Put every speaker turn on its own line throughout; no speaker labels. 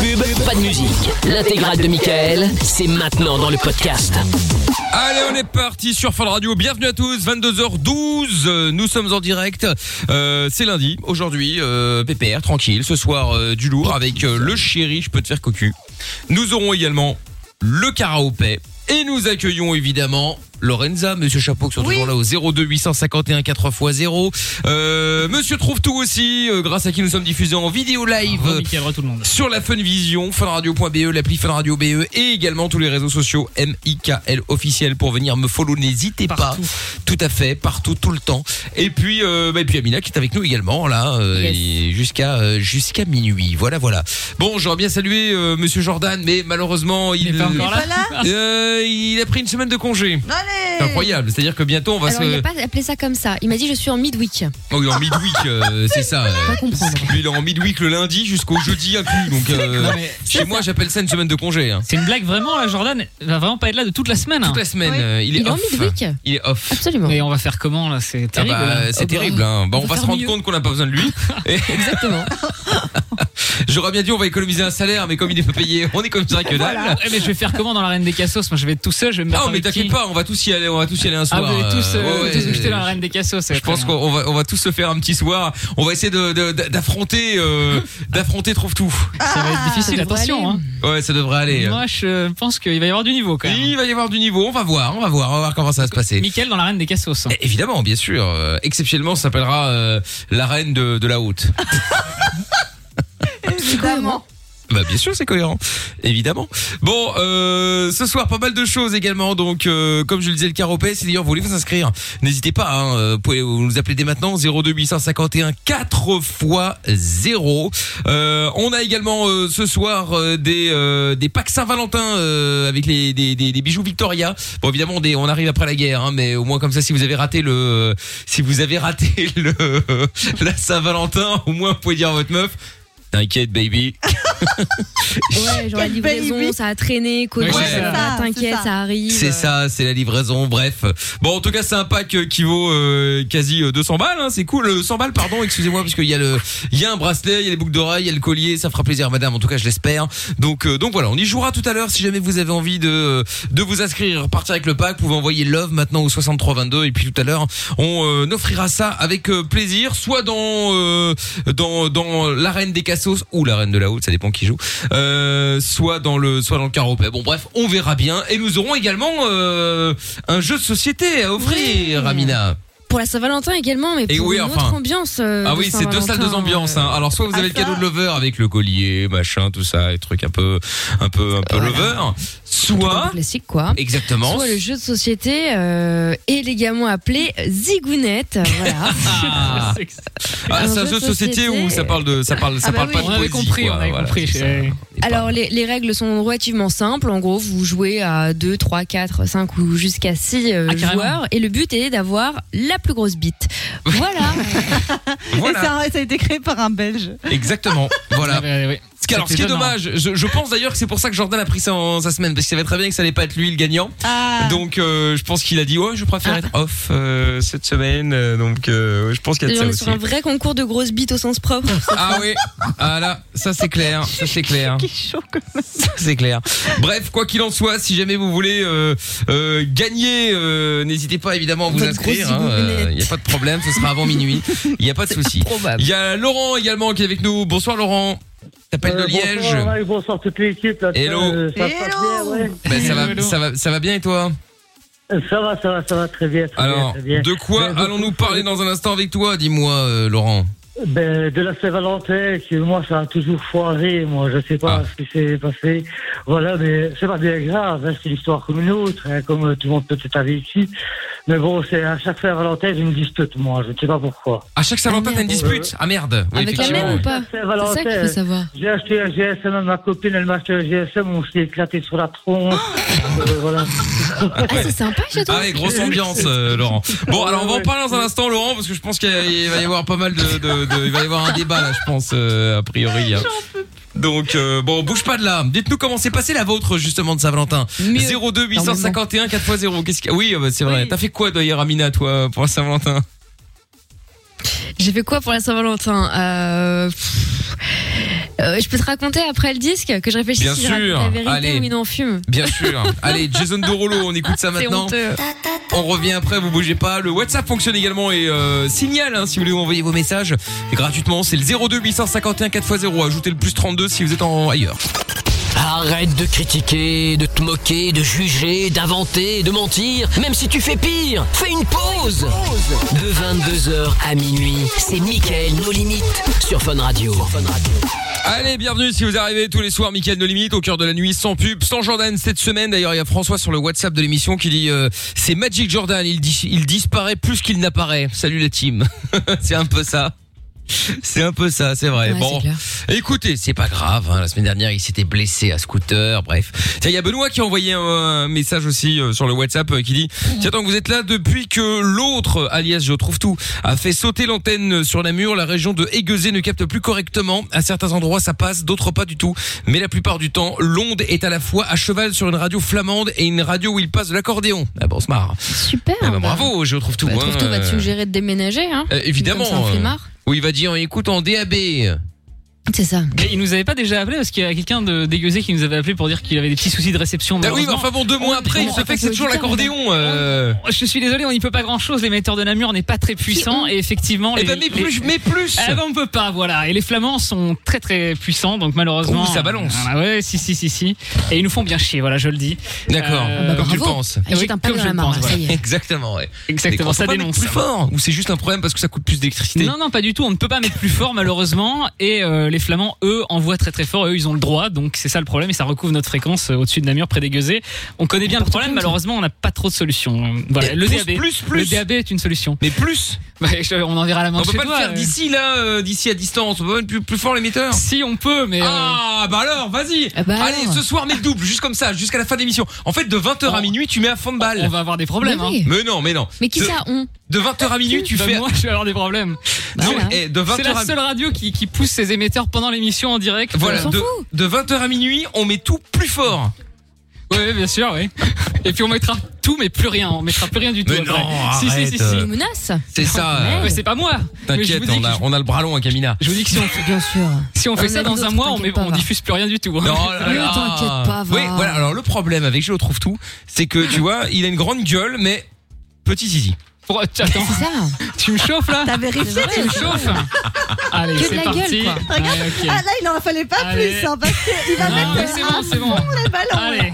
pub, pas de musique. L'intégrale de Michael, c'est maintenant dans le podcast.
Allez, on est parti sur Fun Radio. Bienvenue à tous, 22h12. euh, Nous sommes en direct. Euh, c'est lundi, aujourd'hui, euh, PPR, tranquille. Ce soir, euh, du lourd avec euh, le chéri, je peux te faire cocu. Nous aurons également le karaopé. Et nous accueillons évidemment Lorenza, Monsieur Chapeau qui sont toujours là au 02 851 4x0. Euh, Monsieur Trouve tout aussi, euh, grâce à qui nous sommes diffusés en vidéo live
Bravo, Mickaël, re, tout le monde.
sur la Funvision, funradio.be, E, l'appli Funradio BE et également tous les réseaux sociaux MIKL officiel pour venir me follow. N'hésitez pas. Tout à fait, partout, tout le temps. Et puis, euh, bah, et puis Amina qui est avec nous également là euh, et jusqu'à euh, jusqu'à minuit. Voilà, voilà. Bon, j'aurais bien salué euh, Monsieur Jordan, mais malheureusement il,
est pas encore
Il est là. pas là
Euh, il a pris une semaine de congé.
Allez
C'est incroyable. C'est-à-dire que bientôt on va
Alors,
se
il n'a pas appelé ça comme ça. Il m'a dit je suis en midweek.
Oh, il est en midweek, euh, c'est ça. euh.
Pas comprendre.
Lui, il est en midweek le lundi jusqu'au jeudi inclus. Donc, euh,
Non, mais-
chez moi, j'appelle ça une semaine de congé. hein.
C'est une blague vraiment, là, Jordan va vraiment pas être là de toute la semaine. hein.
Toute la semaine, euh, il est
Il est en
off.
midweek
Il est off.
Absolument.
Et on va faire comment là C'est
Ah
terrible.
bah,
là.
c'est terrible. Hein. Bah, on va se
faire
rendre
mieux.
compte qu'on n'a pas besoin de lui. Et
Exactement.
J'aurais bien dit on va économiser un salaire, mais comme il n'est pas payé, on est comme ça que dalle.
Eh, mais je vais faire comment dans la reine des cassos Moi je vais être tout seul, je vais me
Ah
battre.
mais
avec qui
t'inquiète pas, on va tous y aller, on va tous y aller un
Ah,
soir.
vous allez tous,
euh,
euh,
ouais,
tous
ouais,
vous jeter dans la
je-
reine des cassos. ça va
Je
être très
pense
bien.
qu'on va, on va tous se faire un petit soir. On va essayer de- de- de- d'affronter, euh, d'affronter trouve tout.
Ça va être difficile,
Ah, ça devrait
attention.
aller.
hein.
Ouais, ça devrait aller.
Moi je pense qu'il va y avoir du niveau quand même. hein.
Il va y avoir du niveau, on va voir, on va voir, on va voir comment ça va se passer.
Mickaël dans la reine des cassos. hein.
Eh, Évidemment, bien sûr. Euh, exceptionnellement, ça s'appellera euh, la reine de, de la haute.
Évidemment.
Bah bien sûr c'est cohérent, évidemment. Bon, euh, ce soir pas mal de choses également, donc euh, comme je le disais le caropé, si d'ailleurs vous voulez vous inscrire, n'hésitez pas, hein, euh, vous pouvez vous nous appeler dès maintenant 02851 4 x 0. Euh, on a également euh, ce soir euh, des euh, des packs Saint-Valentin euh, avec les des, des, des bijoux Victoria. Bon évidemment des, on arrive après la guerre, hein, mais au moins comme ça si vous avez raté le si vous avez raté le la Saint-Valentin, au moins vous pouvez dire à votre meuf. T'inquiète, baby.
Ouais, genre la
Quel
livraison,
baby.
ça a traîné, côté,
Ouais, c'est
ça,
ça,
t'inquiète,
c'est
ça.
ça.
arrive.
C'est ça, c'est la livraison, bref. Bon, en tout cas, c'est un pack euh, qui vaut euh, quasi euh, 200 balles, hein, c'est cool. Euh, 100 balles, pardon, excusez-moi, parce qu'il y a le, il y a un bracelet, il y a les boucles d'oreilles, il y a le collier, ça fera plaisir, à madame. En tout cas, je l'espère. Donc, euh, donc voilà, on y jouera tout à l'heure. Si jamais vous avez envie de euh, de vous inscrire, partir avec le pack, vous pouvez envoyer love maintenant au 6322 et puis tout à l'heure, on euh, offrira ça avec euh, plaisir, soit dans euh, dans dans l'arène des Cassos ou l'arène de la haute, ça dépend qui joue. Euh, soit dans le soit dans le caropet. Bon bref, on verra bien et nous aurons également euh, un jeu de société à offrir,
Ouais.
Amina.
Pour la Saint-Valentin également, mais
Et
pour
Eh oui,
une
enfin.
autre ambiance. euh,
Ah
de
oui, c'est deux
Saint-Valentin,
salles, deux ambiances. Hein.
euh,
Alors soit vous
Ah,
avez le
ça.
cadeau de lover avec le collier, machin, tout ça, les trucs un peu un peu un peu
Voilà.
lover,
plutôt un peu
soit
classique, quoi.
exactement.
Soit le jeu de société euh, élégamment appelé Zigounette. Voilà.
Ah,
C'est-
Ah, c'est un
Un
jeu de société où ça parle de ça parle ça
Ah bah
parle
oui.
pas de
On avait
poésie,
compris,
quoi.
on avait
Voilà,
compris.
c'est ça.
c'est-
Et pas-
Alors les, les règles sont relativement simples. En gros, vous jouez à 2, 3, 4, 5 ou jusqu'à 6
Ah, carrément.
joueurs et le but est d'avoir la plus grosse bite. Voilà.
voilà.
Et ça, ça a été créé par un Belge.
Exactement.
Ah,
voilà.
ouais, ouais, ouais.
Ce qui, alors, ce qui est
C'était étonnant.
dommage, je, je pense d'ailleurs que c'est pour ça que Jordan a pris ça en sa semaine, parce qu'il savait très bien que ça allait pas être lui le gagnant.
Ah.
Donc, euh, je pense qu'il a dit, ouais, je préfère être off euh, cette semaine. euh, donc, euh, je pense qu'il y a de
Et on
ça
est
aussi.
sur un vrai concours de grosses bites au sens propre.
Ah oui, ah là, ça c'est clair, ça c'est clair.
Qui est chaud comme
C'est clair. Bref, quoi qu'il en soit, si jamais vous voulez euh, euh, gagner, euh, n'hésitez pas évidemment à vous
Votre
inscrire.
grosse
hein, euh,
zigounette.
Il n'y a pas de problème, ce sera avant minuit. Il n'y a pas de souci.
Probable.
Il y a Laurent également qui est avec nous. Bonsoir Laurent. T'appelles
Euh,
de Liège.
Bonsoir, Mike, bonsoir toute l'équipe. là, ça-
Hello.
euh, Ça, va
Hello.
bien, ouais.
Ben, ça, va,
Hello.
ça, va, ça va bien et toi
Euh, ça va, ça va, ça va très bien. Très bien,
Alors,
très bien.
de quoi
Ben, je-
allons-nous parler dans un instant avec toi Dis-moi, euh, Laurent.
Ben, de la Saint-Valentin, qui, moi, ça a toujours foiré. Moi, je sais pas
Ah.
ce qui s'est passé. Voilà, mais c'est pas bien grave. hein, c'est l'histoire comme une autre, hein, comme euh, tout le monde peut être arrivé ici. Mais bon, c'est à chaque Saint-Valentin, j'ai une dispute, moi. Je ne sais pas pourquoi.
À chaque
Euh,
Saint-Valentin,
Ah,
t'as une
merde.
dispute. Ah merde. Oui,
Avec la
effectivement,
même ou
oui.
pas C'est ça qu'il faut
Saint-Valentin.
savoir.
J'ai acheté un GSM à ma copine, elle m'a acheté un GSM, on s'est éclaté sur la tronche. Euh, voilà.
Oh. Ah, c'est sympa chez toi
Ah ouais, grosse ambiance, euh, Laurent. Bon, alors on va en parler dans un instant, Laurent, parce que je pense qu'il y a- il va y avoir pas mal de, de- de- il va y avoir un débat là, je pense, euh, a priori. hein. Donc euh, bon, bouge pas de là. Dites-nous comment s'est passée la vôtre justement de Saint-Valentin.
Mieux.
02 851 4x0. Qu'est-ce que Oui, euh, bah, c'est vrai. T'as fait quoi d'ailleurs, Amina, toi, pour Saint-Valentin
J'ai fait quoi pour la Saint-Valentin Euh, pff, Euh, je peux te raconter après le disque que je réfléchis
Bien
si je raconte
sûr.
la vérité
Allez.
ou il en fume.
Bien sûr. Allez, Jason Derulo, on écoute ça
C'est
maintenant.
honteux.
On revient après, vous bougez pas. Le WhatsApp fonctionne également et euh, signal hein, si vous voulez envoyer vos messages Et gratuitement. C'est le 02 851 4x0. Ajoutez le plus 32 si vous êtes en ailleurs.
Arrête de critiquer, de te moquer, de juger, d'inventer, de mentir, même si tu fais pire. Fais une pause. De 22h à minuit, c'est Mickaël nos limites sur Fun Radio.
Allez, bienvenue si vous arrivez tous les soirs, Mickaël No Limite, au cœur de la nuit, sans pub, sans Jordan cette semaine. D'ailleurs, il y a François sur le WhatsApp de l'émission qui dit euh, c'est Magic Jordan, il, dis- il disparaît plus qu'il n'apparaît. Salut la team. c'est un peu ça. C'est un peu ça, c'est vrai.
Ouais,
bon,
c'est clair.
écoutez, c'est pas grave. hein. La semaine dernière, il s'était blessé à scooter. Bref, Tiens, il y a Benoît qui a envoyé un, un message aussi euh, sur le WhatsApp euh, qui dit
Mmh.
Tiens, tant que vous êtes là, depuis que l'autre, alias Je trouve tout, a fait sauter l'antenne sur la mur, la région de Aiguezé ne capte plus correctement. À certains endroits, ça passe, d'autres pas du tout. Mais la plupart du temps, l'onde est à la fois à cheval sur une radio flamande et une radio où il passe de l'accordéon. Ah bon, on se marre.
Super.
Ah bah,
bah.
bravo, Je trouve tout.
Bah,
hein,
Trouve-toi va te
euh,
suggérer de déménager, hein.
euh, évidemment.
Comme ça, on fait
euh,
marre.
où il va dire écoute en DAB.
C'est ça.
Mais il nous avait pas déjà appelé parce qu'il y a quelqu'un de dégueusé qui nous avait appelé pour dire qu'il avait des petits soucis de réception.
Ah oui, mais
malheureusement.
enfin bon, deux mois
on-
après,
on-
il se
on-
fait que c'est toujours
on-
l'accordéon. euh.
Je suis désolé, on n'y peut pas grand chose. L'émetteur de Namur n'est pas très puissant et effectivement.
Eh
les-
ben mais
les-
plus, mais plus.
Ah bah on peut pas, voilà. Et les Flamands sont très très puissants, donc malheureusement.
Ouh, ça balance.
Ah ouais, si si si si. Et ils nous font bien chier, voilà, je le dis.
D'accord,
Euh, bah,
comme tu le
bravo.
penses.
Ah, Jette
oui,
un
comme
pain dans
je
la mare,
pense,
ça y est.
Exactement, ouais.
Exactement,
Mais qu'on
ça
peut pas
dénonce.
mettre Plus fort ou c'est juste un problème parce que ça coûte plus d'électricité.
Non non, pas du tout. On ne peut pas mettre plus fort malheureusement. Et euh, les Flamands, eux, envoient très très fort. Eux, ils ont le droit, donc c'est ça le problème. Et ça recouvre notre fréquence euh, au-dessus de Namur, près des Gueusés. On connaît bien le problème. Malheureusement, on n'a pas trop de solutions. Euh, Voilà,
Et
le
plus,
DAB.
plus, plus.
Le DAB est une solution.
Mais plus,
Bah, je- on enverra la main
on
de
peut
chez
pas
toi,
le faire
euh.
d'ici là, euh, d'ici à distance. On peut pas mettre plus, plus fort l'émetteur.
Si on peut, mais. euh,
Ah bah alors, vas-y.
Ah bah
Allez,
alors.
ce soir mais double, juste comme ça, jusqu'à la fin de l'émission. En fait, de 20h à
On-
minuit, tu mets à fond de balle.
Oh. On va avoir des problèmes.
Mais
hein.
oui.
Mais non, mais non.
Mais qui
de,
ça on
De 20h à minuit, tu
Bah,
fais.
Moi, je vais avoir des problèmes.
Bah,
Non,
voilà.
eh, de 20
C'est la
à
seule radio qui, qui pousse ses émetteurs pendant l'émission en direct.
Voilà,
s'en
de,
fout.
de 20h à minuit, on met tout plus fort.
Oui, bien sûr, oui. Et puis on mettra tout, mais plus rien. On mettra plus rien du tout.
Mais
après.
non,
si, si, si, si.
arrête, euh.
Nous menace
C'est ça. euh,
Mais c'est pas moi. Mais je
T'inquiète,
vous dis
on
que-
a, on a le bras long hein, à Camina.
Je vous dis que si on,
Bien sûr.
si on fait
On
ça
aime
dans
les
un
autres,
mois, on,
t'inquiète
met-
pas,
on
va.
diffuse plus rien du tout. hein.
Non, oh là
Ne
là.
t'inquiète pas, va.
Oui, voilà. Alors le problème avec Géo trouve tout, c'est que tu vois, il a une grande gueule, mais petit zizi.
Pour- attends,
C'est ça.
tu me chauffes là
T'as vérifié
Désolé.
Tu me chauffes Allez,
Que de
Ah, c'est
la
parti.
gueule, quoi.
Ouais, ok.
Ah là, il n'en fallait pas
Allez.
plus, hein, parce qu'il va
Non, mais
mettre
c'est
un
bon, c'est bon.
bon ballon.
Allez,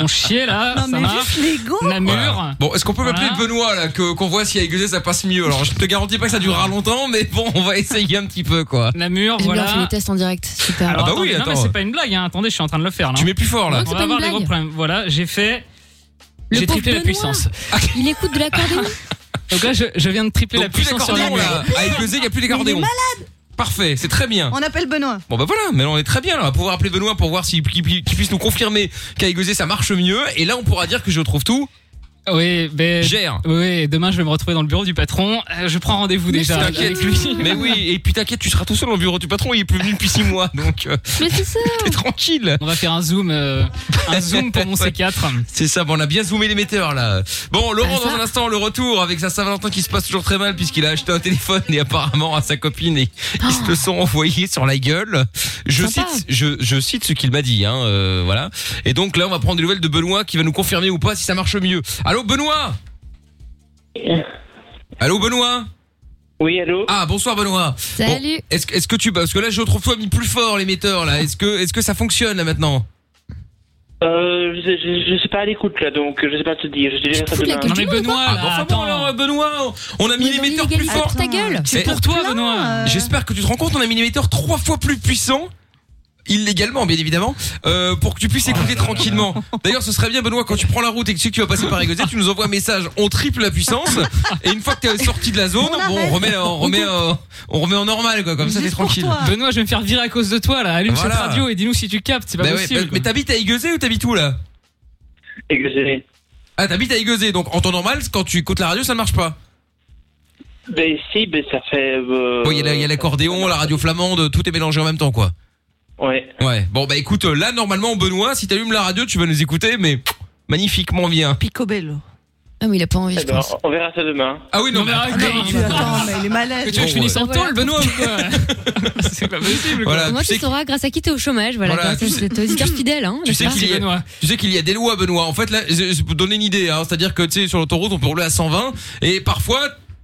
on chier là,
Non,
ça
mais
marche.
juste les go.
Namur.
Voilà. Bon, est-ce qu'on peut m'appeler
Voilà.
Benoît là, que- qu'on voit si avec Gueusé ça passe mieux. Alors je te garantis pas que ça
Ah.
durera longtemps, mais bon, on va essayer un petit peu quoi.
Namur,
J'aime bien, on fait
voilà.
les tests en direct. Super.
Alors,
Ah bah oui,
attendez, Non,
attends.
mais c'est pas une blague, hein. attendez, je suis en train de le faire là.
Tu mets plus fort là.
c'est
On va
pas
avoir
une
des
blague.
gros problèmes. Voilà, j'ai fait.
Le
J'ai
pauvre
triplé la
Benoît.
puissance.
Il écoute de l'accordéon.
Donc là, je, je viens de tripler
Donc
la
plus
puissance sur la
d'accordéon là. Avec Gueusé, il y a plus d'accordéon. Parfait, c'est très bien.
On appelle Benoît.
Bon bah voilà, mais là, on est très bien là, on va pouvoir appeler Benoît pour voir s'il qu'il- qu'il puisse nous confirmer qu'avec Gueusé ça marche mieux et là on pourra dire que je trouve tout
Oui, ben.
gère.
Oui, demain je vais me retrouver dans le bureau du patron. Euh, je prends rendez-vous
Mais
déjà
c'est
avec
T'inquiète.
lui.
Mais oui, et puis t'inquiète, tu seras tout seul au bureau du patron, il est plus venu depuis 6 mois, donc euh,
Mais c'est ça.
t'es tranquille.
On va faire un zoom, euh, un zoom pour mon C4.
C'est ça, bon, on a bien zoomé l'émetteur là. Bon, Laurent,
Bah, ça
dans un instant, le retour avec sa Saint-Valentin qui se passe toujours très mal puisqu'il a acheté un téléphone et apparemment à sa copine et ils se le sont envoyés sur la gueule. Je
Sympa.
cite, je, je cite ce qu'il m'a dit, hein, euh, voilà. Et donc là, on va prendre des nouvelles de Benoît qui va nous confirmer ou pas si ça marche mieux. Allô, Benoît Allô, Benoît
Oui, allô
Ah, bonsoir, Benoît.
Salut.
Bon, est-ce, que- est-ce que tu parce que là je retrouve toi mis plus fort l'émetteur là. Est-ce que est-ce que ça fonctionne là maintenant
euh, je, je, je suis pas à l'écoute là, donc je sais pas te dire. Je dirai ça
fous de la
demain.
gueule.
Non
tu
mais
veux ou
Benoît,
Ah,
là,
bon, enfin, bon,
attends.
alors, Benoît, on a mis
Mais dans
l'émetteur plus
l'illégalité,
fort.
Ta gueule.
Mais
C'est pour toi, Benoît.
euh,
J'espère que tu te rends compte, on a mis l'émetteur trois fois plus puissant. Illégalement, bien évidemment, euh, pour que tu puisses
Oh
écouter tranquillement. D'ailleurs, ce serait bien, Benoît, quand tu prends la route et que tu sais que tu vas passer par Égosé, tu nous envoies un message. On triple la puissance. Et une fois que t'es sorti de la zone,
On
bon, on
arrête.
remet, on remet, euh, on remet en normal, quoi. Comme ça, t'es
Juste pour
tranquille.
toi.
Benoît, je vais me faire virer à cause de toi là. Allume
Voilà.
cette radio et dis-nous si tu captes, c'est pas
Bah ouais,
possible.
mais- mais t'habites à Égosé ou t'habites où, là?
Exagéré.
Ah, t'habites à Égosé, donc en temps normal, quand tu écoutes la radio, ça ne marche pas.
Ben si, ben ça fait. Euh...
Bon, il y a la- il y a l'accordéon, la radio flamande, tout est mélangé en même temps, quoi.
Ouais.
Ouais. Bon, bah écoute, euh, là, normalement, Benoît, si t'allumes la radio, tu vas nous écouter, mais magnifiquement bien.
Picobello.
Ah mais il a pas envie,
Eh
je
ben,
oh.
pense.
on verra ça demain.
Ah oui, non, mais
arrête,
attends,
non,
Tu attends, mais il est malade.
Que tu veux que je
Bon,
finisse en
ouais.
tôle, Benoît ou quoi C'est pas possible. quoi.
Voilà,
Moi,
tu
tu
sais,
sauras grâce à qui t'es au chômage. Voilà,
Voilà,
comme
tu
ça,
sais-
c'est aux auditeurs fidèles. Hein,
tu sais
d'accord
qu'il y a,
Benoît.
tu sais qu'il y a des lois, Benoît. En fait, là, je, je peux te donner une idée. Hein. C'est-à-dire que tu sais, sur l'autoroute, on peut rouler à 120 et parfois,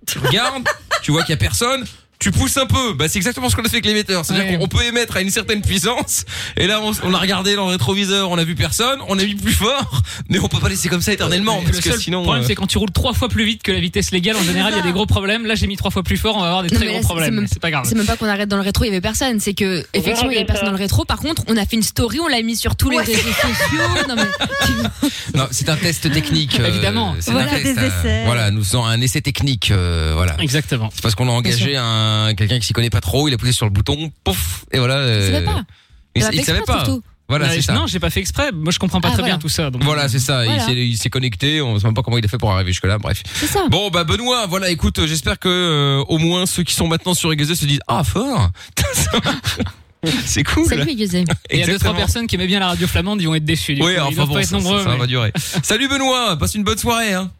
tu regardes, tu vois qu'il y a personne. Tu pousses un peu, bah c'est exactement ce qu'on a fait avec l'émetteur. C'est-à-dire
Ouais.
qu'on peut émettre à une certaine puissance, et là on, s- on a regardé dans le rétroviseur, on a vu personne, on a vu plus fort, mais on peut pas laisser comme ça éternellement,
Le
parce que
seul
sinon.
problème,
euh,
c'est quand tu roules trois fois plus vite que la vitesse légale, en général, il y a des gros problèmes. Là, j'ai mis trois fois plus fort, on va avoir des
Non,
très
mais
gros
là, c'est- c'est
problèmes.
même-
C'est pas grave.
C'est même pas qu'on arrête dans le rétro, il y avait personne. C'est que, effectivement, il y avait personne dans le rétro. Par contre, on a fait une story, on l'a mis sur tous les réseaux sociaux. Non, mais tu-
Non, c'est un test technique.
Évidemment.
c'est
Voilà,
un test,
des
euh,
essais.
voilà, nous faisons un essai technique. euh, voilà.
Exactement.
C'est parce qu'on a engagé un quelqu'un qui s'y connaît pas trop. Il a poussé sur le bouton, pouf, et voilà.
tu savais
euh,
pas.
Il,
Il a
il
fait
savait
exprès,
pas.
surtout.
Voilà,
Ouais,
c'est ça.
Non, j'ai pas fait exprès. Moi, je comprends pas
Ah,
très bien
voilà.
tout ça. donc- euh,
Voilà, c'est ça. Il
Voilà.
s'est- Il s'est connecté. On ne sait même pas comment il a fait pour arriver jusque là. Bref.
C'est ça.
Bon, bah Benoît, voilà. Écoute, euh, j'espère que euh, au moins ceux qui sont maintenant sur Egazé se disent ah fort. c'est cool.
Salut, Yosé.
Et il y a deux, trois
Exactement.
personnes qui aimaient bien la radio flamande, ils vont être déçus. du coup.
Oui,
ils
enfin
doivent
bon,
pas
ça,
être nombreux.
ça- ça
mais-
va durer. Salut Benoît, passe une bonne soirée. Hein.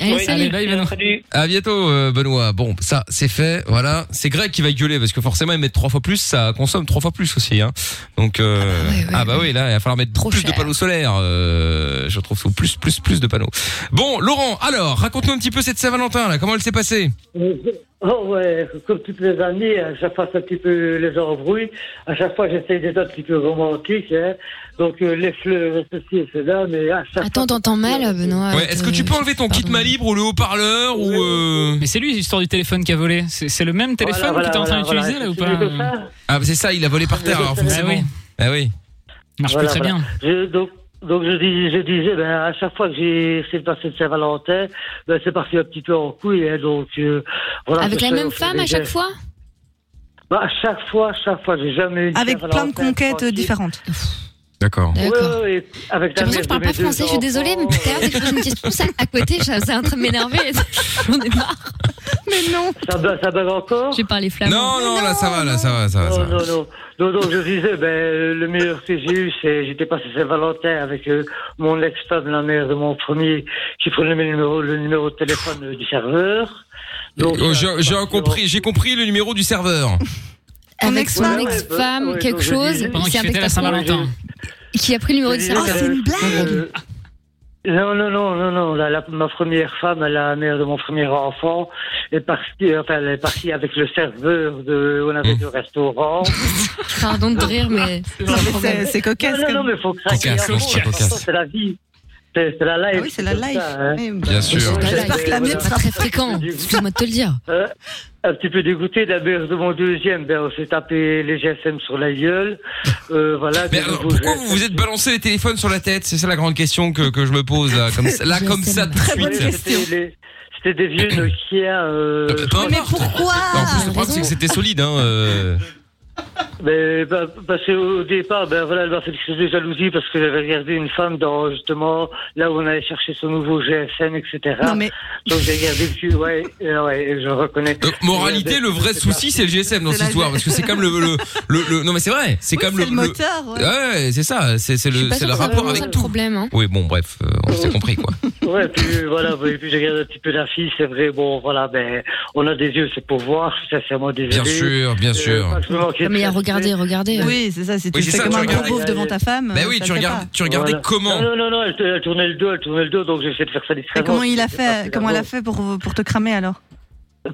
Allez,
Oui,
salut.
Allez, bye, Benoît.
Salut.
À bientôt, euh, Benoît. Bon, ça, c'est fait. Voilà. C'est Greg qui va gueuler parce que forcément, mettre trois fois plus, ça consomme trois fois plus aussi. Hein. Donc, euh,
Ah bah ouais, ouais,
ah bah
ouais.
oui, là, il va falloir mettre
Trop
plus
cher.
de panneaux solaires. Euh, je trouve faut plus, plus, plus de panneaux. Bon, Laurent, alors, raconte-nous un petit peu cette Saint-Valentin. Là, comment elle s'est passée
Oh ouais, comme toutes les années, à chaque fois c'est un petit peu les embrouilles, à chaque fois j'essaie d'être un petit peu romantique, hein. donc euh, les fleurs, ceci et cela, mais à chaque
Attends,
fois...
t'entends mal, Benoît.
Ouais. Est-ce que tu peux enlever ton kit
pardon.
ma libre ou le haut-parleur ou euh...
Mais c'est lui l'histoire du téléphone qui a volé. C'est c'est le même téléphone que t'es en train d'utiliser là ou pas
Ah, bah, c'est ça. Il a volé par terre. Alors,
Ah oui.
Ah oui,
forcément. Ah oui.
marche
Voilà,
plus très
voilà.
bien.
Je- donc, donc je, dis, je disais, ben, à chaque fois que j'ai essayé de passer de Saint-Valentin, ben, c'est parti un petit peu en couille. hein, donc, euh, voilà,
Avec
c'est
la
ça,
même
on fait
femme
des
à chaque
gestes.
fois
Ben, À chaque fois, chaque fois, j'ai jamais eu une
Avec plein de
Saint-Valentin
conquêtes
tranquille.
différentes.
D'accord.
Ouais,
D'accord.
ouais, et avec la
J'ai l'impression que
mère
je
de
parle pas
mes deux
français, je suis désolée, mais
enfants,
tout à l'heure, dès que je pose une question ça, à côté, ça- c'est en train de m'énerver. J'en ai marre.
Mais non.
Ça bug, ça bug encore
J'ai parlé flamand.
Non, non, là, ça va, là, ça va, ça va. Ça
Non,
va.
non, non. Non, non, je disais, ben, le meilleur que j'ai eu, c'est, j'étais passé Saint-Valentin avec euh, mon ex-femme, la mère de mon premier, qui prenait le numéro, le numéro de téléphone euh, du serveur.
Oh,
euh,
j'ai- j'ai
parce que-
compris, j'ai compris le numéro du serveur.
Ton
Ton
ex-femme,
ex-femme, ex-femme,
ouais, ouais,
quelque
ouais,
chose,
ouais,
Pendant
c'est
qu'il
un
fêtait la
ex-patron
Saint-Valentin.
qui a pris le numéro du
Ah,
Oh,
serveur.
c'est une blague.
Euh, Non, non, non, non, non. La, la- ma première femme, la mère de mon premier enfant, est partie, euh, enfin, elle est partie avec le serveur de, on avait
Mmh.
Mm.
du restaurant.
Pardon de rire, mais
Non, mais c'est- C'est
non,
cocasse.
non, non,
comme-
mais faut que ça aille
Cocasse,
à fond.
cocasse, cocasse.
C'est la vie. C'est c'est la life.
Ah oui, c'est la
comme
life.
ça, hein.
Eh ben.
Bien sûr.
Ouais,
Voilà,
j'espère que la
c'est
mienne
pas
sera
très fréquent. Excuse-moi de te le dire.
Euh, un petit peu dégoûté de la mère de mon deuxième. Ben, on s'est tapé les GSM sur la gueule. Euh, voilà.
Mais
de
alors,
nouveaux
pourquoi
gestes.
vous vous êtes balancé les téléphones sur la tête C'est ça la grande question que, que je me pose là, comme ça, là,
Je
comme
sais
ça
pas.
tout de
Très bonne
suite.
question.
C'était les- c'était des vieux Nokia.
Euh,
Euh,
peu
Mais
importe.
pourquoi
Non, Bah, en plus, le problème
raison.
c'est que c'était solide. Hein, euh.
Ben, bah, parce qu'au départ, ben voilà, elle m'a fait des de jalousie parce que j'avais regardé une femme dans justement là où on allait chercher son nouveau GSM, etc.
Non, mais
Donc j'ai regardé dessus, ouais, euh, ouais, je reconnais.
Euh, moralité, le vrai
C'est
souci c'est le GSM dans
C'est
cette
la-
histoire parce que c'est comme le, le, le, le- non mais c'est vrai, c'est
oui,
comme
c'est
le,
le
le-
moteur. ouais.
ouais c'est ça, c'est c'est
Je suis
le
pas
c'est le
sûre que c'est
rapport
vraiment ça
avec
le
tout.
problème. hein.
Oui bon bref, euh, on s'est compris quoi.
Ouais, puis euh, voilà, ben, et puis j'ai regardé un petit peu la fille, c'est vrai, bon, voilà, ben, on a des yeux, c'est pour voir, je suis sincèrement désolé.
Bien sûr,
Euh,
bien sûr.
Ah, Mais il y a regardé, regardez.
Oui, c'est ça. Si tu
Oui, c'est
fais
ça,
comme
tu
un gros
regardes.
beauf devant ta femme.
Bah
euh,
oui,
ça
tu
le fait
regardes,
pas.
tu regardais
Voilà.
comment
Non, non, non, non, elle, elle tournait le dos, elle tournait le dos, donc j'essaie de faire ça
Et
discrètement.
comment il a
J'ai pas
fait Comment elle a fait pour pour te cramer alors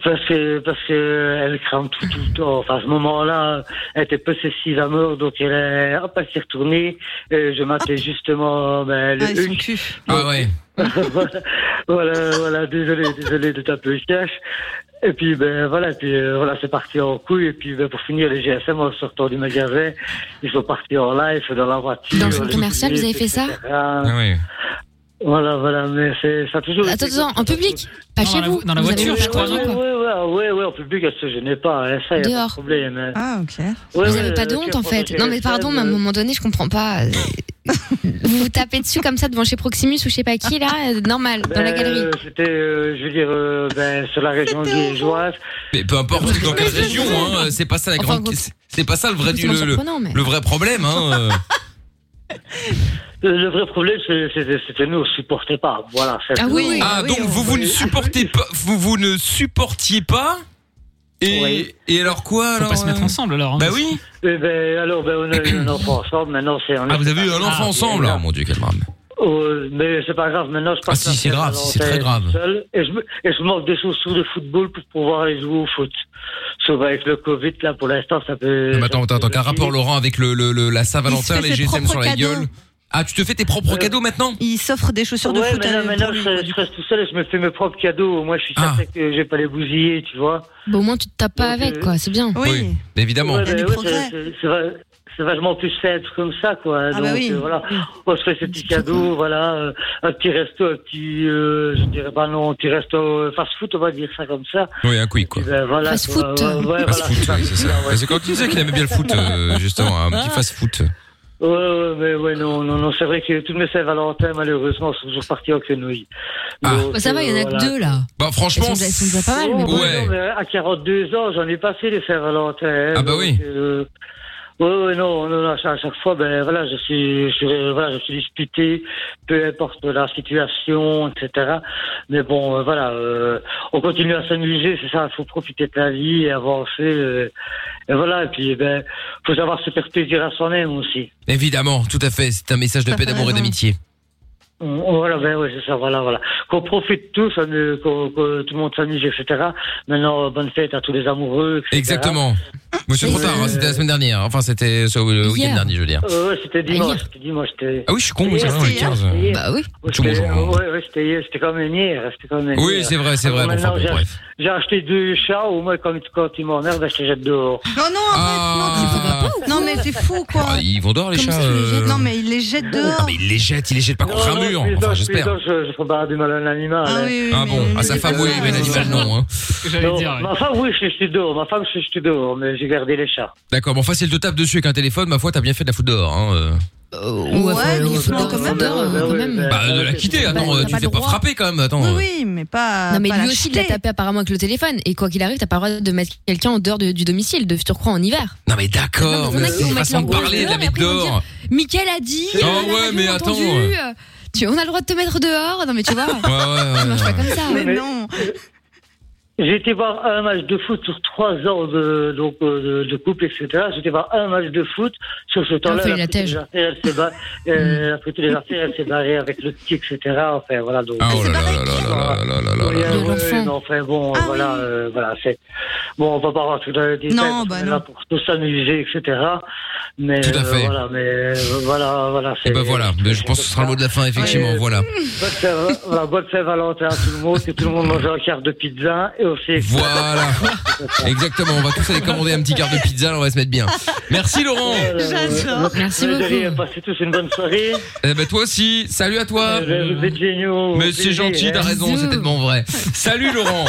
Parce que parce que elle crame tout, tout le temps. Enfin, à ce moment-là, elle était possessive à mort, donc elle est hop, elle s'est retournée. Et je m'appelais justement ben, le
Ah, ils sont
Hulk.
cul.
Ah ouais.
voilà, voilà, voilà, désolé, désolé de taper le cash. Et puis ben voilà, et puis euh, voilà, c'est parti en couille. Et puis ben, pour finir, les GSM en sortant du magasin, ils sont partis en live dans la voiture.
Dans le centre
les
commercial, vous avez
billets,
fait ça
etc.
Ah ouais.
Voilà, voilà, mais c'est ça a toujours.
Attends, attends, en public Pas
Non,
chez
dans la
vous
vo- dans la
Vous avez
Oui,
voiture,
pas
oui,
je crois,
d'argent,
oui,
quoi.
oui, oui, oui, en public, elle se gênait pas. hein, ça, y a pas
Dehors.
de problème. hein.
Ah, ok.
Ouais,
Vous
ouais,
avez pas de
euh,
honte
tiens,
en fait
prends
Non
ton
mais pardon, mais à un
téléphone,
moment donné, je comprends pas. Euh, Vous vous tapez dessus comme ça devant chez Proximus ou je sais pas qui là, euh, normal, dans la
Ben,
galerie.
euh, C'était, euh, je veux dire, euh, ben, sur la région liégeoise.
Mais peu importe dans quelle
Mais je
région,
sais. Ah
hein, c'est pas ça la
Enfin,
grande,
gros-
c'est- c'est pas ça le vrai
C'est
du le, le-
surprenant mais.
le vrai problème hein. euh.
Le, le vrai problème, c'est- c'était c'était nous, on supportait pas. Voilà. c'est-
Ah oui, oui.
Ah, donc vous, vous ne supportez pas, vous, vous ne supportiez pas et,
Oui.
et alors quoi
Faut
alors
pas se mettre
euh,
ensemble alors. hein.
Bah oui
Eh ben, alors, ben, on a eu un enfant ensemble. Maintenant, c'est. on
Ah,
est
vous avez eu un
séparés.
enfant
Ah,
ensemble
et là-
Ah, mon dieu, quel drame.
Euh, mais c'est pas grave, maintenant je passe.
Ah si,
la
c'est
semaine
grave,
à
c'est très
Nanterre
grave.
seul, et, je, me- et je manque des chaussures de football pour pouvoir aller jouer au foot. Sauf avec le Covid, là, pour l'instant, ça peut.
Mais attends, attends, attends, qu'un rapport Laurent avec le, le- le- la Saint-Valentin,
Il se fait
les
ses
GSM sur
propres
la
cadeaux.
gueule. Ah, tu te fais tes propres
Euh,
cadeaux maintenant
Il s'offre des chaussures de
ouais,
foot.
maintenant,
euh,
maintenant
pour lui, quoi,
je,
du
je
coup.
reste tout seul et je me fais mes propres cadeaux. Moi, je suis
Ah.
certain que j'ai pas les bousiller, tu vois.
Bon, au moins, tu te tapes pas
Donc, euh,
avec, quoi. C'est bien.
Oui.
Évidemment.
Ouais,
Il y a
ben,
du
ouais,
progrès.
c'est- c'est- c'est va- c'est vachement plus simple comme ça, quoi.
Ah
Donc,
bah oui.
euh, voilà. On se fait ces petits cadeaux, voilà. euh, un petit resto, un petit, euh, je dirais pas non, un petit resto euh, fast-food, on va dire ça comme ça.
Oui, un quick
Et
quoi.
ben, voilà,
Fast
quoi.
food.
Ouais, ouais,
Fast
voilà,
foot, oui, c'est ça.
Ouais.
Mais C'est quand tu disais qu'il aimait bien le foot, euh, justement, un
Ah.
petit fast foot.
Ouais, ouais, mais ouais, non, non, non, c'est vrai que toutes mes Saint-Valentin, malheureusement, sont toujours parties en quenouille. euh,
Ah.
Bah, ça va, il y en a que deux, là.
Bah,
Elles sont
franchement,
déjà- elles sont déjà pas mal,
Ouais,
mais bon.
Ouais.
non, mais à 42 ans, j'en ai passé les Saint-Valentin. hein,
Ah bah
donc,
oui.
euh, ouais, ouais, non, non, non, à chaque, à chaque fois, ben voilà, je suis, je, suis- voilà, je suis disputé, peu importe la situation, etc. Mais bon, euh, voilà, euh, on continue à s'amuser, c'est ça, il faut profiter de la vie et avancer. euh, et voilà, et puis, ben, faut savoir se faire plaisir à soi-même aussi.
évidemment, tout à fait, c'est un message de
T'as
paix,
fait
d'amour et
raison.
d'amitié.
Voilà, ben oui, c'est ça, voilà, voilà. Qu'on profite tous, hein, de- qu'on- que tout le monde s'amuse, etc. Maintenant, euh, bonne fête à tous les amoureux, etc.
Exactement. Monsieur, trop
Euh,
tard, hein, c'était la semaine dernière. Enfin, c'était ce- le week-end
Hier.
dernier, je veux dire.
Euh, ouais, c'était
Ah,
dimanche,
hier.
c'était dimanche, c'était...
Ah oui, je suis con, oui, c'est vrai, on est
Hier,
15.
c'était hier.
Bah oui.
Ouais,
euh, tout le monde
c'était-
en
ouais, ouais, c'était hier, c'était comme une hier, hein, c'était comme une
Oui,
hier.
c'est vrai, c'est vrai. bon,
Maintenant,
enfin, bon,
j'ai-
bref.
J'ai acheté deux chats, au moins, quand, quand ils m'emmerdent, ben, je les jette dehors.
Non, non, arrête,
Ah.
non, tu- non, mais t'es fou, quoi.
Ah, ils vont dehors, les
Comme
chats.
ça, tu les
euh,
jettes.
Non, mais il les jette
Ah,
dehors.
mais ils les jettent, ils les jettent pas contre
Non,
un
non,
mur.
je plaisante,
Enfin,
je
j'espère.
plaisante, Je, je ferai pas du mal à un animal.
Ah
hein.
oui, oui.
Ah
mais-
bon, à sa
mais-
femme, oui, mais l'animal, non. hein.
C'est ce que j'allais
Non,
dire. ouais.
ma femme, oui, je suis dehors. Ma femme, je suis dehors, mais j'ai gardé les chats.
D'accord, bon, enfin, s'il te tape dessus avec un téléphone, ma foi, t'as bien fait de la foutre dehors. hein, euh.
Euh,
Ouais,
enfin,
doucement,
faut dehors,
quand
faut
même.
dehors,
Ouais,
euh, quand
ouais,
même.
ouais.
Bah, de la quitter,
Bah,
attends,
t'as
euh, tu te
pas
fais
le
pas
droit.
frapper quand même, attends.
Oui,
euh.
oui, mais pas.
Non mais
pas
lui
la
aussi il
jeter.
l'a tapé apparemment avec le téléphone et quoi qu'il arrive t'as pas le droit de mettre quelqu'un en dehors de- du domicile de tu crois en hiver.
Non, mais
Non,
d'accord,
mais il y en a
mais
qui
c'est
vont
une
mettre
façon de
leur gros
parler, de la
dehors,
mettre
et après, ils vont
dehors.
Mickaël a dit.
Ah
euh, la
ouais,
radio
mais
l'a
attends,
entendu,
ouais.
euh, Tu on a le droit de te mettre dehors non mais tu vois
Ouais, ouais,
ça marche
ouais.
pas comme ça.
Mais
Mais-
non.
J'ai été voir un match de foot sur trois ans de, donc, euh, de, de couple, etc. J'ai été voir un match de foot. Sur ce
Ah,
temps-là,
fait
elle a
la
pris
tèche.
les artères, elle s'est ba-
Mm.
euh, elle a pris tous les artères, elle s'est barrée avec le petit, etc. Enfin, voilà. Donc,
Ah, oh là
C'est
là
pareil.
là là là là là là
Oui,
là.
euh,
De l'enfant.
oui, non, enfin, bon,
Ah
voilà,
oui.
euh, voilà, c'est. Bon, on va pas rentrer dans les détails.
Non,
parce
bah
qu'on est là
non.
pour tous s'amuser, etc. Mais,
Tout à
euh,
fait.
voilà, mais, euh, voilà, voilà,
Et bah voilà, mais je pense que ce sera le mot de la fin, effectivement,
Ouais.
voilà.
Bonne Saint- voilà, bonne Saint-Valentin à tout le monde, que tout le monde mange un quart de pizza et aussi.
Voilà. Exactement, on va tous aller commander un petit quart de pizza, là, on va se mettre bien. Merci Laurent.
Euh,
J'adore.
Merci
Vous allez
beaucoup.
passer tous une bonne soirée.
Eh ben toi aussi, salut à toi.
Euh, Vous êtes géniaux.
Mais c'est gentil, t'as raison, c'est
Bisous.
tellement vrai. Salut Laurent.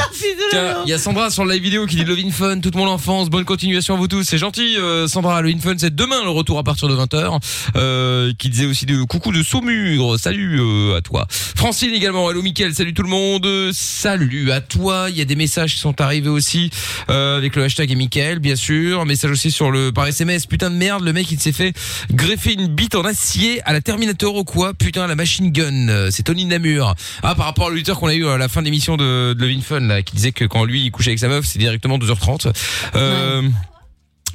Tiens, il y a Sandra sur la live vidéo qui dit Love in Fun, toute mon enfance, bonne continuation à vous tous. C'est gentil, euh, Sandra. Love in Fun, c'est demain le retour à partir de 20h. Euh, qui disait aussi de coucou de Saumur. Salut euh, à toi. Francine également. Hello Mickaël, salut tout le monde. Salut à toi. Il y a des messages qui sont arrivés aussi euh, avec le hashtag et Mickaël, bien sûr. Un Message aussi sur le par SMS. Putain de merde, le mec il s'est fait greffer une bite en acier à la Terminator ou quoi Putain, la machine gun. Euh, C'est Tony de Namur. Ah, par rapport à l'auditeur qu'on a eu à la fin de l'émission de, de Love in Fun, là, qui disait que quand lui, il couchait avec sa meuf, c'est directement 2h30. Euh,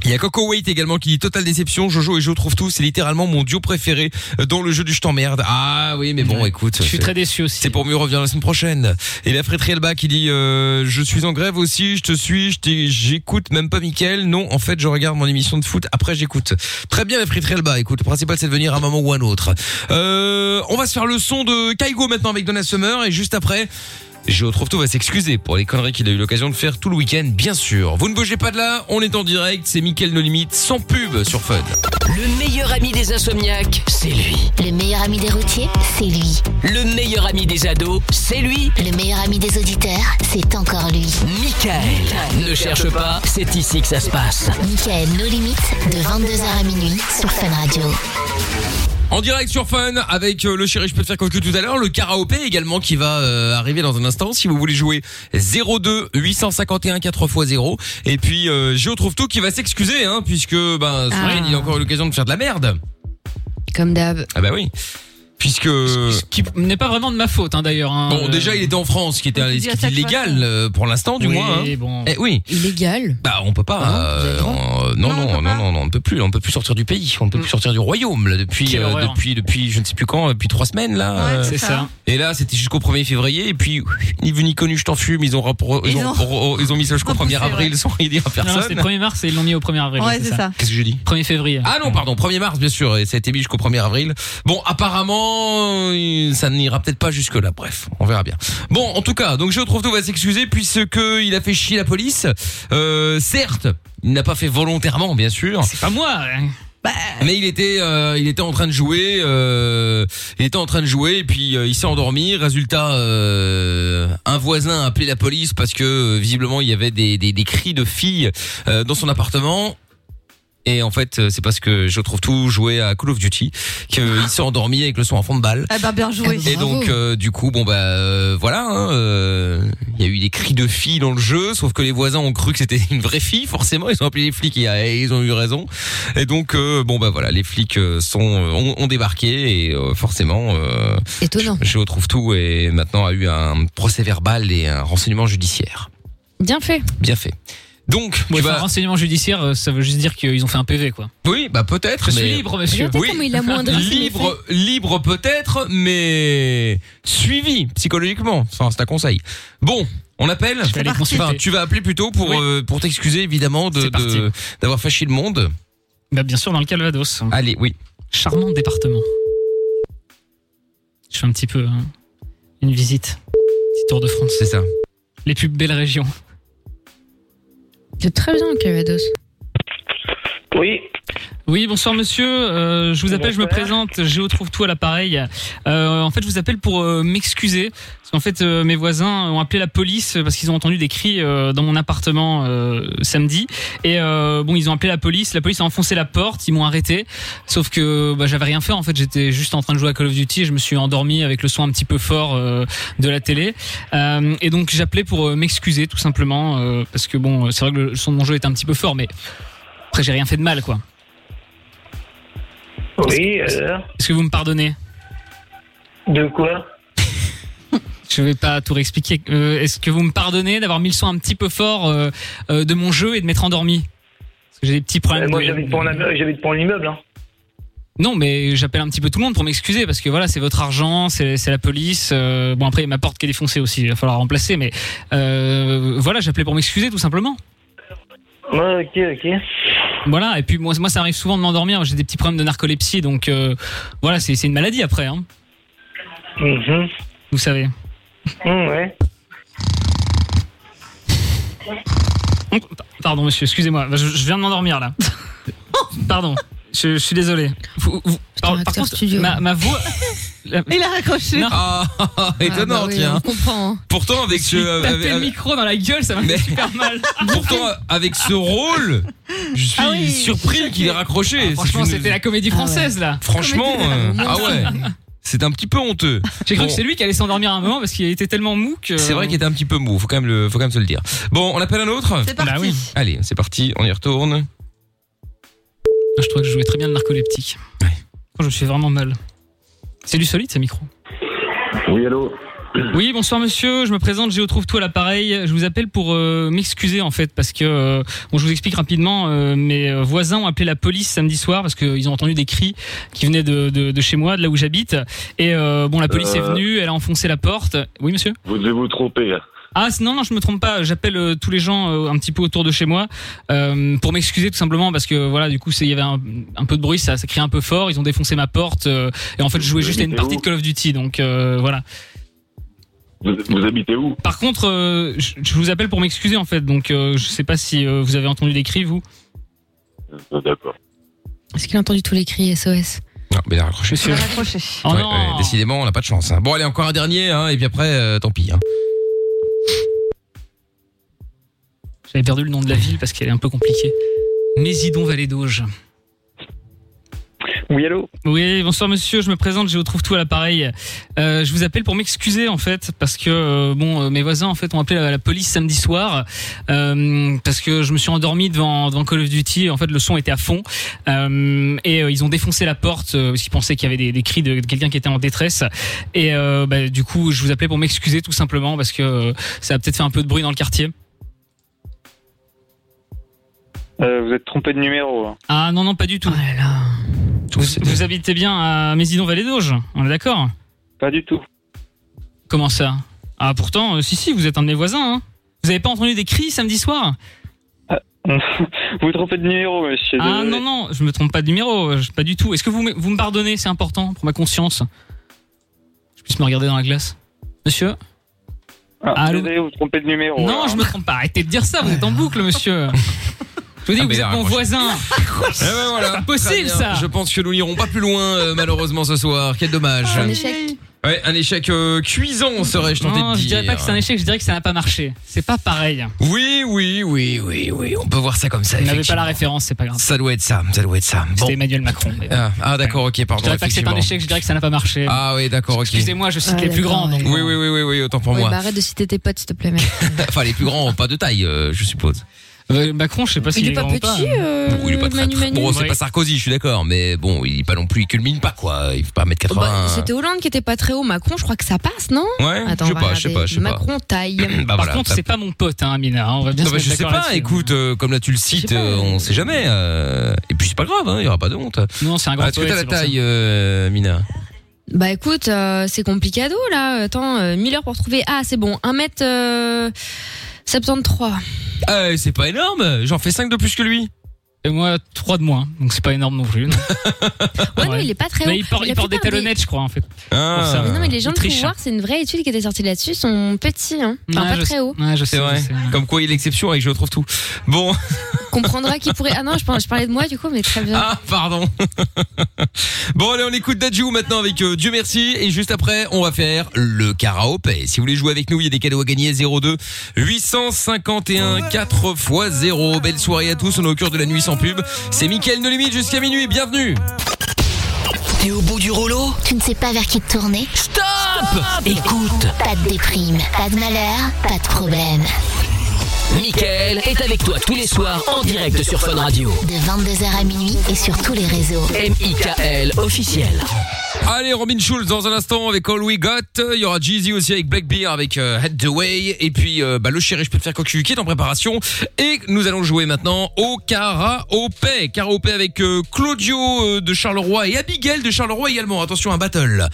Il y a Coco Wait également qui dit totale déception, Jojo et Jo trouvent tout, c'est littéralement mon duo préféré euh, dans le jeu du je t'emmerde. Ah oui, mais bon,
Ouais.
écoute.
Je suis
c'est-
très déçu aussi.
c'est pour mieux revenir la semaine prochaine. Et la fréterie Elba qui dit euh, je suis en grève aussi, je te suis, je t'ai- j'écoute même pas Mickaël. Non, en fait, je regarde mon émission de foot, après j'écoute. Très bien la fréterie Elba, écoute, le principal c'est de venir à un moment ou à un autre. Euh, on va se faire le son de Kaigo maintenant avec Donna Summer et juste après je retrouve tout va s'excuser pour les conneries qu'il a eu l'occasion de faire tout le week-end, bien sûr. Vous ne bougez pas de là, on est en direct, c'est Mickaël No Limite, sans pub sur Fun.
Le meilleur ami des insomniaques, c'est lui.
Le meilleur ami des routiers, c'est lui.
Le meilleur ami des ados, c'est lui.
Le meilleur ami des auditeurs, c'est encore lui.
Michael. Ne cherche pas, c'est ici que ça se passe.
Michael, nos limites, de 22h à minuit sur Fun Radio.
En direct sur Fun avec euh, le chéri je peux te faire cocu tout à l'heure, le karaopé également qui va euh, arriver dans un instant si vous voulez jouer 02 851 4x0 et puis euh, Géo trouve tout qui va s'excuser hein puisque ben Soren,
Ah.
il a encore eu l'occasion de faire de la merde.
Comme d'hab.
Ah bah oui. puisque
Ce qui n'est pas vraiment de ma faute, hein, d'ailleurs. hein.
bon, déjà il était en France, qui était
tu
un-
dis
ce qui
à
est
chaque
illégal euh, pour l'instant, du
Oui,
moins. hein.
bon.
Eh oui.
Illégal.
Bah, on peut pas. euh, on- non,
Non, on
non, non,
peut
non,
pas.
non, on ne peut plus. On ne peut plus sortir du pays. On ne peut plus sortir du royaume là, depuis,
Quelle
euh,
horreur.
depuis, depuis, je ne sais plus quand, euh, depuis trois semaines là.
Ouais,
euh,
C'est ça.
et là, c'était jusqu'au 1er février. Et puis, ni vu ni connu, je t'en fume. Ils ont, rappro- ils
Ils
ont,
ont-
oh, oh, ils ont mis ça jusqu'au
repoussé,
1er avril
ouais.
sans rien dire à
Non, non, c'était
personne.
le 1er mars et ils l'ont mis au 1er avril.
Ouais, c'est ça.
Qu'est-ce que j'ai dit
1er février.
Ah non, pardon, 1er mars, bien sûr, et ça a été mis jusqu'au 1er avril. Bon, apparemment, euh, ça n'ira peut-être pas jusque-là, bref, on verra bien. Bon, en tout cas, donc je trouve tout va s'excuser puisque il a fait chier la police. Euh, certes, il n'a pas fait volontairement, bien sûr,
C'est pas moi. hein.
mais il était, euh, il était en train de jouer, euh, il était en train de jouer, et puis euh, il s'est endormi. Résultat, euh, un voisin a appelé la police parce que euh, visiblement il y avait des, des, des cris de filles euh, dans son appartement. Et en fait, euh, c'est parce que je trouve tout joué à Call of Duty qu'il s'est endormi avec le son en fond de balle.
Eh ben, bien joué.
Et donc euh, du coup bon bah euh, voilà hein, euh, il y a eu des cris de filles dans le jeu sauf que les voisins ont cru que c'était une vraie fille forcément ils ont appelé les flics et, euh, et ils ont eu raison et donc euh, bon bah voilà les flics euh, sont euh, ont, ont débarqué et euh, forcément euh,
Étonnant.
je retrouve tout et maintenant a eu un procès verbal et un renseignement judiciaire
Bien fait.
bien fait donc
Bon,
tu
enfin,
vas
renseignement judiciaire, euh, ça veut juste dire qu'ils ont fait un PV, quoi.
oui bah
Je
peut-être
suis
mais-
libre, monsieur.
Regardez
Oui.
comment il a moindré.
libre, libre peut-être, mais suivi psychologiquement. Enfin, c'est un conseil. Bon, on appelle.
Je vais aller consulter.
Enfin, tu vas appeler plutôt pour
Oui.
euh, pour t'excuser évidemment de
C'est parti.
de- d'avoir fâché le monde.
Bah, bien sûr, dans le Calvados.
Allez, oui.
Charmant département. Je fais un petit peu hein, une visite. Petit tour de France.
C'est ça.
Les plus belles régions.
C'est très bien, Calvados.
Oui,
Oui, bonsoir monsieur. Euh, je vous appelle, je me
Bonsoir.
présente. Géo trouve tout à l'appareil. Euh, en fait, je vous appelle pour euh, m'excuser parce qu'en fait, euh, mes voisins ont appelé la police parce qu'ils ont entendu des cris euh, dans mon appartement euh, samedi. Et euh, bon, ils ont appelé la police. La police a enfoncé la porte. Ils m'ont arrêté. Sauf que bah, j'avais rien fait. En fait, j'étais juste en train de jouer à Call of Duty. Et je me suis endormi avec le son un petit peu fort euh, de la télé. Euh, et donc, j'appelais pour euh, m'excuser tout simplement euh, parce que bon, c'est vrai que le son de mon jeu était un petit peu fort, mais après, j'ai rien fait de mal, quoi.
oui, alors,
Est-ce que vous me pardonnez
Euh. de quoi
Je vais pas tout réexpliquer. Euh, Est-ce que vous me pardonnez d'avoir mis le son un petit peu fort euh, euh, de mon jeu et de m'être endormi Parce que j'ai des petits problèmes.
Euh, Moi,
de-
j'habite pas en ab- j'habite pas en immeuble. Hein.
Non, mais j'appelle un petit peu tout le monde pour m'excuser parce que voilà, c'est votre argent, c'est c'est la police. euh, bon, après, il y a ma porte qui est défoncée aussi, il va falloir la remplacer. Mais euh, voilà, j'appelais pour m'excuser tout simplement.
Ouais, ok, ok.
Voilà, et puis moi, moi ça arrive souvent de m'endormir. J'ai des petits problèmes de narcolepsie, donc euh, voilà, c'est c'est une maladie après, hein,
Mhm.
vous savez.
Mm, ouais.
Pardon, monsieur, excusez-moi. Bah, Je, je viens de m'endormir là. Pardon. Je, je suis désolé. Vous- vous- par,
un
par
acteur
contre,
studio.
ma, ma voix. la-
Il a raccroché.
Non.
Ah, étonnant,
Ah bah oui,
tiens.
On comprend. hein.
Pourtant avec
je lui
ce
tapais
avec-
le micro dans la gueule, ça m'a
Mais-
fait super mal.
pourtant avec ce rôle, je suis
Ah oui, je
surpris
suis
qu'il ait
choquée.
raccroché. C'est
Ah, Franchement,
une- Ah
c'était la comédie française là.
Franchement,
Comédie
euh,
drame,
ah ouais. C'est un petit peu honteux.
J'ai cru
Bon.
que c'est lui qui allait s'endormir à un moment parce qu'il était tellement mou que. euh,
C'est vrai qu'il était un petit peu mou. Faut quand même le, faut quand même se le dire. Bon, on appelle un autre.
C'est parti.
Bah oui.
Allez, c'est parti, on y retourne.
Je trouvais que je jouais très bien le narcoleptique. Je me suis vraiment mal. C'est du solide, ce micro.
Oui, allô
Oui, bonsoir monsieur, je me présente, Géo trouve tout à l'appareil. Je vous appelle pour euh, m'excuser en fait parce que euh, bon, je vous explique rapidement euh, mes euh, voisins ont appelé la police samedi soir parce qu'ils ont entendu des cris qui venaient de, de, de chez moi, de là où j'habite et euh, bon la police est
Euh.
venue, elle a enfoncé la porte. Oui monsieur
Vous devez vous tromper. là.
Ah c- non non, je me trompe pas, j'appelle euh, tous les gens euh, un petit peu autour de chez moi euh, pour m'excuser tout simplement parce que voilà, du coup, c'est- il y avait un, un peu de bruit, ça ça criait un peu fort, ils ont défoncé ma porte euh, et en fait, je jouais
Vous
juste à une
habitez
partie
où
de Call of Duty donc euh, voilà.
Vous, vous habitez où
Par contre, euh, je je vous appelle pour m'excuser en fait, donc euh, je sais pas si euh, vous avez entendu des cris, vous.
Euh, D'accord.
Est-ce qu'il a entendu tous les cris SOS
Non, Ah, mais il a raccroché.
Il
Monsieur.
a raccroché.
Oh
Ouais,
non
ouais, décidément, on n'a pas de chance. hein. Bon, allez, encore un dernier, hein, et puis après, euh, tant pis. hein.
J'avais perdu le nom de la ville parce qu'elle est un peu compliquée. Mésidon Vallée d'Auge.
Oui, allô
Oui, bonsoir monsieur, je me présente, je vous trouve tout à l'appareil. Euh, je vous appelle pour m'excuser en fait, parce que euh, bon, euh, mes voisins en fait ont appelé la, la police samedi soir, euh, parce que je me suis endormi devant, devant Call of Duty, et en fait le son était à fond, Euh, et euh, ils ont défoncé la porte, euh, parce qu'ils pensaient qu'il y avait des, des cris de quelqu'un qui était en détresse, et euh, bah, du coup je vous appelais pour m'excuser tout simplement, parce que euh, ça a peut-être fait un peu de bruit dans le quartier.
Euh, Vous êtes trompé de numéro. hein.
Ah non, non, pas du tout. Vous, vous habitez bien à Mésidon-Vallée-d'Auge, on est d'accord
Pas du tout.
Comment ça Ah pourtant, euh, si si, vous êtes un de mes voisins. hein. Vous avez pas entendu des cris samedi soir
Euh, Vous vous trompez de numéro, monsieur.
Ah
désolé.
non non, je me trompe pas de numéro, euh, je- pas du tout. Est-ce que vous me- vous me pardonnez C'est important pour ma conscience. Je puisse me regarder dans la glace, monsieur.
Ah,
Allô
désolé, vous vous trompez de numéro.
non, je me trompe pas. Arrêtez de dire ça. Vous êtes en boucle, monsieur. Je vous dis que
Ah, mais
vous êtes
là,
mon
moi, je-
voisin.
Eh ben voilà.
C'est pas possible
Très
ça.
bien. Je pense que nous n'irons pas plus loin euh, malheureusement ce soir. Quel dommage.
Un échec.
Ouais, un échec euh, cuisant serais-je tenté
Non,
de
Oh, je
dire.
dirais pas que c'est un échec. Je dirais que ça n'a pas marché. C'est pas pareil.
Oui, oui, oui, oui, oui. On peut voir ça comme ça.
Vous n'avez pas
effectivement.
la référence, c'est pas grave.
Ça doit être ça. Ça doit être ça. Bon.
C'était Emmanuel Macron. mais bon.
Ah, ah, d'accord, ok,
Je
pardon.
dirais pas que c'est pas un
effectivement.
échec. Je dirais que ça n'a pas marché.
Ah oui, d'accord, ok.
Excusez-moi, je cite
Ah,
les plus grands.
d'accord,
donc,
ouais.
Oui, oui, oui, oui, oui, autant pour
Ouais, bah,
moi.
arrête de citer tes potes, s'il te plaît, mec.
enfin, les plus grands ont pas de taille, euh, je suppose.
Euh, Macron, je sais pas s'il
Il
est
est pas
grand ou
petit,
Bon, il est
euh,
pas très,
Manu
très-
Manu.
Bon, c'est
Oui.
pas Sarkozy, je suis d'accord, mais bon, il est pas non plus, il culmine pas, quoi. Il fait pas
Oh, bah,
1m80.
C'était Hollande qui était pas très haut. Macron, je crois que ça passe, non
ouais,
Attends,
je
on
sais
va
pas, je sais
regarder.
pas, je sais pas.
Macron taille.
Bah
Par
voilà,
contre,
ça-
c'est pas mon pote, hein, Amina. hein, On va bien
Non,
se
bah,
mettre
je sais
d'accord
pas,
là-dessus. hein.
écoute, euh, comme là tu le
sais
cites,
pas.
euh, on sait jamais. euh, et puis c'est pas grave, hein, il y aura pas de honte.
Non, c'est un
Ah,
grand
Est-ce que
poète.
t'as la
c'est pour ça.
taille, euh, Mina
Bah écoute, euh, c'est complicado là. Attends, euh, 1000 heures pour trouver. Ah, c'est bon. euh, 1 m 73.
Ah, c'est pas énorme, j'en fais 5 de plus que lui.
Et moi, 3 de moins, donc c'est pas énorme non plus. non.
Ouais,
Ouais.
non, il est pas très haut.
Mais il porte,
La
il porte des
plupart
talonnettes, je crois, en fait.
Ah.
ça.
Mais non, mais les gens
Il
de
triche, hein.
pouvoir, c'est une vraie étude qui était sortie là-dessus, sont petits, hein. Enfin,
Ouais,
pas
je
très
sais.
haut.
Ouais, je sais.
C'est vrai.
je sais.
Comme quoi, il est l'exception et que je trouve tout. Bon,
Comprendra qui pourrait. Ah non, je parlais, je parlais de moi du coup, mais très bien.
ah, pardon. bon, allez, on écoute Dajou maintenant avec euh, Dieu merci. Et juste après, on va faire le karaopé. Si vous voulez jouer avec nous, il y a des cadeaux à gagner. 02 851 4 x 0. Belle soirée à tous. On est au cœur de la nuit sans pub. C'est Mickaël No Limite jusqu'à minuit. Bienvenue.
T'es au bout du rouleau
Tu ne sais pas vers qui te tourner
Stop Écoute,
Pas de déprime, pas de malheur, pas de problème.
Mickaël est avec toi tous les soirs en direct sur Fun Radio.
De 22h à minuit et sur tous les réseaux.
M.I.K.L. officiel.
Allez, Robin Schulz dans un instant avec All We Got. Il y aura Jeezy aussi avec Black Bear avec euh, Head the Way. Et puis, euh, bah, le chéri, je peux te faire cocu qui est en préparation. Et nous allons jouer maintenant au karaopé. Karaopé avec euh, Claudio euh, de Charleroi et Abigail de Charleroi également. Attention, un battle.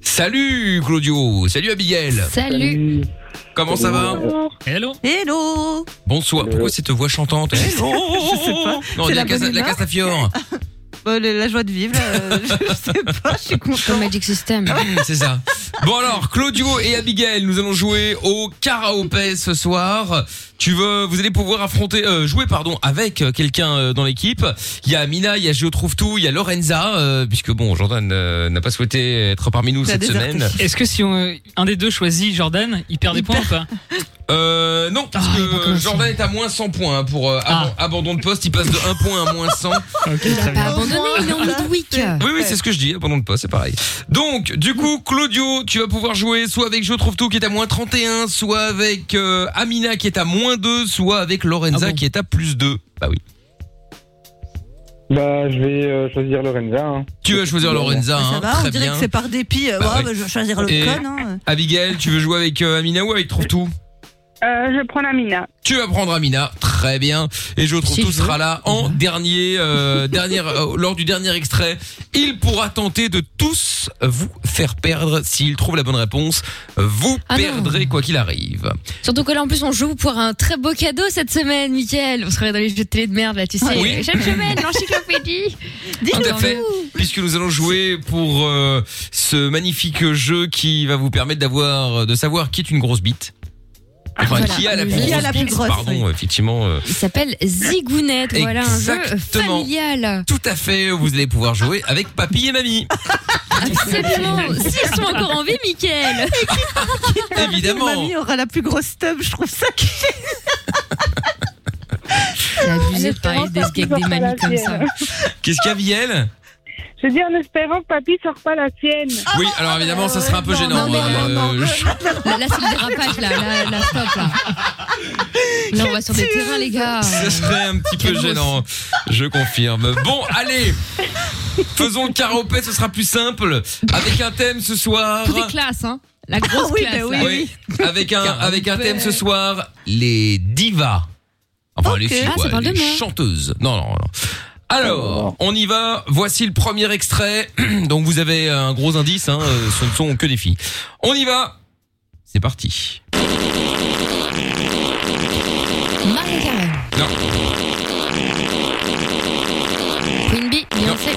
Salut Claudio. Salut Abigail.
Salut.
Comment ça va
Hello
Hello
Bonsoir. Pourquoi cette voix chantante
Je sais pas.
Non, on
C'est
dit
la
la,
bonne
casa, la
humeur.
Castafiore.
Bah, le- la joie de vivre, là, euh, je sais pas, je suis
Comme
contente. Ah
Magic System.
Mmh, C'est ça. Bon alors, Claudio et Abigail, nous allons jouer au karaopé ce soir. Tu veux, vous allez pouvoir affronter, euh, jouer pardon, avec euh, quelqu'un euh, dans l'équipe. Il y a Amina, il y a Gio trouve tout, il y a Lorenza, euh, puisque bon, Jordan euh, n'a pas souhaité être parmi nous
Il a
cette
déserté.
semaine.
Est-ce que si on- un des deux choisit Jordan, il perd des points ou pas
Euh, non, parce
Ah, il est pas
que
convaincu.
Jordan est à moins 100 points hein, pour euh,
Ah.
aban- abandon de poste. Il passe de 1 point à moins 100.
Il a pas abandonné, il est en
Voilà.
midweek.
Oui, oui, c'est ce que je dis, abandonne pas, c'est pareil. Donc, du coup, Claudio, tu vas pouvoir jouer soit avec Je trouve tout qui est à moins 31, soit avec euh, Amina qui est à moins 2, soit avec Lorenza
Ah bon
qui est à plus 2. Bah oui.
Bah, je vais euh, choisir Lorenza. hein.
Tu vas choisir Lorenza,
Ça
hein,
va, on
très
dirait
bien.
que c'est par dépit. euh, ouais,
Bah oui.
bah, je vais choisir le
Et-
con. Hein.
Abigail, tu veux jouer avec euh, Amina ou avec Trouve tout
Euh, je prends la mina.
tu vas prendre Amina, très bien. Et Je trouve
Si
tout
je veux. Mhm.
sera là en dernier, euh, dernière, euh, lors du dernier extrait. Il pourra tenter de tous vous faire perdre. S'il trouve la bonne réponse, vous
Ah non.
perdrez quoi qu'il arrive.
Surtout que là, en plus, on joue pour un très beau cadeau cette semaine, Mickaël. On serait dans les jeux de télé de merde, là, tu
Ah
sais.
Oui.
Chaque semaine, l'encyclopédie.
Tout à fait. Puisque nous allons jouer pour euh, ce magnifique jeu qui va vous permettre d'avoir, euh, de savoir qui est une grosse bite. Enfin,
voilà.
qui a la plus
Qui
grosse,
a
la plus
bite,
grosse,
Pardon, effectivement. euh,
Il s'appelle Zigounette. Voilà un jeu
Exactement.
familial.
tout à fait, vous allez pouvoir jouer avec papy et mamie.
Absolument. S'ils sont encore en vie, Mickaël.
Évidemment.
Mamie aura la plus grosse tub, je trouve ça.
C'est abusé de parler des gags des mamies comme ça.
Qu'est-ce qu'il y a, Vielle
Je dis en espérant que papy sort pas la sienne.
Ah Oui, alors évidemment, ça sera un peu gênant. euh, je-
Bah, Là, là, c'est le dérapage, là, là, là, stop, là. Là, on va sur des terrains, les gars.
Ce serait un petit peu gênant, je confirme. Bon, allez, faisons le karaopé, ce sera plus simple. Avec un thème ce soir.
Tout est classe, hein.
Ah
La grosse
oui,
classe. hein.
bah oui,
là.
oui.
Avec un, avec un thème ce soir, les divas. Enfin, les
Ok.
filles,
Ah,
quoi,
ça parle de
les
moi.
chanteuses. Non, non, non. Alors, on y va. Voici le premier extrait. Donc, vous avez un gros indice. Hein. euh, Ce ne sont que des filles. On y va. C'est parti.
Marie Carmen,
Non.
Queen Bee, Beyoncé.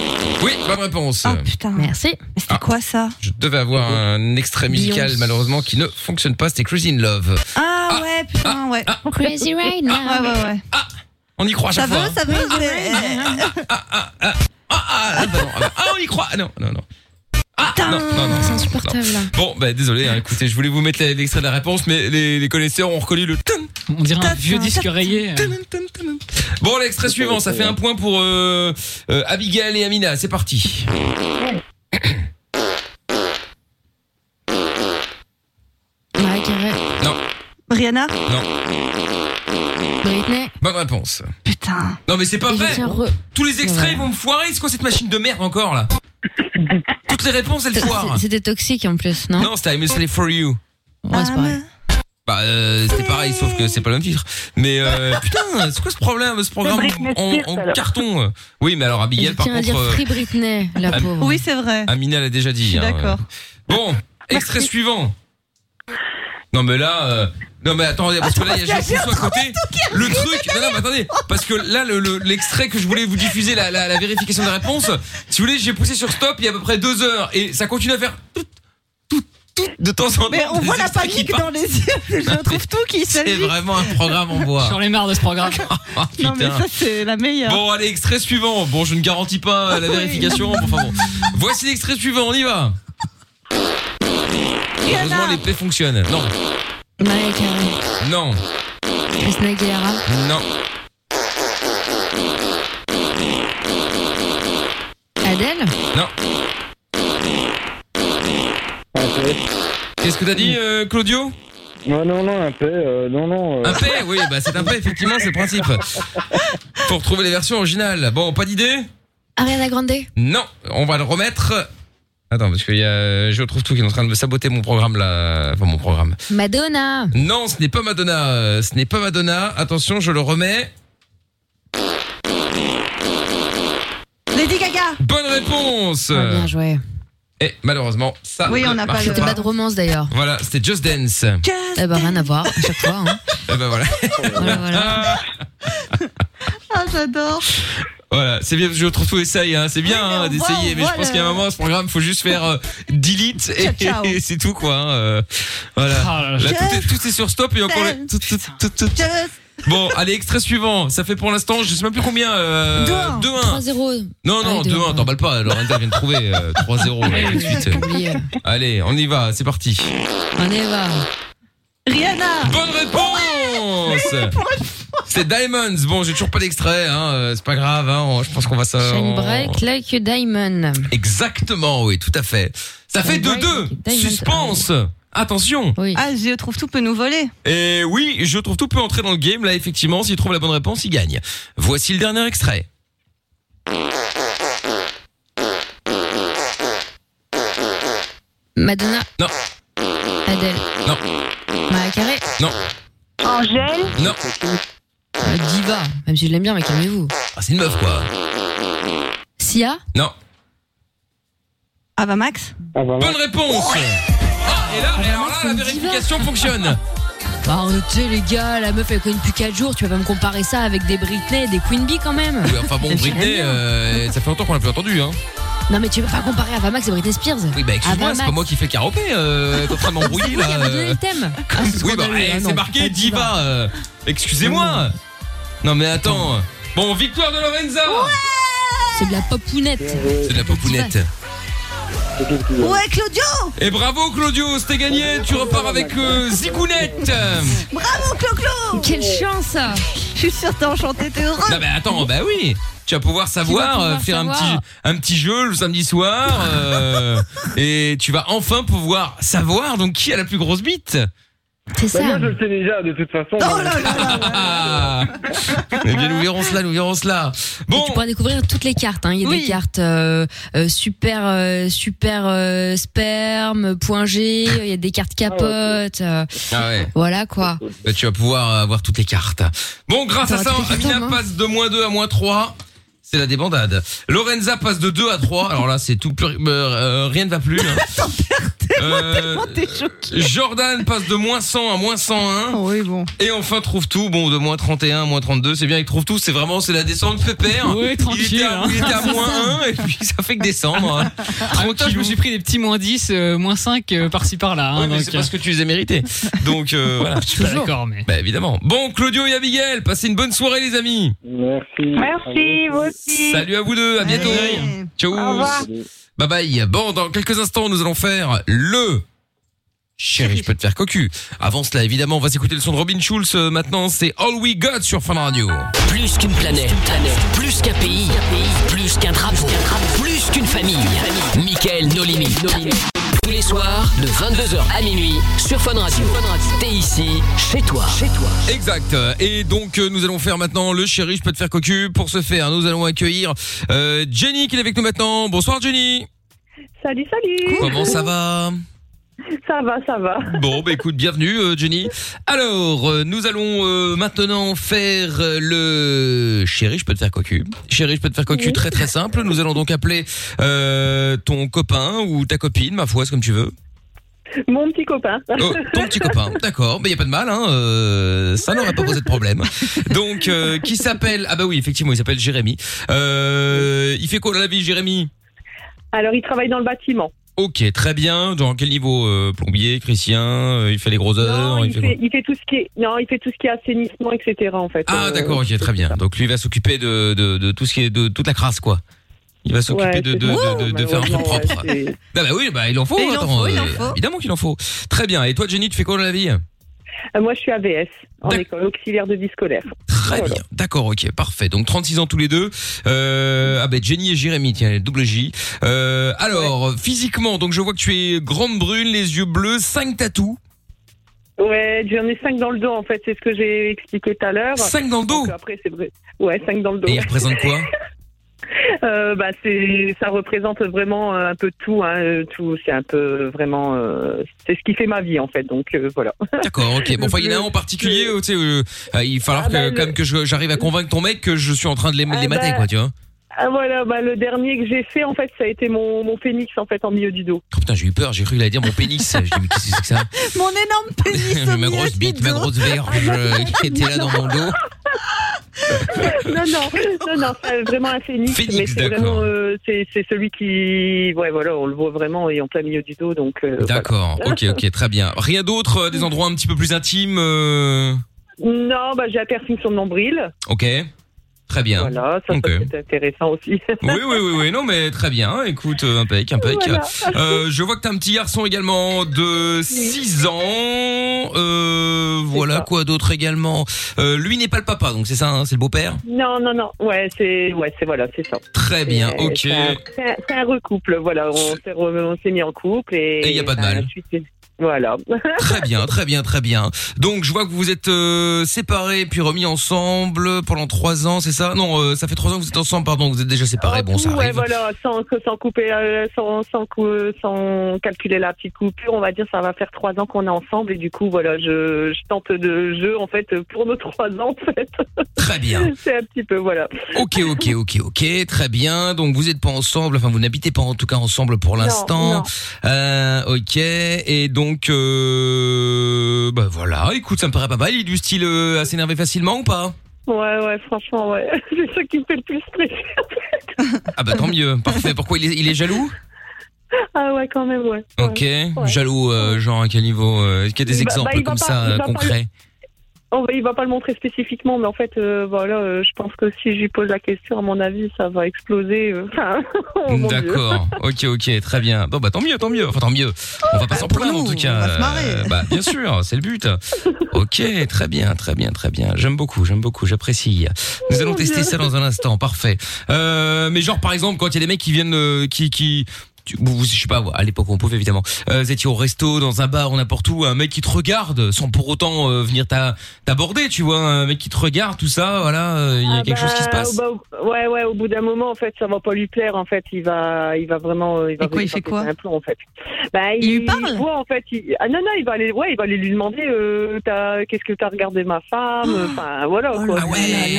Oui, bonne réponse. Ah.
Putain. Merci.
Oh, C'était quoi ça
Je devais avoir un extrait musical,
Beyoncé.
malheureusement, qui ne fonctionne pas. C'était Crazy in Love.
ah, ouais, putain, ouais.
Crazy right now.
Ouais, ouais, ouais.
On y croit à
ça
chaque
veut,
fois. hein.
ça veut, mais-
Ah, ah, bah non, ah, bah- ah, on y croit. Ah, Non, non, non. Ah, non, non, non, c'est insupportable. Bon, bah désolé, hein, écoutez, je voulais vous mettre la- l'extrait de la réponse, mais les, les connaisseurs ont reconnu le... tun.
On dirait un vieux disque rayé. euh,
Bon, l'extrait suivant, ça fait un point pour euh, euh, Abigail et Amina, c'est parti.
Marie Carré.
Non,
Rihanna
non.
Britney.
Bonne réponse.
Putain.
Non mais c'est pas
Et je
vrai
tiens re-
Tous les extraits ils vont me foirer, c'est quoi cette machine de merde encore là Toutes les réponses elles foirent
C'est- C'était toxique en plus, non
Non, c'était I'm Slave for You.
Ouais, c'est pareil.
Bah, euh, c'était pareil, sauf que c'est pas le même titre. Mais euh, putain, c'est quoi ce problème, ce programme
Britney
en,
Spears,
en
alors.
carton Oui, mais alors
Et Je
Abigail, par
tiens à dire
contre, euh,
Free Britney, la
Am-
pauvre.
Oui,
c'est vrai.
Amina l'a déjà dit.
Je suis
hein.
d'accord.
Bon, extrait suivant. Non mais là, euh, non mais attendez, parce que là il y a
Attends,
Jean-François à côté. Le truc, non non mais attendez, parce que là le- le- l'extrait que je voulais vous diffuser, la, la- la vérification des réponses, si vous voulez, j'ai poussé sur stop il y a à peu près deux heures et ça continue à faire tout, tout, tout de temps en temps.
Mais on
des
voit la
extraits qui
panique dans
partent. Ah,
les yeux. Je trouve tout qui
C'est
s'agit.
vraiment un programme en bois.
J'en ai marre de ce programme.
Ah,
Non, mais
putain.
ça, c'est la
hein.
meilleure.
Bon allez, extrait suivant. Bon, je ne garantis pas euh, la vérification, mais enfin bon. Voici l'extrait suivant, on y va. Heureusement les plaies fonctionnent. Non.
Marie Carré.
Non.
Christina Aguilera.
Non.
Adèle.
Non. Qu'est-ce que t'as dit, euh, Claudio
Non, non, non, un paix, euh, non, non. euh,
Un P, oui, bah c'est un P, effectivement, c'est le principe. Faut retrouver les versions originales. Bon, pas d'idée
Ariana Grande.
Non, on va le remettre. Attends, parce qu'il y a Je trouve tout qui est en train de me saboter mon programme là. Enfin, mon programme.
Madonna.
Non, ce n'est pas Madonna. euh, Ce n'est pas Madonna. Attention, je le remets.
Lady Gaga.
Bonne réponse
Ah, Bien joué.
Et malheureusement, ça.
oui,
ne
on n'a pas
marche
C'était pas de romance d'ailleurs.
Voilà, c'était Just Dance.
Eh ben, rien à voir à chaque fois. Hein.
Eh ben voilà.
Voilà, voilà.
Ah, j'adore.
Voilà, c'est bien, parce que je trouve tout essaye, hein. c'est bien hein, d'essayer,
on
mais
voit
je pense
le-
qu'à un moment, ce programme, faut juste faire euh, delete et,
Ciao, ciao.
et c'est tout quoi. hein, euh, voilà.
Ah, là là.
Là, tout, est, tout est sur stop et encore. les- tout- tout- tout- tout- Bon, allez, extrait suivant. Ça fait pour l'instant, je sais même plus combien. Euh,
2-1.
2-1.
3-0.
Non, non,
Ouais, 2-1.
2-1, t'emballe pas, Lorenza vient de trouver euh, 3-0 là, tout de suite.
Oublié.
Allez, on y va, c'est parti.
On y va.
Rihanna.
Bonne réponse C'est Diamonds. Bon, j'ai toujours pas d'extrait, hein, euh, c'est pas grave, hein, on- je pense qu'on va ça.
Shine
on-
Break Like a Diamond.
Exactement, oui, tout à fait. Ça fait 2-2.
Diamond, Diamond,
Suspense. Attention.
Ah, je trouve tout peut nous voler.
Et oui, je trouve tout peut entrer dans le game. Là, effectivement, s'il trouve la bonne réponse, il gagne. Voici le dernier extrait.
Madonna.
Non.
Adèle.
Non.
Maria Carré.
Non.
Angèle.
Non.
Euh, Diva. Même si je l'aime bien, mais calmez-vous.
Ah, c'est une meuf, quoi.
Sia.
Non.
Ah bah Max
Bonne réponse. Ah, et là, et alors là, la vérification fonctionne.
Bah, Arrêtez les gars, la meuf elle connaît depuis 4 jours, tu vas pas me comparer ça avec des Britney et des Queen Bee quand même.
Oui, enfin bon,
J'aime
Britney,
bien.
euh, ça fait longtemps qu'on l'a plus entendu, hein.
Non mais tu veux pas comparer Ava Max et Britney Spears
Oui, bah excuse-moi, c'est pas moi qui fais caropé. Euh, t'es en train de
Ah,
m'embrouiller là. euh.
donné le thème. Ah, c'est
oui, bah,
scandaleux,
eh,
ah non,
c'est marqué
pas
Diva. euh, Excusez-moi. Non, mais attends. euh, Bon, victoire de Lorenza.
C'est de la popounette.
C'est de la popounette.
Ouais, Claudio
Et bravo Claudio, c'était gagné. Tu repars avec euh, Zigounette.
Bravo, Clo-Clo
Quelle chance
Je suis sûre que t'es enchantée, t'es heureux
Non, mais attends, bah oui. tu vas pouvoir savoir,
pouvoir
euh, faire
savoir.
un petit un petit jeu le samedi soir euh, et tu vas enfin pouvoir savoir donc qui a la plus grosse bite.
Bah,
C'est Oh
ça.
Moi, je le sais déjà, de toute façon.
Oh
Ah Eh bien, nous verrons cela, nous verrons cela. Bon,
Tu pourras découvrir toutes les cartes. hein. Il y a des cartes euh, euh, super, euh, super euh, sperme, point G. Il y a des cartes
Ah,
capote. euh,
Ah ouais.
Voilà quoi.
Bah, tu vas pouvoir avoir toutes les cartes. Bon, grâce à ça, Amina
hein
passe de moins 2 à moins 3. C'est la débandade. Lorenza passe de 2 à 3. Alors là, c'est tout plus, euh, euh, rien ne va plus. hein. Euh, Jordan passe de moins 100 à moins
Ah
101.
Oui, bon.
Et enfin, trouve tout. Bon, de moins 31 à moins 32. C'est bien avec trouve tout. C'est vraiment, c'est la descente pépère.
Oui,
Il
tranquille,
était à,
hein.
il était à
C'est
moins
ça.
1 et puis ça fait que descendre. hein.
En même temps, Ah, je me suis pris des petits moins 10, euh, moins 5 euh, par-ci par-là. Hein,
Ouais, mais
donc,
c'est parce que tu les as mérités. Donc euh, voilà.
Je suis pas d'accord, mais.
Bah évidemment. Bon, Claudio et Abigail, passez une bonne soirée les amis. Merci.
Merci, vous aussi.
Salut à vous deux, à bientôt. Ciao.
Au revoir.
Bye bye. Bon, dans quelques instants, nous allons faire le Chérie, je peux te faire cocu. Avant cela, évidemment, on va s'écouter le son de Robin Schulz. euh, Maintenant, c'est All We Got sur Fun Radio.
Plus qu'une planète, plus qu'un pays, plus qu'un drapeau, plus qu'une famille. Michael Nolimi. Tous les soirs, de 22h à minuit, sur Fun Radio. T'es ici, chez toi. Chez toi.
Exact. Et donc, euh, nous allons faire maintenant le Chérie, je peux te faire cocu. Pour ce faire, nous allons accueillir euh, Jenny qui est avec nous maintenant. Bonsoir Jenny.
Salut, salut.
Comment ça va
Ça va, ça va.
Bon, bah écoute, bienvenue euh, Jenny. Alors, euh, nous allons euh, maintenant faire euh, le... Chérie, je peux te faire cocu. Chérie, je peux te faire cocu,
Oui.
très très simple. Nous allons donc appeler euh, ton copain ou ta copine, ma foi, c'est comme tu veux.
Mon petit copain.
Oh, ton petit copain, d'accord, mais il a pas de mal, hein, euh, ça n'aurait pas posé de problème. Donc, euh, qui s'appelle... Ah bah oui, effectivement, il s'appelle Jérémy. Euh, il fait quoi dans la vie, Jérémy
Alors, il travaille dans le bâtiment.
Ok, très bien. Dans quel niveau euh, Plombier, chrétien, euh, il fait les grosses heures
Non, il,
fait quoi
fait, il fait tout ce qui est, non, il fait tout ce qui est assainissement, etc. En fait. Euh,
Ah d'accord, ok, très bien. Donc lui va s'occuper de, de, de tout ce qui est de toute la crasse quoi. Il va s'occuper
Ouais,
de,
c'est
de,
ça.
de, de- de
Ouais,
faire un truc
ouais,
propre.
c'est-
Ah bah oui, bah il en faut.
Et il en
attends,
faut, il en
euh,
faut.
Évidemment qu'il en faut. Très bien. Et toi Jenny, tu fais quoi dans la vie
Euh, Moi, je suis AVS en école auxiliaire de vie scolaire.
Très bien. D'accord, ok, parfait. Donc 36 ans tous les deux. Euh, ah ben Jenny et Jérémy, tiens, double J. Euh, alors physiquement, donc je vois que tu es grande brune, les yeux bleus, 5 tatous.
Ouais, j'en ai 5 dans le dos en fait, c'est ce que j'ai expliqué tout à l'heure.
5 dans le dos
Après, c'est vrai. Ouais, 5 dans le dos.
Et il représente quoi
Euh, bah, c'est, ça représente vraiment euh, un peu tout, hein, euh, tout. C'est un peu vraiment, euh, c'est ce qui fait ma vie en fait. Donc euh, voilà.
D'accord, ok. Bon, enfin, il y en a un en particulier, tu sais, euh, euh, il va falloir que, quand même que je- j'arrive à convaincre ton mec que je suis en train de les, de les
bah, Ah
mater,
bah.
quoi, tu vois.
Ah voilà, bah, le dernier que j'ai fait en fait, ça a été mon, mon phénix en fait en milieu du dos.
Oh, putain, j'ai eu peur, j'ai cru qu'il allait dire mon pénis. j'ai dit, mais qu'est-ce que c'est que ça
Mon énorme phénix.
Ma grosse bite, ma grosse verge euh, qui était là dans mon dos.
non, non, non, non,
Euh,
c'est vraiment un phénix, mais c'est
d'accord.
vraiment, euh, c'est, c'est celui qui, ouais, voilà, on le voit vraiment et en plein milieu du dos, donc. euh,
D'accord,
voilà.
ok, ok, très bien. Rien d'autre, euh, des endroits un petit peu plus intimes. euh,
Non, bah j'ai la perfection de nombril.
Ok, très bien.
Voilà, ça, ça,
Ok.
c'est intéressant aussi.
Oui, oui, oui, oui, non, mais très bien. Écoute, euh, impec, impec.
Voilà.
Euh, je vois que t'as un petit garçon également de 6 ans. Euh, voilà quoi d'autre également. Euh, lui n'est pas le papa, donc c'est ça, hein, c'est le beau-père.
Non, non, non, ouais, c'est, ouais, c'est voilà, c'est ça.
Très bien,
C'est-
ok.
C'est un, c'est un- c'est un recouple, voilà, on s'est, re- on s'est mis en couple et.
Et y a pas de
par la
mal.
suite, c'est- Voilà.
Très bien, très bien, très bien. Donc je vois que vous vous êtes euh, séparés puis remis ensemble pendant 3 ans, c'est ça Non, euh, ça fait 3 ans que vous êtes ensemble, pardon, vous êtes déjà séparés. Bon, ça
Oh, ouais,
arrive. hein,
voilà, sans, sans couper, euh, sans, sans, cou- sans calculer la petite coupure, on va dire ça va faire trois ans qu'on est ensemble et du coup, voilà, je, je tente de jeu en fait pour nos trois ans en fait.
Très bien.
C'est un petit peu, voilà.
Ok, ok, ok, ok, très bien. Donc vous n'êtes pas ensemble, enfin vous n'habitez pas en tout cas ensemble pour
Non,
l'instant.
non.
Euh, ok, et donc euh, bah voilà. Écoute, ça me paraît pas mal. Il est du style euh, à s'énerver facilement ou pas
Ouais, ouais, franchement, ouais. C'est ça qui me fait le plus stresser.
Ah bah tant mieux. Parfait. Pourquoi il est, il est jaloux
Ah ouais, quand même, ouais.
Ok, jaloux, euh, genre à quel niveau euh, Est-ce qu'il y a des
Il va-
exemples
bah, il va
comme
pas-
ça
il va
euh,
pas-
concrets
Oh, bah, il va pas le montrer spécifiquement, mais en fait, euh, voilà, euh, je pense que si je lui pose la question, à mon avis, ça va exploser. euh, Enfin, oh, mon Dieu.
D'accord. Ok, ok, très bien. Bon bah tant mieux, tant mieux. Enfin tant mieux. On
Bah,
va pas s'en plaindre en tout cas.
va se marrer.
Euh, bah bien sûr, c'est le but. Ok, très bien, très bien, très bien. J'aime beaucoup, j'aime beaucoup, j'apprécie. Nous allons tester ça dans un instant. Parfait. Euh, mais genre par exemple quand il y a des mecs qui viennent, euh, qui qui tu- vous, vous- je sais pas, à l'époque on pouvait évidemment. Euh, vous étiez au resto, dans un bar, ou n'importe où, un mec qui te regarde, sans pour autant euh, venir t'a- t'aborder, tu vois, un mec qui te regarde, tout ça, voilà, euh, il y a quelque chose qui se
Bah,
passe.
bah, au- ouais, ouais, au bout d'un moment, en fait, ça va pas lui plaire. En fait, il va, il va vraiment. euh, Il va
Et quoi,
vraiment
il fait
péter
quoi
un plomb, en fait. Bah, il, lui parle. Voit, en fait, il- ah non, non, il va aller, ouais, il va aller lui demander, euh, t'as- qu'est-ce que t'as regardé ma femme, enfin, voilà. Quoi.
Ah ouais.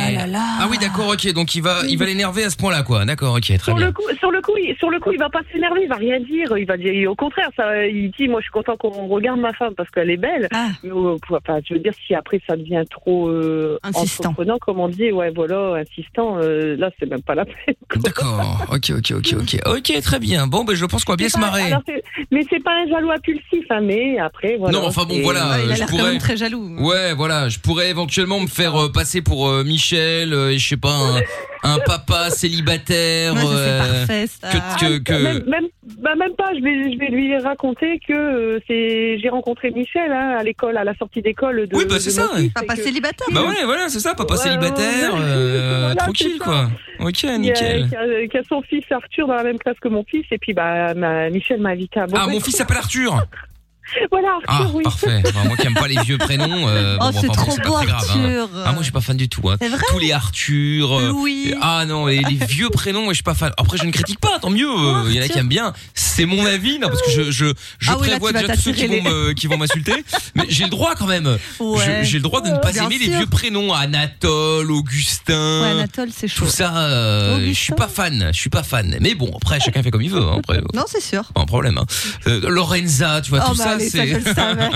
Ah oui, d'accord, ok. Donc il va, il va l'énerver à ce point-là, quoi. D'accord, ok, très
Sur
bien.
Ah. le, coup, sur, le coup, il, sur le coup, il va pas s'énerver, il va rien dire. Il va dire, au contraire, ça, il dit, moi, je suis content qu'on regarde ma femme parce qu'elle est belle.
Ah.
Mais, euh, enfin, je veux dire, si après ça devient trop euh,
Insistant.
entreprenant, comme on dit, ouais, voilà, insistant, euh, là, c'est même pas la peine.
D'accord. Ok, ok, ok, ok. Ok, très bien. Bon, ben je pense qu'on va bien se
pas-
marrer.
alors, c'est- mais c'est pas un jaloux impulsif, hein, mais après, voilà.
Non, mais enfin bon,
c'est-
voilà, Ouais, il a euh, je l'air quand pourrais- même très
jaloux.
Ouais, voilà. Je pourrais éventuellement me faire euh, passer pour euh, Michel, euh, et je sais pas, un, un papa célibataire. euh, Que, que,
Ah, Même,
que...
même, bah, même pas, je vais, je vais lui raconter que euh, c'est j'ai rencontré Michel hein, à l'école, à la sortie d'école. De,
Oui, bah, c'est
de
ça,
mon fils,
ouais.
et que-
Bah ouais, voilà, c'est ça, papa
Ouais,
célibataire,
ouais, ouais.
euh,
Voilà,
tranquille,
c'est ça.
quoi. Ok,
Qui a,
nickel.
qui a- qui a son fils Arthur dans la même classe que mon fils, et puis bah, ma- Michel m'a invité à
Ah,
manger.
mon fils s'appelle Arthur.
Voilà, Arthur,
Ah,
oui.
parfait. Enfin, moi qui aime pas les vieux prénoms. euh,
Oh,
bon, enfin,
c'est
bon,
trop
pas
beau,
très grave, hein.
Arthur.
Ah, moi, je suis pas fan du tout. Hein. Tous les Arthur. euh,
Louis.
Ah non, les, les vieux prénoms, moi, je suis pas fan. Après, je ne critique pas, tant mieux. euh, Il y en a qui aiment bien. C'est mon avis, non, parce que je, je, je
Ah oui, là,
prévois
tu vas
déjà tous ceux qui
t'attirer
vont me- qui vont m'insulter. mais j'ai le droit quand même.
Ouais.
Je- J'ai le droit de ne pas
Bien
aimer les
sûr.
vieux prénoms. Anatole, Augustin.
Ouais, Anatole, c'est chaud.
Tout ça, euh, je
Augustin.
suis pas fan. Je suis pas fan. Mais bon, après, chacun fait comme il veut. hein. Après,
Non, c'est sûr.
pas un problème. Hein. Euh, Lorenza, tu vois,
Oh,
tout
bah,
ça,
allez, ça,
c'est.
je le savais.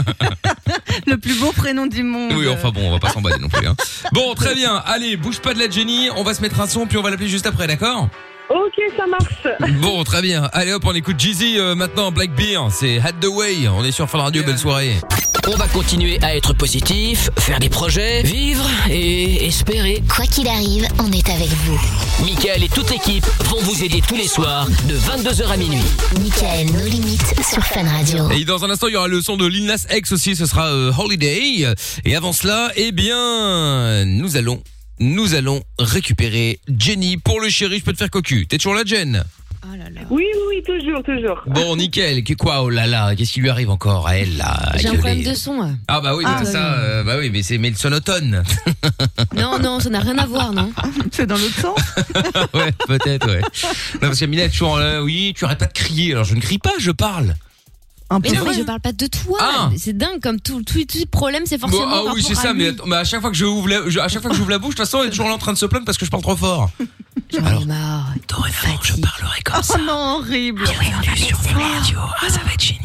Le plus beau prénom du monde.
Oui, enfin bon, on va pas s'emballer non plus. hein. Bon, très bien. Allez, bouge pas de la Jenny. On va se mettre un son, puis on va l'appeler juste après, d'accord
Ok, ça marche.
Bon, très bien. Allez, hop, on écoute Jeezy euh, maintenant. Black Beer, c'est Had the Way. On est sur Fan Radio. Belle soirée.
On va continuer à être positif, faire des projets, vivre et espérer.
Quoi qu'il arrive, on est avec vous.
Michael et toute l'équipe vont vous aider tous les soirs de 22h à minuit.
Michael, nos limites sur Fan Radio.
Et dans un instant, il y aura le son de Lil Nas X aussi. Ce sera euh, Holiday. Et avant cela, eh bien, nous allons, nous allons récupérer Jenny pour le chéri. Je peux te faire cocu. T'es toujours là, Jen
Oui, oui, oui, toujours, toujours.
Bon, nickel. Qu'est- Quoi Oh là là, qu'est-ce qui lui arrive encore à elle là
J'ai un
gueuler
problème de son. euh.
Ah bah oui,
Ah,
mais
bah
ça,
oui.
euh, bah oui, mais c'est mais le sonotone.
Non, non, ça n'a rien à voir, non
C'est dans l'autre sens.
ouais, peut-être, ouais. Non, parce que Mina est toujours là, oui, tu arrêtes pas de crier. Alors je ne crie pas, je parle.
mais non, mais je parle pas de toi. C'est dingue, comme tout, tout, tout problème, c'est forcément.
Ah. Bon, ah oui, c'est ça, mais, attends, mais à chaque fois que je ouvre la, je- à chaque fois que j'ouvre la bouche, de toute façon, elle est toujours là en train de se plaindre parce que je parle trop fort.
Alors, marre.
je parlerai comme
Oh non, horrible.
sur Fun Radio. Ah, ça va être génial.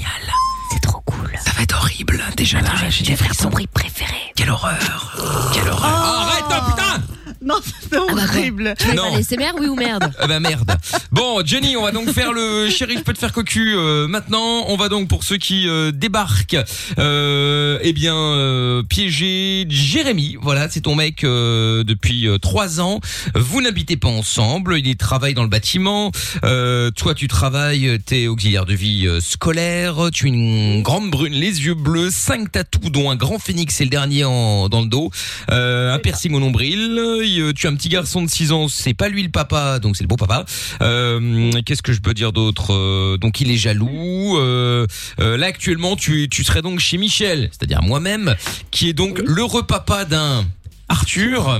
C'est trop cool.
Ça va être horrible. Déjà là, Ah, j'ai des frissons.
préféré.
Quelle horreur. Quelle horreur. Arrête, oh, putain
Non, c'est horrible.
Ah bah, Tu vas
Non.
pas laisser merde, oui ou merde
Ah bah merde. Bon, Jenny, on va donc faire le chéri, je peux te faire cocu euh, maintenant. On va donc pour ceux qui euh, débarquent, euh, eh bien euh, piéger Jérémy. Voilà, c'est ton mec euh, depuis euh, trois ans. Vous n'habitez pas ensemble. Il travaille dans le bâtiment. Euh, toi, tu travailles, t'es auxiliaire de vie euh, scolaire. Tu es une grande brune, les yeux bleus, cinq tatous, dont un grand phénix, c'est le dernier en, dans le dos. Euh, un piercing au nombril. Euh, Tu as un petit garçon de 6 ans, c'est pas lui le papa, donc c'est le beau papa. Euh, Qu'est-ce que je peux dire d'autre Euh, Donc il est jaloux. Euh, euh, là actuellement, tu, tu serais donc chez Michel, c'est-à-dire moi-même, qui est donc l'heureux papa d'un Arthur,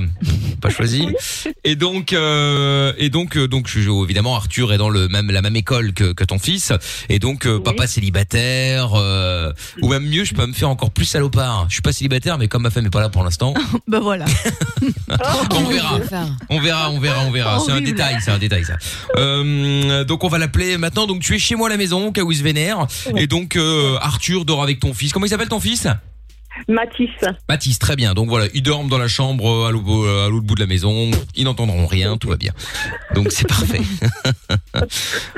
pas choisi. Et donc, euh, et donc, euh, donc, je- évidemment, Arthur est dans le même la même école que, que ton fils. Et donc, euh, papa célibataire, euh, ou même mieux, je peux me faire encore plus salopard. Je suis pas célibataire, mais comme ma femme est pas là pour l'instant,
Bah voilà.
Oh.
on verra. On verra, on verra, on verra. C'est un
Horrible.
détail, c'est un détail ça. Euh, donc on va l'appeler maintenant. Donc tu es chez moi à la maison, au cas où il se vénère. Et donc euh, Arthur dort avec ton fils. Comment il s'appelle ton fils
Mathis.
Mathis, très bien. Donc voilà, ils dorment dans la chambre euh, à l'au- euh, à l'autre bout de la maison. Ils n'entendront rien, tout va bien. Donc c'est parfait.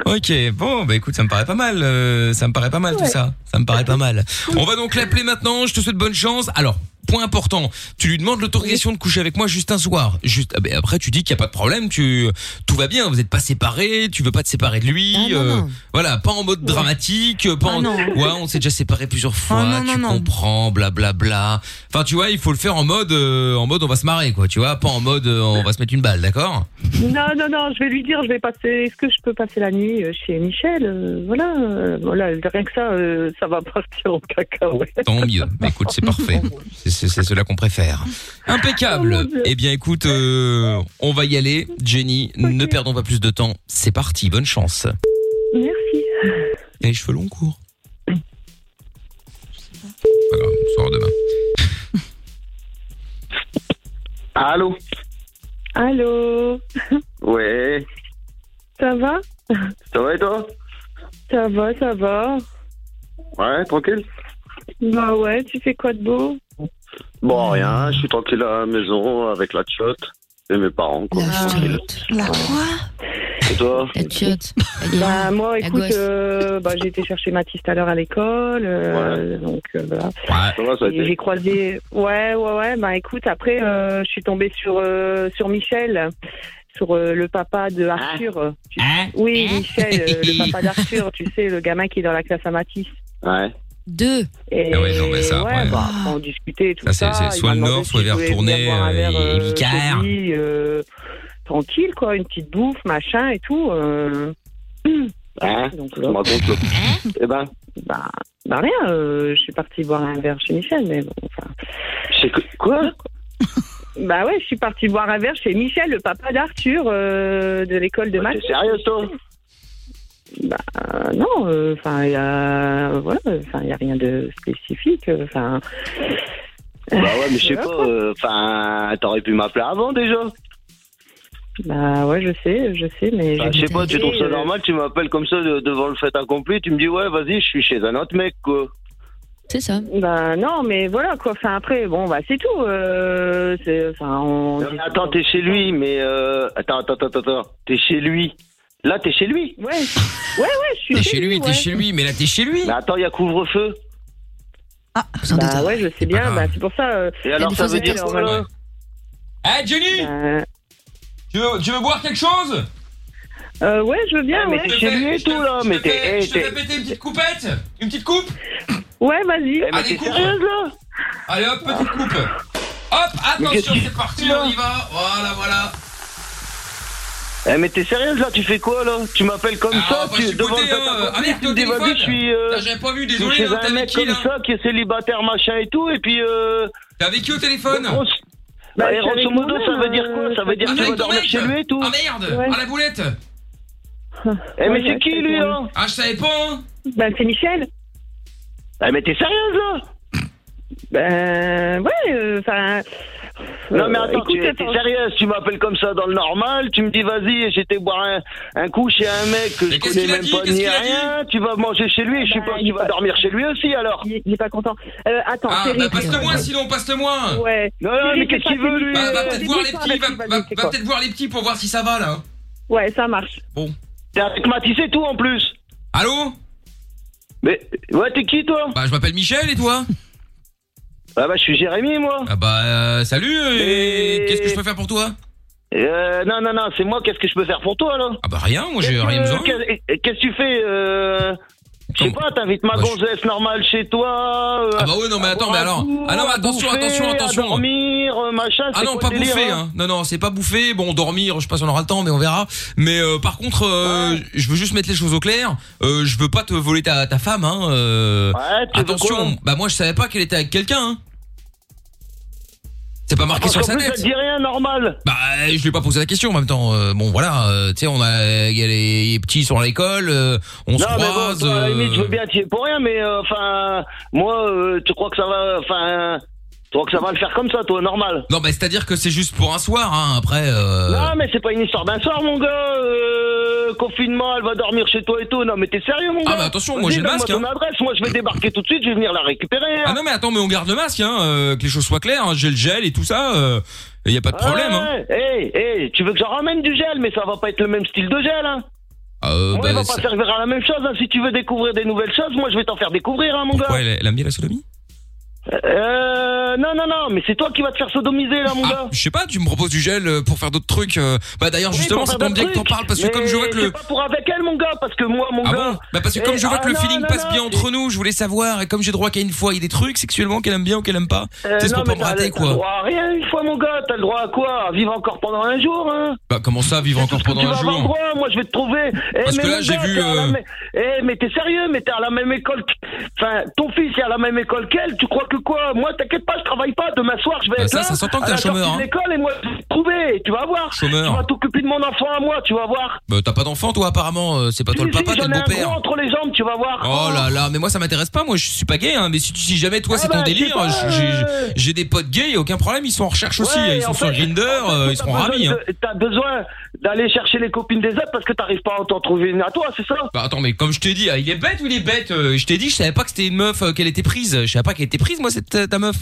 ok, bon, bah écoute, ça me paraît pas mal. euh, ça me paraît pas mal tout ça. Ça me paraît pas mal. On va donc l'appeler maintenant. Je te souhaite bonne chance. Alors, Point important. Tu lui demandes l'autorisation de coucher avec moi juste un soir. Juste, ah ben, après, tu dis qu'il n'y a pas de problème, tu, tout va bien, vous n'êtes pas séparés, tu veux pas te séparer de
Ah,
lui, euh, voilà, pas en mode dramatique, euh, pas en,
non.
ouais, on s'est déjà séparés plusieurs fois,
Ah, non,
tu
non, non.
comprends, blablabla. Enfin, tu vois, il faut le faire en mode, euh, en mode on va se marrer, quoi, tu vois, pas en mode euh, on va se mettre une balle, d'accord?
Non, non, non, je vais lui dire, je vais passer. Est-ce que je peux passer la nuit euh, chez Michel Euh, Voilà, euh, voilà, rien que ça, euh, ça va partir en cacahuète.
Tant mieux. Bah, écoute, c'est parfait. C'est- C'est c'est cela qu'on préfère.
Oh,
Impeccable. eh bien, écoute, euh, on va y aller. Jenny, ne perdons pas plus de temps. C'est parti. Bonne chance.
Merci.
Et les cheveux longs, courts. Pas grave, on saura demain.
Allô
Allô
Ouais.
Ça va
Ça va et toi
Ça va, ça va.
Ouais, tranquille
Bah ouais, tu fais quoi de beau
Bon, rien, je suis tranquille à la maison avec la tchotte et mes parents, quoi. Tranquille.
La quoi
Et toi
Bah moi, écoute,
gosse.
euh, bah, j'ai été chercher Mathis tout à l'heure à l'école. euh, donc, euh, voilà.
Ça va, ça a
Et J'ai
été
croisé. Ouais, ouais, ouais. Bah écoute, après, euh, je suis tombée sur euh, sur Michel, sur euh, le papa de Arthur. Tu- Oui, Michel, euh, le papa d'Arthur. Tu sais, le gamin qui est dans la classe à Matisse.
Ouais.
Deux.
Et
Ah ouais, non, mais ça,
ouais,
ouais.
bah, après, on discutait et tout
Ça, c'est-
ça.
c'est
Il
soit
m'a
le
demandé
Nord,
si
soit
je
vers
voulais venir
Tournai,
boire un
euh,
verre,
et
euh,
Vicard.
chez lui, euh, tranquille, quoi, une petite bouffe, machin et tout. euh.
Hein
Donc, euh,
Tu me racontes, là. Eh ben,
bah, bah rien, euh, je suis partie boire un verre chez Michel, mais bon, enfin.
quoi
Bah ouais, je suis partie boire un verre chez Michel, le papa d'Arthur euh, de l'école de maths.
t'es sérieux, toi
Bah euh, non, euh, enfin il y a voilà, enfin il y a rien de spécifique, euh, enfin.
Bah ouais, mais je sais pas, euh, enfin, t'aurais pu m'appeler avant déjà.
bah ouais, je sais, je sais, mais.
Enfin, Bah, je sais pas, tu trouves
euh,
ça normal, tu m'appelles comme ça de- devant le fait accompli, tu me dis ouais, vas-y, je suis chez un autre mec, quoi.
C'est ça.
Bah non, mais voilà quoi. Enfin après, bon bah c'est tout. euh, c'est, enfin on.
Non, mais attends, t'es chez lui, mais euh... attends, attends, attends, attends, t'es chez lui. Là, t'es chez lui.
Ouais, ouais, ouais, je suis.
T'es chez lui, t'es chez lui, mais là, t'es chez lui.
Mais attends, il y a couvre-feu.
Bah ouais, je sais bien. Bah c'est pour ça. euh,
Et alors,
il y
ça
a des fois, euh,
veut dire
c'est-
quoi là
Hey, Jenny tu, veux, tu veux boire quelque chose
Euh, ouais, je veux bien.
Ah, mais
ouais.
t'es chez lui et tout là, mais t'es. eh, t'es-
péter une petite coupette Une petite coupe
Ouais, vas-y.
Eh,
Ah,
mais t'es sérieuse,
là
Allez hop, petite
Ah,
coupe. Hop, attention, c'est parti, on y va. Voilà, voilà.
Eh, mais t'es sérieuse là, tu fais quoi là Tu m'appelles comme
Ah,
ça, tu devant
euh,
le fait accompli, tu me dis vas-y, je suis. euh,
J'avais pas vu,
je suis
désolé,
chez
hein,
un
t'as
mec
vécu
comme
là
ça qui est célibataire machin et tout, et puis. euh,
T'as vécu au téléphone
Bah, et grosso modo, ça veut
euh,
dire quoi Ça veut dire
Ah,
que tu
avec
vas
ton
dormir
mec
chez lui et tout
Ah merde Ah la boulette
Eh, mais c'est qui lui là
Ah je savais pas hein
Bah c'est Michel.
Eh, mais t'es sérieuse là
Ben ouais, euh, enfin.
Non mais attends,
Euh, écoute,
tu es
attends.
sérieuse, tu m'appelles comme ça dans le normal, tu me dis vas-y, j'étais boire un, un coup chez un mec que je connais même pas ni rien, tu vas manger chez lui, je
Bah,
sais pas, tu vas dormir chez lui aussi alors.
Il il est pas content. Euh, attends,
Ah
Thierry,
bah passe-le-moi sinon, passe-le-moi
Ouais.
Non, non, mais qu'est-ce qu'il veut, lui
Bah, va peut-être
Dis-lui
voir les
quoi,
petits, va,
vas-y,
va-
c'est
va
quoi
peut-être voir les petits pour voir si ça va là.
Ouais, ça marche.
Bon.
T'es avec Matisse et tout en plus.
Allô
Mais ouais, t'es qui toi
Bah je m'appelle Michel et toi
Ah bah je suis Jérémy moi.
Ah bah euh, salut et qu'est-ce que je peux faire pour toi
Euh, non, non, non, c'est moi, qu'est-ce que je peux faire pour toi là
Ah bah rien, moi j'ai rien besoin.
Qu'est-ce que tu fais euh... Je sais pas, t'invites ma gonzesse normale chez toi. euh,
Bah, Ah bah ouais non mais
à
attends
boire
mais
un
alors
coup,
Ah non mais
à
attention
bouffer,
attention
à
attention
dormir, euh, machin,
Ah
c'est
non,
quoi
pas
le délire,
bouffer.
hein
Hein. Non, non, c'est pas bouffer. Bon, dormir, je sais pas si on aura le temps, mais on verra. Mais euh, par contre, euh, je veux juste mettre les choses au clair. Euh, je veux pas te voler ta, ta femme. Hein. euh,
tu veux quoi
attention, bah moi je savais pas qu'elle était avec quelqu'un. Hein. C'est pas marqué
Parce
sur
qu'en
sa
Ah, plus,
tête.
elle dit rien, normal.
Bah, je lui ai pas posé la question en même temps. Euh, bon, voilà, euh, tu sais, on a, il y a les, les petits sont à l'école, euh, on se
non, mais bon,
croise.
toi, à la
euh,
limite, je veux bien, tu es pour rien, mais euh, enfin, moi, euh, tu crois que ça va, enfin, tu crois que ça va le faire comme ça, toi, normal
Non, bah c'est à dire que c'est juste pour un soir. Hein. Après, euh,
Non, mais c'est pas une histoire d'un soir, mon gars. euh, confinement, elle va dormir chez toi et tout. Non, mais t'es sérieux, mon gars
Ah, mais attention, moi,
Vas-y,
j'ai le
donne-moi
masque,
ton
hein.
adresse, moi, je vais débarquer tout de suite, je vais venir la récupérer. hein.
Ah non mais attends mais on garde le masque hein, euh, que les choses soient claires, hein, j'ai le gel et tout ça, euh, il y a pas de problème hein.
Ouais, hey, hey, tu veux que j'en ramène du gel, mais ça va pas être le même style de gel, hein.
Euh,
moi,
bah,
il va
ça-
pas servir à la même chose. hein. Si tu veux découvrir des nouvelles choses, moi, je vais t'en faire découvrir, hein, mon gars.
Ouais, elle, elle aime bien la sodomie
Euh, non, non, non, mais c'est toi qui vas te faire sodomiser là, mon gars.
Je sais pas, tu me proposes du gel euh, pour faire d'autres trucs. euh. Bah d'ailleurs,
Oui,
justement,
pour
c'est
faire
bon bien que
d'autres
t'en
trucs.
parles parce que comme je vois que
Mais
le.
c'est pas pour avec elle, mon gars, parce que moi, mon
Ah
gars.
bon Bah parce que comme
Eh,
je vois
ah
que le
non,
feeling
non,
passe
non,
bien entre nous, je voulais savoir. Et comme j'ai droit qu'à une fois, il y a des trucs sexuellement qu'elle aime bien ou qu'elle aime pas.
Euh,
Tu sais, c'est
non,
pour pas
mais
me rater
T'as le droit
quoi.
à rien une fois, mon gars. T'as le droit à quoi À vivre encore pendant un jour, hein
Bah comment ça, vivre encore pendant
Tu vas
un
avoir le
jour
droit, moi je vais te trouver. Eh,
Parce
mais
que là,
mon
j'ai
gars,
vu,
t'es à la
euh,
même- Eh, mais t'es sérieux, mais t'es à la même école. que- Enfin, ton fils est à la même école qu'elle. Tu crois que quoi Moi, t'inquiète pas, je travaille pas. Demain soir, je vais
Bah,
être
ça,
là.
ça s'entend que
à
t'es
la
un chômeur,
sortie de
hein.
l'école et moi, je vais te trouver. Tu vas voir.
Chômeur.
Tu vas t'occuper de mon enfant à moi. Tu vas voir.
Bah t'as pas d'enfant toi apparemment, euh, c'est pas toi le
Si, si,
papa, t'es
j'en
le
ai un
beau-père.
gros entre les jambes, tu vas voir.
Oh là là, mais moi ça m'intéresse pas, moi je suis pas gay, hein, mais si, tu- si jamais toi c'est ton
bah, je sais
délire,
pas,
je- j'ai- j'ai des potes gays, y a aucun problème, ils sont en recherche aussi,
Ouais,
ils
en
sont sur
fait,
Grinder,
en fait,
ils
t'as
seront
besoin
ravis. hein.
de- T'as besoin d'aller chercher les copines des autres parce que t'arrives pas à t'en trouver une à toi, c'est ça
Bah attends, mais comme je t'ai dit, ah, il est bête ou il est bête Euh, Je t'ai dit, je savais pas que c'était une meuf, euh, qu'elle était prise, je savais pas qu'elle était prise, moi cette euh, ta meuf.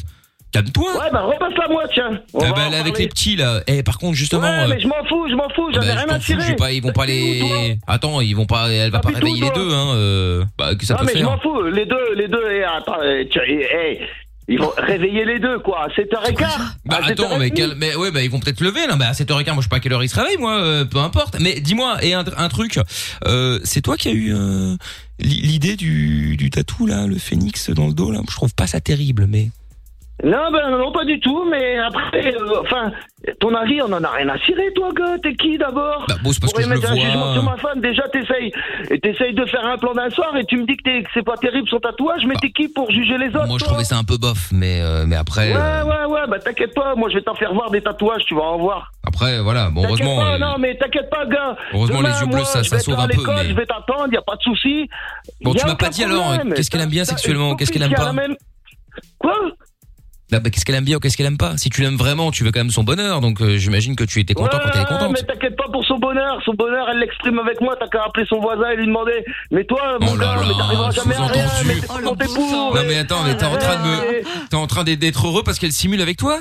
Calme-toi.
Ouais, bah repasse la moi, tiens. On
Ah
va
bah
en
là avec
parler.
les petits là. Eh par contre justement.
Ouais,
euh,
mais je m'en fous, je m'en fous, j'en ai
bah, je
rien
m'en
à
fous, je
tirer.
vais pas, ils vont pas les. Attends, ils vont pas, elle va pas
T'habites où,
réveiller les
Ah, toi
deux, hein. euh, Bah que ça
non,
peut
mais je
faire.
m'en fous, les deux, les deux, et attends, eh, tu- eh, eh, ils vont réveiller les deux, quoi, à 7h15.
Bah attends, mais, quel- mais ouais, bah ils vont peut-être lever là. Bah à 7h15, moi je sais pas à quelle heure ils se réveillent, moi, euh, peu importe. Mais dis-moi, et un, un truc, euh, c'est toi qui as eu euh, l'i- l'idée du, du tatou là, le phénix dans le dos là. Je trouve pas ça terrible, mais.
Non, ben non, pas du tout, mais après, euh, enfin, ton avis, on en a rien à cirer, toi, gars, t'es qui d'abord
Bah bon, c'est
Pour
parce que je le
émettre un
vois.
jugement sur ma femme, déjà, t'essayes, et t'essayes de faire un plan d'un soir et tu me dis que, t'es- que c'est pas terrible son tatouage, mais t'es qui pour juger les autres
Bah, Moi je trouvais ça un peu bof, mais euh, mais après,
Ouais,
euh,
ouais, ouais, bah t'inquiète pas, moi je vais t'en faire voir des tatouages, tu vas en voir.
après voilà. Bon
T'inquiète
heureusement.
pas,
euh,
non, mais t'inquiète pas, gars.
Heureusement,
Demain,
les yeux bleus,
moi,
ça-
je
ça
vais
sauve
être à
un peu,
l'école,
mais-
Je vais t'attendre, y a pas de souci.
Bon,
Y a
tu m'as
aucun
pas dit alors,
problème. Bah,
euh, qu'est-ce qu'elle aime bien
T'as-
sexuellement,
t'as-
qu'est-ce qu'elle aime
t'as la
pas
même- Quoi
Ah, bah, qu'est-ce qu'elle aime bien ou qu'est-ce qu'elle aime pas Si tu l'aimes vraiment, tu veux quand même son bonheur, donc euh, j'imagine que tu étais content quand elle est
Ah,
contente.
mais t'inquiète pas pour son bonheur, son bonheur, elle l'exprime avec moi. T'as qu'à appeler son voisin et lui demander. Mais toi,
Oh
mon gars, mais t'arriveras jamais à rien. Mais t'es pas mon époux.
Non mais attends, mais t'es en train de me, t'es en train d'être- d'être heureux parce qu'elle simule avec toi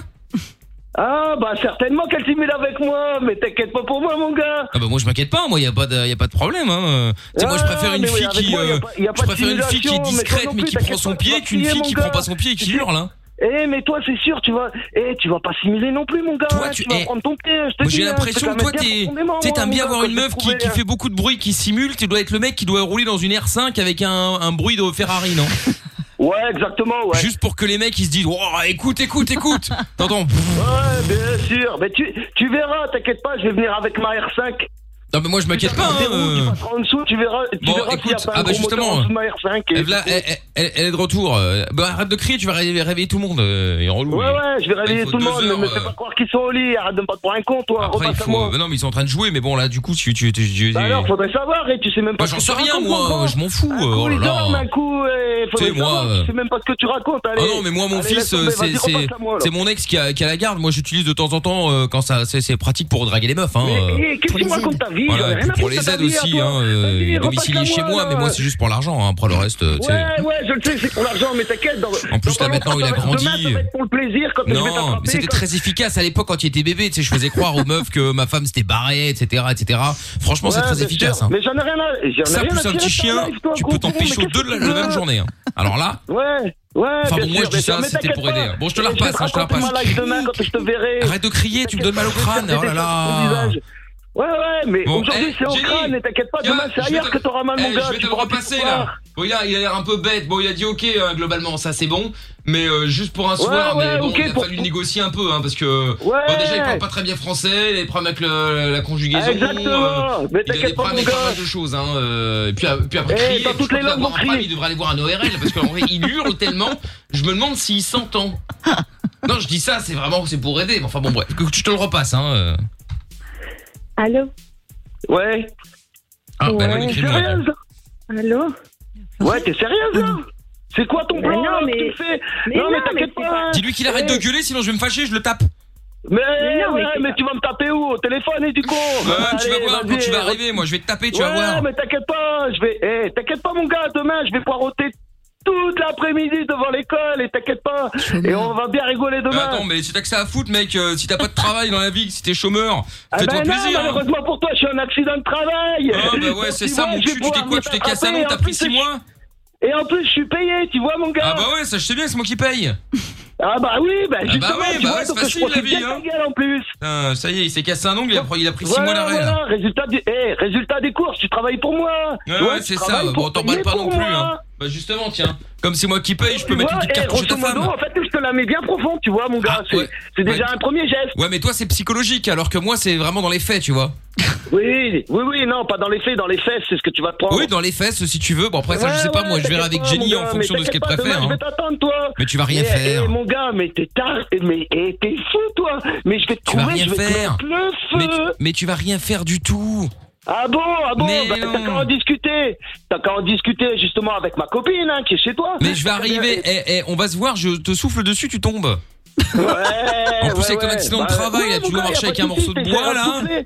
Ah bah certainement qu'elle simule avec moi, mais t'inquiète pas pour moi, mon gars.
Ah bah moi je m'inquiète pas, moi y a pas de, y a pas de problème. Hein. Tu sais, moi je
Ah,
préfère une
mais oui,
fille
avec
qui,
moi, y a
euh,
pas- y a
je
pas de
préfère une fille qui est
simulation, mais toi
discrète
non
mais
plus,
qui prend
t'inquiète
son
pas, tu vas
pied qu'une
crier,
fille
mon
qui prend
gars.
pas son pied et qui
Tu-
hurle. Hein.
Eh mais toi c'est sûr tu vas eh tu vas pas simuler non plus mon gars
Toi,
hein,
tu-
tu, vas
eh,
prendre ton pied je te
Moi
dis,
j'ai
hein, je te
l'impression
la
que toi
mets bien
t'es,
profondément,
t'sais,
moi,
t'aimes bien
mon
avoir
gars,
une
quand je
meuf
te
qui, qui
trouvais,
fait beaucoup de bruit, qui simule. Tu dois être le mec qui doit rouler dans une R5 avec un, un bruit de Ferrari, non
Ouais exactement ouais.
Juste pour que les mecs ils se disent, oh, écoute, écoute, écoute. T'entends
Ouais bien sûr mais tu tu verras t'inquiète pas je vais venir avec ma R5.
Non mais moi je m'inquiète pas. Hein, euh.
Tu passeras en dessous tu verras tu
Bon,
verras s'il y a
écoute,
pas
ah
un
bah
gros moteur
justement,
en dessous de ma R5. et-
Elle, là, elle, elle- elle est de retour. Euh, Bah, arrête de crier, tu vas réveiller, réveiller tout le monde. euh, Il est relou.
Ouais
lui.
ouais je vais réveiller
faut
tout le
deux
monde mais
heures,
me fais
euh.
pas croire qu'ils sont au lit arrête de me prendre pour un con toi
Après, il
repasse à
faut.
moi.
bah non, mais ils sont en train de jouer, mais bon, là, du coup, tu. tu, tu, tu-
Bah alors faudrait savoir et tu sais même pas.
Bah,
ce
j'en
que
sais
tu
rien,
racontes,
moi,
mon gars.
je m'en fous,
Un
euh, oh
coup,
là
il
là.
dorme, un coup, eh,
Tu sais,
faudrait
moi,
savoir,
euh,
tu sais même pas ce que tu racontes.
Ah
Allez.
non mais moi mon
Allez, laisse
fils
tomber,
euh,
vas-y,
c'est c'est
repasse à moi, alors.
c'est mon ex qui a qui a la garde moi j'utilise de temps en temps euh, quand ça c'est c'est pratique pour draguer les meufs hein euh.
Mais eh, qu'est-ce que tu me racontes ta vie
voilà,
j'en ai
et puis
rien à foutre de
pour les
ta
aides
vie, à
aussi
toi.
hein euh,
Vas-y, euh.
il est
repasse
domicilié
la
chez moi
là.
mais moi c'est juste pour l'argent hein. après le reste euh, tu sais
Ouais, ouais, je le sais, c'est pour l'argent, mais t'inquiète. dans-
en plus
dans
là
pas
maintenant
longtemps,
il
ça
a
va-
grandi
Demain, ça va être pour le plaisir quand je vais
Non, mais
t'attraper.
c'était
quand-
très efficace à l'époque quand il était bébé. Tu sais, je faisais croire aux meufs que ma femme s'était barrée, etc., etc. Franchement, c'est
Ouais,
très
bien
efficace.
sûr.
hein.
Mais j'en ai rien à. j'en ai
Ça
rien à
plus un
tirer de
petit
ta
chien,
life, toi,
tu
gros
peux
con,
t'en
mais
pécho
qu'est-ce
deux
que
la,
tu
la même
veux
journée. hein. Alors là,
Ouais, ouais.
Enfin,
bien
bon, moi,
sûr,
je
bien
dis ça,
sûr, mais
c'était pour
t'inquiète
aider.
pas.
Bon, je te la
Et
repasse,
vais
hein, je te la
raconter ma
repasse.
life demain quand je te verrai.
arrête de crier, tu me donnes mal au crâne. Oh là là.
Ouais, ouais, mais
Bon, eh,
aujourd'hui c'est en
Jenny,
crâne et t'inquiète pas, demain c'est ailleurs que t'auras mal,
Eh,
mon gars.
Je vais
tu
te le
pourras plus
repasser
pouvoir.
là. Bon, il a il a l'air un peu bête. Bon, il a dit ok euh, globalement, ça c'est bon, mais euh, juste pour un
Ouais,
soir.
ouais,
mais bon,
ok,
il a
pour-
fallu négocier un peu, hein, parce que bon, déjà il parle pas très bien français, il parle avec le- la conjugaison.
Exactement.
euh,
Mais
il a des
t'inquiète pas,
problèmes
mon
avec pas
gars.
mal de choses. Hein, euh, et puis, euh, puis après,
Eh,
crier,
dans
puis
toutes
je
les
pense
langues,
d'avoir
vous
un problème,
criez.
Il devrait aller voir un ORL parce qu'en vrai, il hurle tellement. Je me demande s'il s'entend. Non, je dis ça, c'est vraiment c'est pour aider. mais Enfin bon, bref, que tu te le repasses. Hein, euh.
Allô
Ouais.
Ah, bah non,
Ouais.
il crie,
T'es
mon gars.
sérieuse
Allô
Ouais, t'es sérieuse là C'est quoi ton
Mais
plan
non,
là, que
mais-
tu me fais
mais
Non, mais
non,
t'inquiète
mais c'est
pas. Eh.
pas-
Dis-lui qu'il arrête de gueuler, sinon je vais me fâcher, je le tape.
Mais,
Mais non, mais
ouais,
c'est
mais
pas-
tu vas me taper où Au téléphone et du con
Ouais, tu vas
Allez,
voir, quand tu vas
vas-y.
arriver, moi je vais te taper, tu
ouais,
vas voir.
mais t'inquiète pas, je vais. Eh, t'inquiète pas, mon gars, demain, je vais poireauter toute l'après-midi devant l'école, et t'inquiète pas, et on va bien rigoler
Mais
demain.
Euh, attends, mais si t'as que ça à foutre, mec, euh, si t'as pas de travail dans la vie, si t'es chômeur,
Ah
fais-toi
ben non,
plaisir. hein.
malheureusement pour toi, je suis un accident de travail.
Ah bah ouais, c'est
Tu
ça
vois,
mon
je vais
cul, tu t'es
pouvoir
quoi
me
Tu t'es
faire
cassé
attraper,
un ongle, t'as
en
pris
plus,
6
je-
mois
Et en plus, je suis payé, tu vois, mon gars
Ah bah ouais, ça je sais bien, c'est moi qui paye.
Ah bah oui, bah
Ah bah
justement,
ouais,
tu
bah
vois,
ouais,
donc je
c'est facile,
profite
la vie,
bien de
hein.
ta gueule en plus.
Putain, ça y est, il s'est cassé un ongle, il a, il a pris 6 mois
Voilà,
d'arrêt. là.
voilà, résultat du... Eh, résultat des courses, tu travailles pour moi.
Ouais,
Tu vois,
ouais,
tu
c'est ça. bah,
travailles
Bon,
pour
t'emballes
payer
pas
pour
non plus.
moi.
Hein. Bah justement, tiens. Comme c'est moi qui paye, je peux
Tu
mettre une
vois,
petite
eh,
carte
grosso
chez ta
modo,
femme. Ah,
en fait, je te la mets bien profond, tu vois, mon gars. c'est c'est déjà un premier geste.
Ouais, mais toi, c'est psychologique, alors que moi, c'est vraiment dans les faits, tu vois.
Oui, oui, oui, non, pas dans les faits, dans les fesses, c'est ce que tu vas te prendre.
Oui, dans les fesses, si tu veux. Bon, après, ça, je
Ouais,
sais pas,
ouais,
moi, je verrai
t'inquiète
avec
pas,
Jenny
mon
en
gars,
fonction
mais
de ce qu'elle
t'inquiète pas,
préfère.
demain,
hein.
Je vais t'attendre, toi.
Mais tu vas rien
Eh,
faire.
eh, mon gars, mais t'es tard, mais eh, t'es fou, toi. Mais je vais te
Tu vas
trouver,
rien
je vais te
faire.
mettre le
Mais
feu.
tu, mais tu vas rien faire du tout.
Ah bon, ah bon,
Mais
bah,
non.
t'as qu'à en discuter. T'as qu'à en discuter justement avec ma copine hein, qui est chez toi. Euh,
Mais je vais arriver. Eh, eh, on va se voir, je te souffle dessus, tu tombes.
Eh
en plus,
ouais,
avec ton
ouais.
accident de
Bah,
travail,
ouais,
là,
mon
tu
gars,
dois marcher
y a
avec
pas
un
de
morceau de
soucis,
bois,
t'essaieras
là.
de souffler.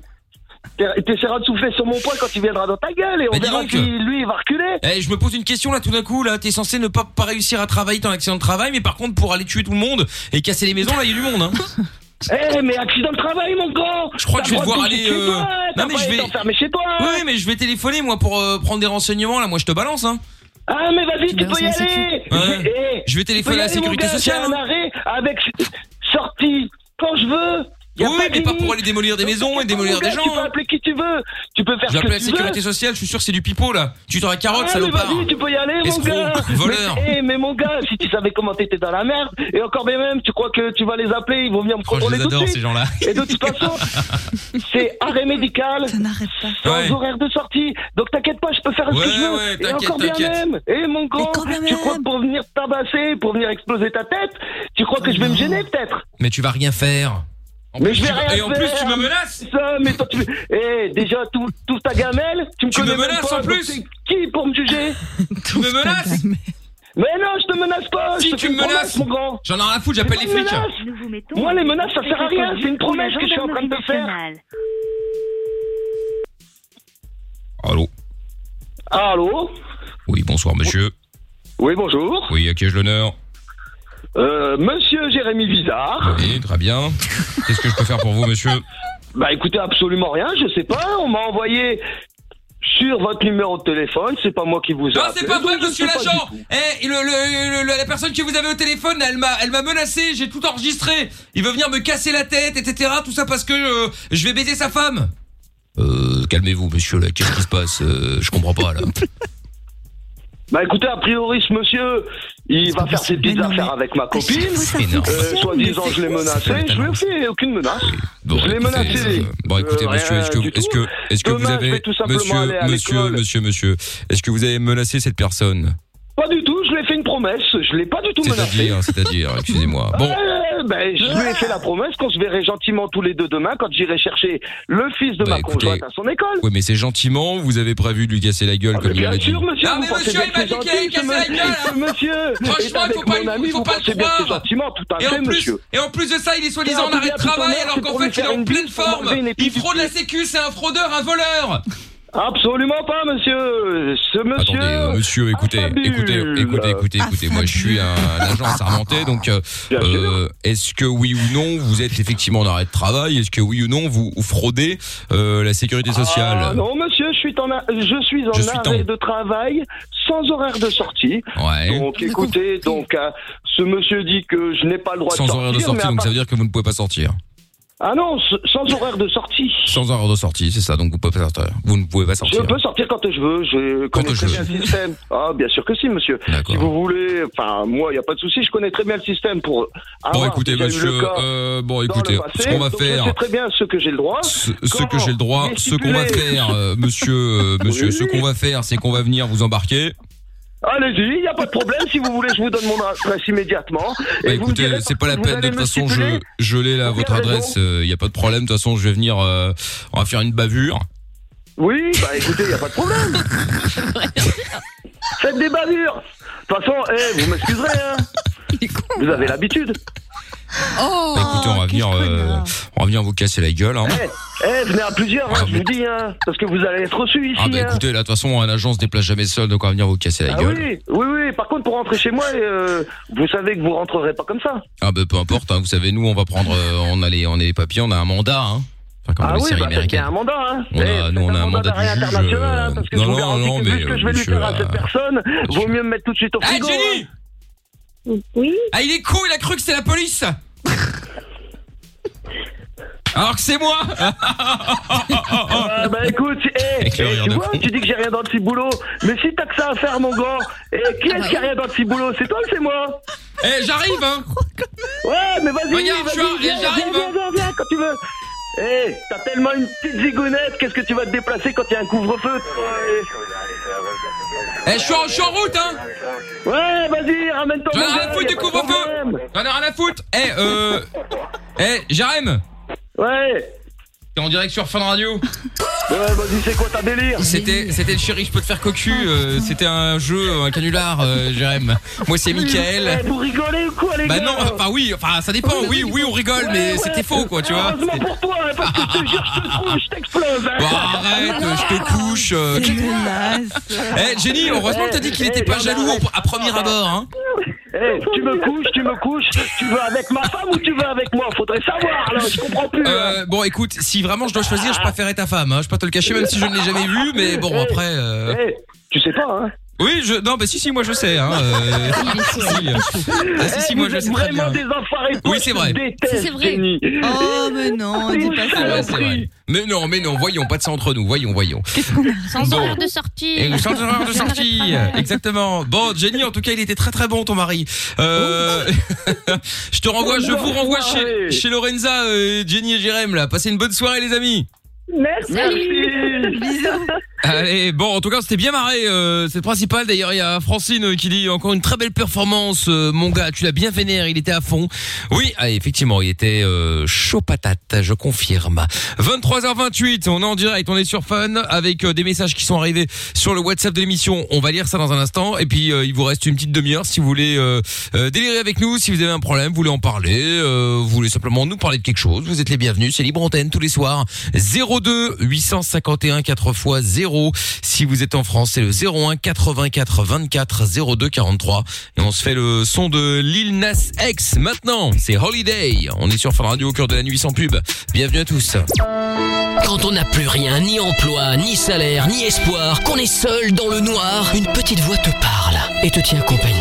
T'es- T'essaieras de souffler sur mon poing quand il viendra dans ta gueule et on
Mais dis
verra
donc.
si lui il va reculer.
Eh, je me pose une question là tout d'un coup là, t'es censé ne pas, pas réussir à travailler dans l'accident de travail, mais par contre pour aller tuer tout le monde et casser les maisons là, il y a du monde hein.
Eh mais accident de travail mon gars
Je crois que je vais devoir aller. euh,
Non mais je vais. Enfermé chez toi. hein.
Ouais, mais je vais téléphoner moi pour euh, prendre des renseignements là, moi je te balance hein.
Ah mais vas-y tu peux y aller.
Ouais.
Eh,
Je vais
tu
téléphoner
peux y
à la
aller, mon
sécurité
gars,
sociale,
j'ai un
hein.
arrêt avec sortie quand je veux. Y a
Oui,
pas de
mais pas
limite.
pour aller démolir des
Donc,
maisons
t'inquiète
et
pas,
démolir
mon gars,
des gens,
Tu peux
hein.
appeler qui tu veux. Tu peux faire
Je vais
ce
appeler la
que tu veux.
sécurité sociale, je suis sûr que c'est du pipeau là. Tu t'auras
Ah,
carotte,
mais
salopard.
vas-y, tu peux y aller, mon
Escroc,
gars.
voleur.
Mais, eh, mais mon gars, si tu savais comment t'étais dans la merde, et encore bien même, tu crois que tu vas les appeler, ils vont venir me
Oh, je
contrôler
les
tout de
adore
suite.
ces gens là.
Et de toute façon, c'est arrêt médical, sans
Ouais.
horaire de sortie. Donc t'inquiète pas, je peux faire ce que je veux. et
t'inquiète,
encore bien
t'inquiète.
même, et mon gars, tu crois que pour venir tabasser, pour venir exploser ta tête, tu crois que je vais me gêner peut-être
Mais tu vas rien faire. En
mais
plus,
je vais
tu-
rien
et en plus,
faire.
tu me menaces.
Ça, mais toi, tu. Eh, déjà, tout, tout ta gamelle, tu me
Tu me
connais même
menaces,
pas,
en
donc
plus.
t'es Qui pour me juger
Tu me menaces
Mais non, je te menace pas.
Si
je te
tu
fais
me
une promesse,
menaces,
mon grand.
j'en ai rien à foutre, Ah, j'appelle
C'est
les
pas une
flics.
menace. Moi, les menaces, ça sert à rien. C'est une promesse que je suis en train de te faire.
Allô
Allô
Oui, bonsoir monsieur.
Oui, bonjour.
Oui, à qui ai-je l'honneur
Euh, Monsieur Jérémy Vizard.
Oui, très bien. Qu'est-ce que je peux faire pour vous monsieur
Bah, écoutez, absolument rien. Je sais pas. On m'a envoyé sur votre numéro de téléphone. C'est pas moi qui vous ai
Non,
appelé,
c'est pas vrai,
donc je
monsieur
sais pas
l'agent
du tout.
Eh, le- le- le- le- la personne que vous avez au téléphone, là, elle m'a, elle m'a menacé, j'ai tout enregistré Il veut venir me casser la tête, etc. Tout ça parce que euh, je vais baiser sa femme Euh, calmez-vous, monsieur, là, qu'est-ce qui se passe euh, Je comprends pas, là.
Bah écoutez, a priori, ce monsieur, il va faire ses petites affaires avec ma copine. Euh, Soi-disant, je l'ai menacé. Je lui ai fait aucune menace.
Bon,
je l'ai
écoutez,
menacé.
euh, bon, écoutez,
Euh,
monsieur,
rien
est-ce que,
du
est-ce
tout.
que, est-ce que vous
Demain, je
avez,
vais tout simplement aller
monsieur,
à
monsieur,
l'école.
monsieur, monsieur, est-ce que vous avez menacé cette personne
Pas du tout, je lui ai fait une promesse. Je l'ai pas du tout menacé.
C'est-à-dire, c'est-à-dire, excusez-moi. Bon,
Euh, ben, je lui ai fait la promesse qu'on se verrait gentiment tous les deux demain quand j'irai chercher le fils
Bah,
de ma conjointe à son école.
oui, mais c'est gentiment, vous avez prévu de lui casser la gueule, comme il
Ah, Bien
l'a dit.
sûr, monsieur. vous pensez bien que c'est gentil, ce monsieur- ce monsieur. est
hein. Franchement, il
avec
faut pas,
mon ami,
il faut
vous
pas
pensez
le
bien que c'est
croire.
gentiment, tout à
Et
fait,
en plus,
monsieur.
et en plus de ça, il est
Ah,
soi-disant en
c'est
arrêt
bien,
de
putain,
travail,
merde,
alors
c'est
qu'en
pour lui
fait, il est
faire
en
une
pleine
bise, pour
forme.
m'enlever une
Il fraude la sécu, c'est un fraudeur, un voleur.
Absolument pas, monsieur. Ce monsieur.
Attendez, euh, monsieur, écoutez, écoutez,
Euh,
écoutez,
ah,
écoutez, écoutez, moi je suis un, un agent assermenté, donc euh, euh, est-ce que oui ou non vous êtes effectivement en arrêt de travail Est-ce que oui ou non vous fraudez euh, la sécurité sociale
Ah, non, monsieur, je suis en, a- je suis en arrêt de travail sans horaire de sortie. Donc, écoutez, donc, euh, ce monsieur dit que je n'ai pas le droit
Sans
de sortir.
horaire de
mais
sortie,
à
donc ça
part-
veut dire que vous ne pouvez pas sortir.
Ah non, ce- sans horaire de sortie.
Sans horaire de sortie, c'est ça, donc vous, pouvez pas sortir. vous ne pouvez pas
Je
sortir.
peux sortir quand je veux, je connais très bien le système. Ah, bien sûr que si, monsieur. Si vous voulez, enfin, moi, il n'y a pas de souci, je connais très bien le système pour.
Bon,
avoir
écoutez,
déjà eu le
monsieur,
cas
euh, bon,
dans le
écoutez,
passé.
ce qu'on va
Donc, Je sais
faire,
très bien ce que j'ai le droit.
ce, ce que j'ai le droit, ce qu'on va
stipulé.
faire, euh, monsieur, euh, monsieur,
Oui.
ce qu'on va faire, c'est qu'on va venir vous embarquer.
Allez-y, il n'y a pas de problème. si vous voulez, je vous donne mon adresse immédiatement.
Bah
Et vous me
écoutez,
direz
c'est pas la
vous
peine. De
allez
toute
me
façon, je,
stipuler.
je l'ai là, votre
avez
adresse. euh, Il n'y a pas de problème. De toute façon, je vais venir. euh, on va faire une bavure.
Oui, bah écoutez, il n'y a pas de problème. Faites des bavures. De toute façon, eh, vous m'excuserez. Hein. Vous avez l'habitude.
Oh
Bah, écoutez, on va venir. euh, on va venir vous casser la gueule. Hein.
Eh, eh, venez à plusieurs, hein, je vous dis, hein, parce que vous allez être reçus ici.
Ah bah
hein.
écoutez, là, de toute façon, un agent se déplace jamais seul, donc on va venir vous casser la
Ah
gueule.
oui, oui, oui. Par contre, pour rentrer chez moi, euh, vous savez que vous rentrerez pas comme ça.
Ah bah peu importe. hein, vous savez, nous, on va prendre. euh, on a les, on a les papiers. On a un mandat. Hein. Enfin, comme
Ah
dans les
oui,
séries
bah, ça, c'est
américaines.
un mandat, hein.
On
Eh,
a, nous, on a un mandat du juge.
international, hein,
euh,
parce que je
Non,
vous
non,
garantis
non,
que
mais euh,
vu ce que je vais lui
monsieur
faire à
a-
cette personne, vaut mieux me mettre tout de suite au frigo. hein. Jenny
Oui
Ah, il est con, il a cru que c'était la police Alors que c'est moi
Ah, bah écoute, eh,
Avec le
eh,
rire
tu
de
vois, tu dis que j'ai rien dans le petit boulot, mais si t'as que ça à faire, mon gars, eh, qui est-ce qui a rien dans le petit boulot C'est toi ou c'est moi
Eh, j'arrive, hein
Ouais, mais vas-y,
Regarde,
vas-y,
je suis en-
viens,
j'arrive, hein.
viens, viens, viens, viens, quand tu veux Eh, t'as tellement une petite zigounette, qu'est-ce que tu vas te déplacer quand il y a un couvre-feu
Eh, je suis en, je suis en route, hein
Ouais, vas-y, ramène ton
J'en ai rien
modèle,
à foutre
y
du
a pas de
couvre-feu J'en ai rien à foutre Eh, euh... Eh, Jarem
Ouais
T'es en direct sur Fun Radio
Ouais, vas-y, c'est quoi ta délire
C'était c'était le chéri, je peux te faire cocu. euh, C'était un jeu, un canular, euh, Jarem. Moi, c'est Michael.
Eh, Vous rigolez ou quoi, les
Bah
gars
non, enfin oui, enfin ça dépend. Oui, oui, on rigole, mais c'était faux, quoi, tu vois.
Heureusement pour toi, hein, parce que je te jure, je te trouve, je t'explose hein.
Bon, arrête, je te couche. euh,
C'est
Eh, Jenny, heureusement que t'as dit qu'il était pas jaloux au- à premier abord, hein.
Eh, tu me couches, tu me couches, tu veux avec ma femme ou tu veux avec moi Faudrait savoir, là, je comprends plus.
Euh, bon, écoute, si vraiment je dois choisir, je préférerais ta femme. Hein. Je peux pas te le cacher, même si je ne l'ai jamais vue, mais bon, après. euh,
Eh, Tu sais pas, hein
Oui, je. Non, bah si, si, moi je sais. Hein. euh, si, si, euh, Ah, si, si,
Eh,
moi
vous
je
êtes
sais très bien.
vraiment des enfoirés.
Oui,
je
c'est
te
vrai.
déteste,
C'est vrai.
Jenny.
Oh, mais non, dis pas
Ah,
ça.
bah, c'est vrai. Mais non, mais non, voyons, pas de ça entre nous, voyons, voyons.
Sans
Bon.
horaire de
Et
sortie.
une chance d'erreur de sortie. Exactement. Bon, Jenny, en tout cas, il était très très bon ton mari. Euh, je te renvoie, je vous renvoie chez, chez Lorenza, euh, Jenny et Jérém là. Passez une bonne soirée les amis.
Merci.
Merci.
Ah Allez, bon, en tout cas, c'était bien marré. euh, c'est le principal. D'ailleurs, il y a Francine euh, qui dit encore une très belle performance. euh, mon gars, tu l'as bien vénère. Il était à fond. Oui, ah, effectivement, il était euh, chaud patate. Je confirme. 23h28. On est en direct. On est sur Fun avec euh, des messages qui sont arrivés sur le WhatsApp de l'émission. On va lire ça dans un instant. Et puis, euh, il vous reste une petite demi-heure si vous voulez euh, euh, délirer avec nous. Si vous avez un problème, vous voulez en parler, euh, vous voulez simplement nous parler de quelque chose. Vous êtes les bienvenus. C'est Libre Antenne tous les soirs. 02 851 4 x 0. Si vous êtes en France, c'est le 01 84 24 02 43. Et on se fait le son de Lil Nas X maintenant. C'est Holiday. On est sur Fun Radio au cœur de la nuit sans pub. Bienvenue à tous.
Quand on n'a plus rien, ni emploi, ni salaire, ni espoir, qu'on est seul dans le noir, une petite voix te parle et te tient compagnie.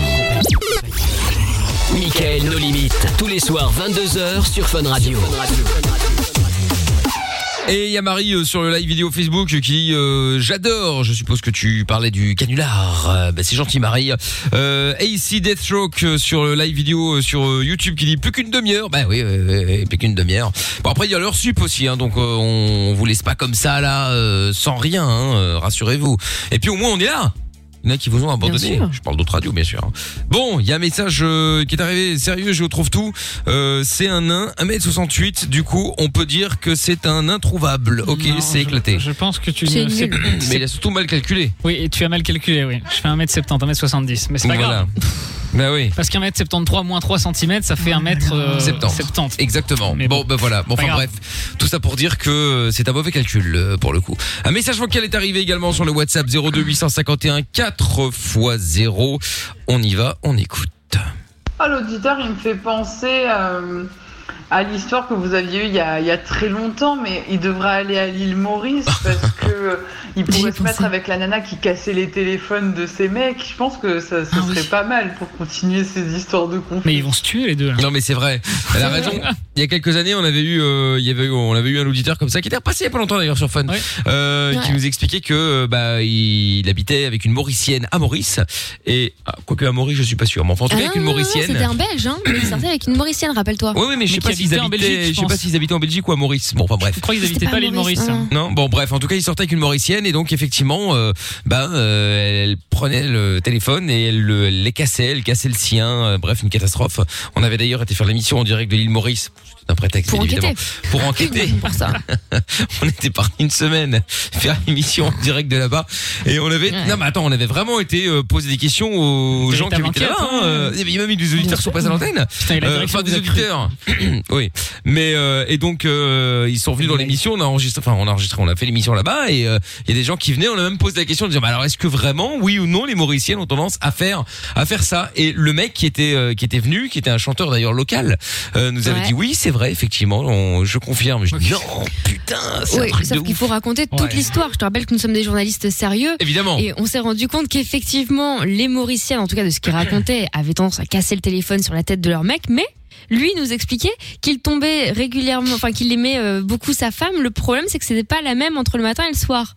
Michael, nos limites, tous les soirs 22h sur Fun Radio.
Et il y a Marie euh, sur le live vidéo Facebook qui dit euh, j'adore. Je suppose que tu parlais du canular. Euh, bah, c'est gentil Marie. Euh, AC Deathstroke euh, sur le live vidéo euh, sur euh, YouTube qui dit plus qu'une demi-heure. Bah oui, oui, oui, oui, plus qu'une demi-heure. Bon après il y a leur sup aussi, hein, donc euh, on, on vous laisse pas comme ça là euh, sans rien. hein, euh, Rassurez-vous. Et puis au moins on est là. Il y en a qui vous ont abandonné.
sûr.
Je parle d'autres radios, bien sûr. Bon, il y a un message euh, qui est arrivé. Sérieux, je retrouve tout. Euh, c'est un nain, 1m68. Du coup, on peut dire que c'est un introuvable. Ok, c'est éclaté.
Je pense que tu ne
C'est
sais-
nul. Mais il a surtout mal calculé.
Oui, et tu as mal calculé, oui. Je fais 1m70, 1m70. Mais c'est pas grave.
Bah oui.
Parce qu'un mètre 73 moins 3 cm, ça fait 1m euh,
70.
70.
Exactement. bon, ben voilà. Bon,
Pas
enfin
grave.
bref, tout ça pour dire que euh, c'est un mauvais calcul euh, pour le coup. Un message vocal est arrivé également sur le WhatsApp 02851 4 x 0. On y va, on écoute.
Ah, l'auditeur, il me fait penser euh, à l'histoire que vous aviez eue il y, a, il y a très longtemps, mais il devra aller à l'île Maurice parce que euh, il pourrait se mettre avec la nana qui cassait les téléphones de ces mecs. Je pense que ça,
Ah
ça serait pas mal pour continuer ces histoires de conflits.
Mais ils vont se tuer les deux.
Non mais c'est vrai. Elle a raison. Il y a quelques années, on avait eu, euh, il y avait, eu- on avait eu un auditeur comme ça qui était repassé il y a pas longtemps d'ailleurs sur Fun, euh, qui nous expliquait que euh, bah il habitait avec une Mauricienne à Maurice et ah, quoique à Maurice, je suis pas sûr, mais enfin en tout cas avec une
Ah non, non, non,
Mauricienne.
C'était un Belge, hein, mais il sortait avec une Mauricienne, rappelle-toi.
Oui, oui, mais je sais pas s'ils habitaient, je sais pas s'ils habitaient en Belgique ou à Maurice. Bon, enfin bref. Je
crois qu'ils habitaient
pas pas l'île Maurice, Maurice, hein.
Non, bon bref. En tout cas, ils sortaient avec une Mauricienne et donc effectivement, euh, ben, euh, elle prenait le téléphone et elle, le- elle les cassait, elle cassait le sien. Euh, bref, une catastrophe. On avait d'ailleurs été faire l'émission en direct de l'île Maurice. C'était un prétexte
Pour
évidemment.
enquêter.
Pour enquêter.
Pour ça.
on était parti une semaine faire l'émission en direct de là-bas et on avait. Non, mais attends, on avait vraiment été euh, poser des questions aux gens qui
Véritable
habitaient là-bas.
enquête,
hein.
hein.
Euh, Il y avait même eu des auditeurs qui sont passés à l'antenne.
Putain, et la
Euh,
direction
Enfin, des
vous a cru.
auditeurs Oui, mais euh, et donc euh, ils sont venus dans l'émission, on a enregistré, enfin on a enregistré, on a fait l'émission là-bas et euh, il y a des gens qui venaient, on a même posé la question de dire, bah alors est-ce que vraiment, oui ou non, les Mauriciennes ont tendance à faire à faire ça Et le mec qui était euh, qui était venu, qui était un chanteur d'ailleurs local, euh, nous avait
Ouais.
dit oui, c'est vrai, effectivement, on- je confirme. Je dis non, putain, c'est un
Ah, Oui,
truc de
sauf qu'il
ouf.
faut raconter toute
Ouais.
l'histoire. Je te rappelle que nous sommes des journalistes sérieux.
Évidemment.
Et on s'est rendu compte qu'effectivement, les Mauriciennes, en tout cas de ce qu'ils racontaient, avaient tendance à casser le téléphone sur la tête de leur mec, mais lui nous expliquait qu'il tombait régulièrement, enfin qu'il aimait euh, beaucoup sa femme. Le problème, c'est que c'était pas la même entre le matin et le soir.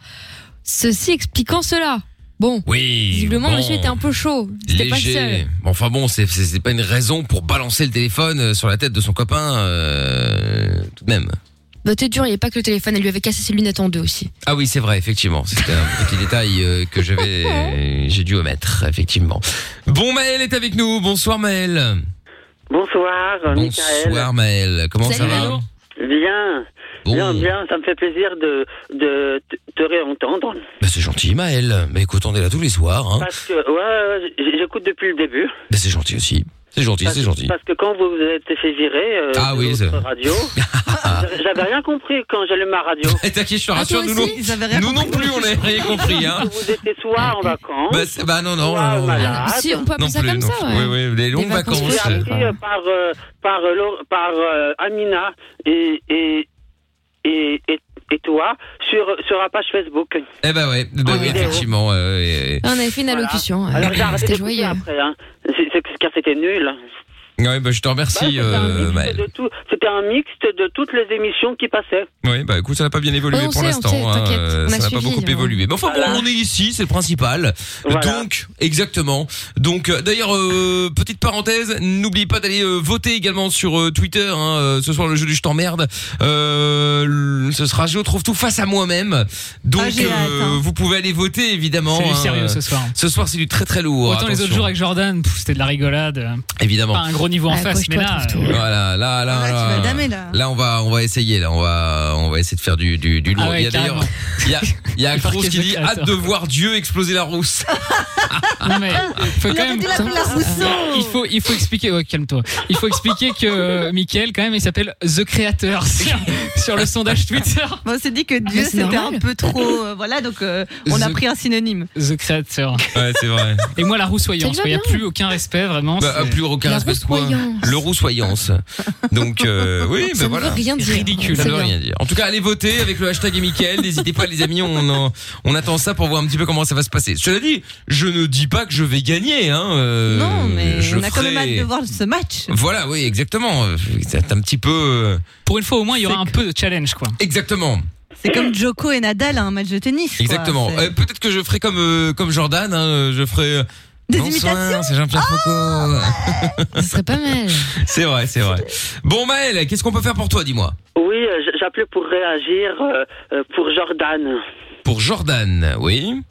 Ceci expliquant cela. Bon.
Oui.
Visiblement,
bon.
monsieur était un peu chaud. C'était pas le seul.
Bon, Enfin bon, c'est c'est c'est pas une raison pour balancer le téléphone euh, sur la tête de son copain, euh, tout de même.
Bah, t'es dur, il n'y avait pas que le téléphone, elle lui avait cassé ses lunettes en deux aussi.
Ah oui, c'est vrai, effectivement. C'était un petit détail euh, que j'avais, j'ai dû omettre, effectivement. Bon, Maël est avec nous. Bonsoir, Maël.
Bonsoir, Michael.
Bonsoir, Maël. Comment ça va Oh.
Bien. Bien, bien, ça me fait plaisir de, de te- te réentendre.
Bah, C'est gentil, Maël. Mais écoute, on est là tous les soirs. Hein.
Parce que, ouais, ouais, j- j'écoute depuis le début.
Bah, c'est gentil aussi. C'est gentil,
Parce-
c'est gentil.
Parce que quand vous vous êtes fait virer euh,
Ah
de
oui,
votre
c'est-
radio, j'avais rien compris quand j'allumais ma radio.
T'inquiète, je
Ah,
te rassure, nous, non- nous non plus, on n'a rien compris. Hein.
Vous étiez soir en vacances.
Bah, c'est- bah non, non. non, non.
malade. Ah, Si, on peut appeler
Non
ça
plus,
comme
non
ça,
plus.
ouais.
Oui, oui, les longues vacances.
J'ai appris euh, par, euh, par, euh, Laure- par euh, Amina et, et, et, et, et toi sur, sur la page Facebook.
Eh ben ouais, bah oui, effectivement. euh, et- et-
On avait fait une allocution. euh,
Alors j'ai arrêté
C'était
d'écouter
joyeux.
après, hein. C'est- c'est- car c'était nul.
Ouais, bah, je te remercie, euh, Maël.
De tout- C'était un mixte de toutes les émissions qui passaient.
Oui, bah écoute, ça n'a pas bien évolué
Ouais, on
pour
sait, on
l'instant.
sait,
hein,
t'inquiète,
euh,
on
ça
a
n'a pas
suivi,
beaucoup
hein.
évolué. Mais enfin,
Voilà.
bon, on est ici, c'est le principal. Donc, exactement. Donc, euh, d'ailleurs, euh, petite parenthèse, n'oubliez pas d'aller euh, voter également sur euh, Twitter. hein, euh, ce soir, le jeu du je t'emmerde. Euh, le- ce sera je trouve tout face à moi-même. Donc, euh,
Ah, j'ai hâte, hein.
vous pouvez aller voter évidemment.
C'est du
hein.
sérieux, ce soir.
Ce soir, c'est du très très lourd.
Autant les autres
Oh, attention.
jours avec Jordan, pff, c'était de la rigolade.
Évidemment.
Pas un gros niveau en face, mais là. euh,
Voilà, là, là, là,
vas damer, là.
on va, on va essayer, là, on va, on va essayer de faire du, du, du
Ah
lourd.
ouais,
il y a d'ailleurs,
carrément.
il y a, il y a Cruz qui
de
dit
créateur.
hâte de voir Dieu exploser la rousse.
Non mais faut
Il
quand
aurait
même.
dû l'appeler la Rousseau.
Il faut il faut expliquer ouais, calme-toi. Il faut expliquer que euh, Mickaël quand même il s'appelle The Creator sur, sur le sondage Twitter.
Bon, on s'est dit que Dieu
Ah, c'est
c'était
normal.
un peu trop. euh, voilà, donc euh, on a
The-
pris un synonyme.
The Creator.
Ouais, c'est vrai.
Et moi la roussoyance,
Ça
il
lui
n'y
va
a plus aucun respect vraiment.
Bah,
c'est-
plus aucun respect de quoi Le roussoyance. Donc, euh, oui,
Ça
ben
ne
voilà.
veut rien dire. Ridicule.
Ça ne
C'est
veut
bien.
rien dire. En tout cas, allez voter avec le hashtag et Mickaël. N'hésitez pas, les amis. On, en- on attend ça pour voir un petit peu comment ça va se passer. Cela dit, je ne dis pas que je vais gagner, hein. euh,
non, mais
je
on a quand même
ferai-
hâte de voir ce match.
Voilà, oui, exactement. C'est un petit peu. euh,
Pour une fois au moins, il y aura un peu de challenge quoi.
Exactement.
C'est comme Joko et Nadal à un match de tennis. quoi.
Exactement.
C'est-
Euh, Peut-être que je ferai comme euh, comme Jordan. hein, je ferai. euh,
Des
Bonsoir,
imitations Ah
c'est Jean-Pierre
Ah
Foucault.
Ce serait pas mal.
c'est vrai, c'est vrai. Bon Maël, qu'est-ce qu'on peut faire pour toi, dis-moi
Oui, euh, j- j'appelais pour réagir euh, euh, pour Jordan.
Pour Jordan, oui.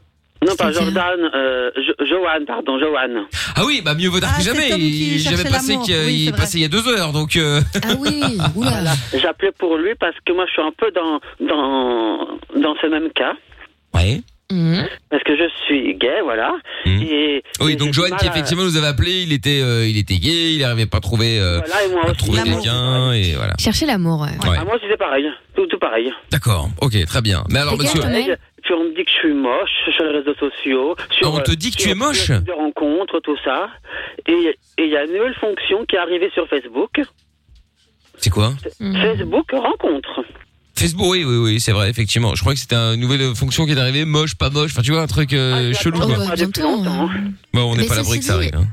Non, pas Jordan, euh, Jo- Johan, pardon, Johan.
Ah oui, bah mieux vaut tard que jamais. Il-
cherchait
J'avais passé
l'amour.
qu'il
Oui, c'est
il
vrai.
passait il y a deux heures, donc. euh,
Ah oui, oula.
J'appelais pour lui parce que moi je suis un peu dans, dans, dans ce même cas.
Ouais. Mhm.
Parce que je suis gay, voilà. Et,
Oui,
et
donc
j'ai du
Johan
mal
qui
à-
effectivement nous avait appelé, il était, euh, il était gay, il n'arrivait pas à trouver, euh,
Voilà, et moi
à
aussi.
trouver
L'amour.
quelqu'un et voilà.
Chercher l'amour. ouais.
Ouais.
Ah, moi aussi c'est pareil, tout, tout pareil.
D'accord, ok, très bien. Mais alors monsieur,
Puis on me dit que je suis moche sur les réseaux sociaux. Sur,
Ah, on te dit que tu es moche
De rencontres, tout ça. Et et il y a une nouvelle fonction qui est arrivée sur Facebook.
c'est quoi
Facebook rencontre.
Facebook, oui, oui, oui, c'est vrai, effectivement. Je crois que c'était une nouvelle euh, fonction qui est arrivée, moche, pas moche, enfin tu vois, un truc euh,
Ah,
chelou quoi.
hein.
hein. Bon, on n'est
Mais
pas à
ceci
l'abri que ça
dit,
arrive. hein.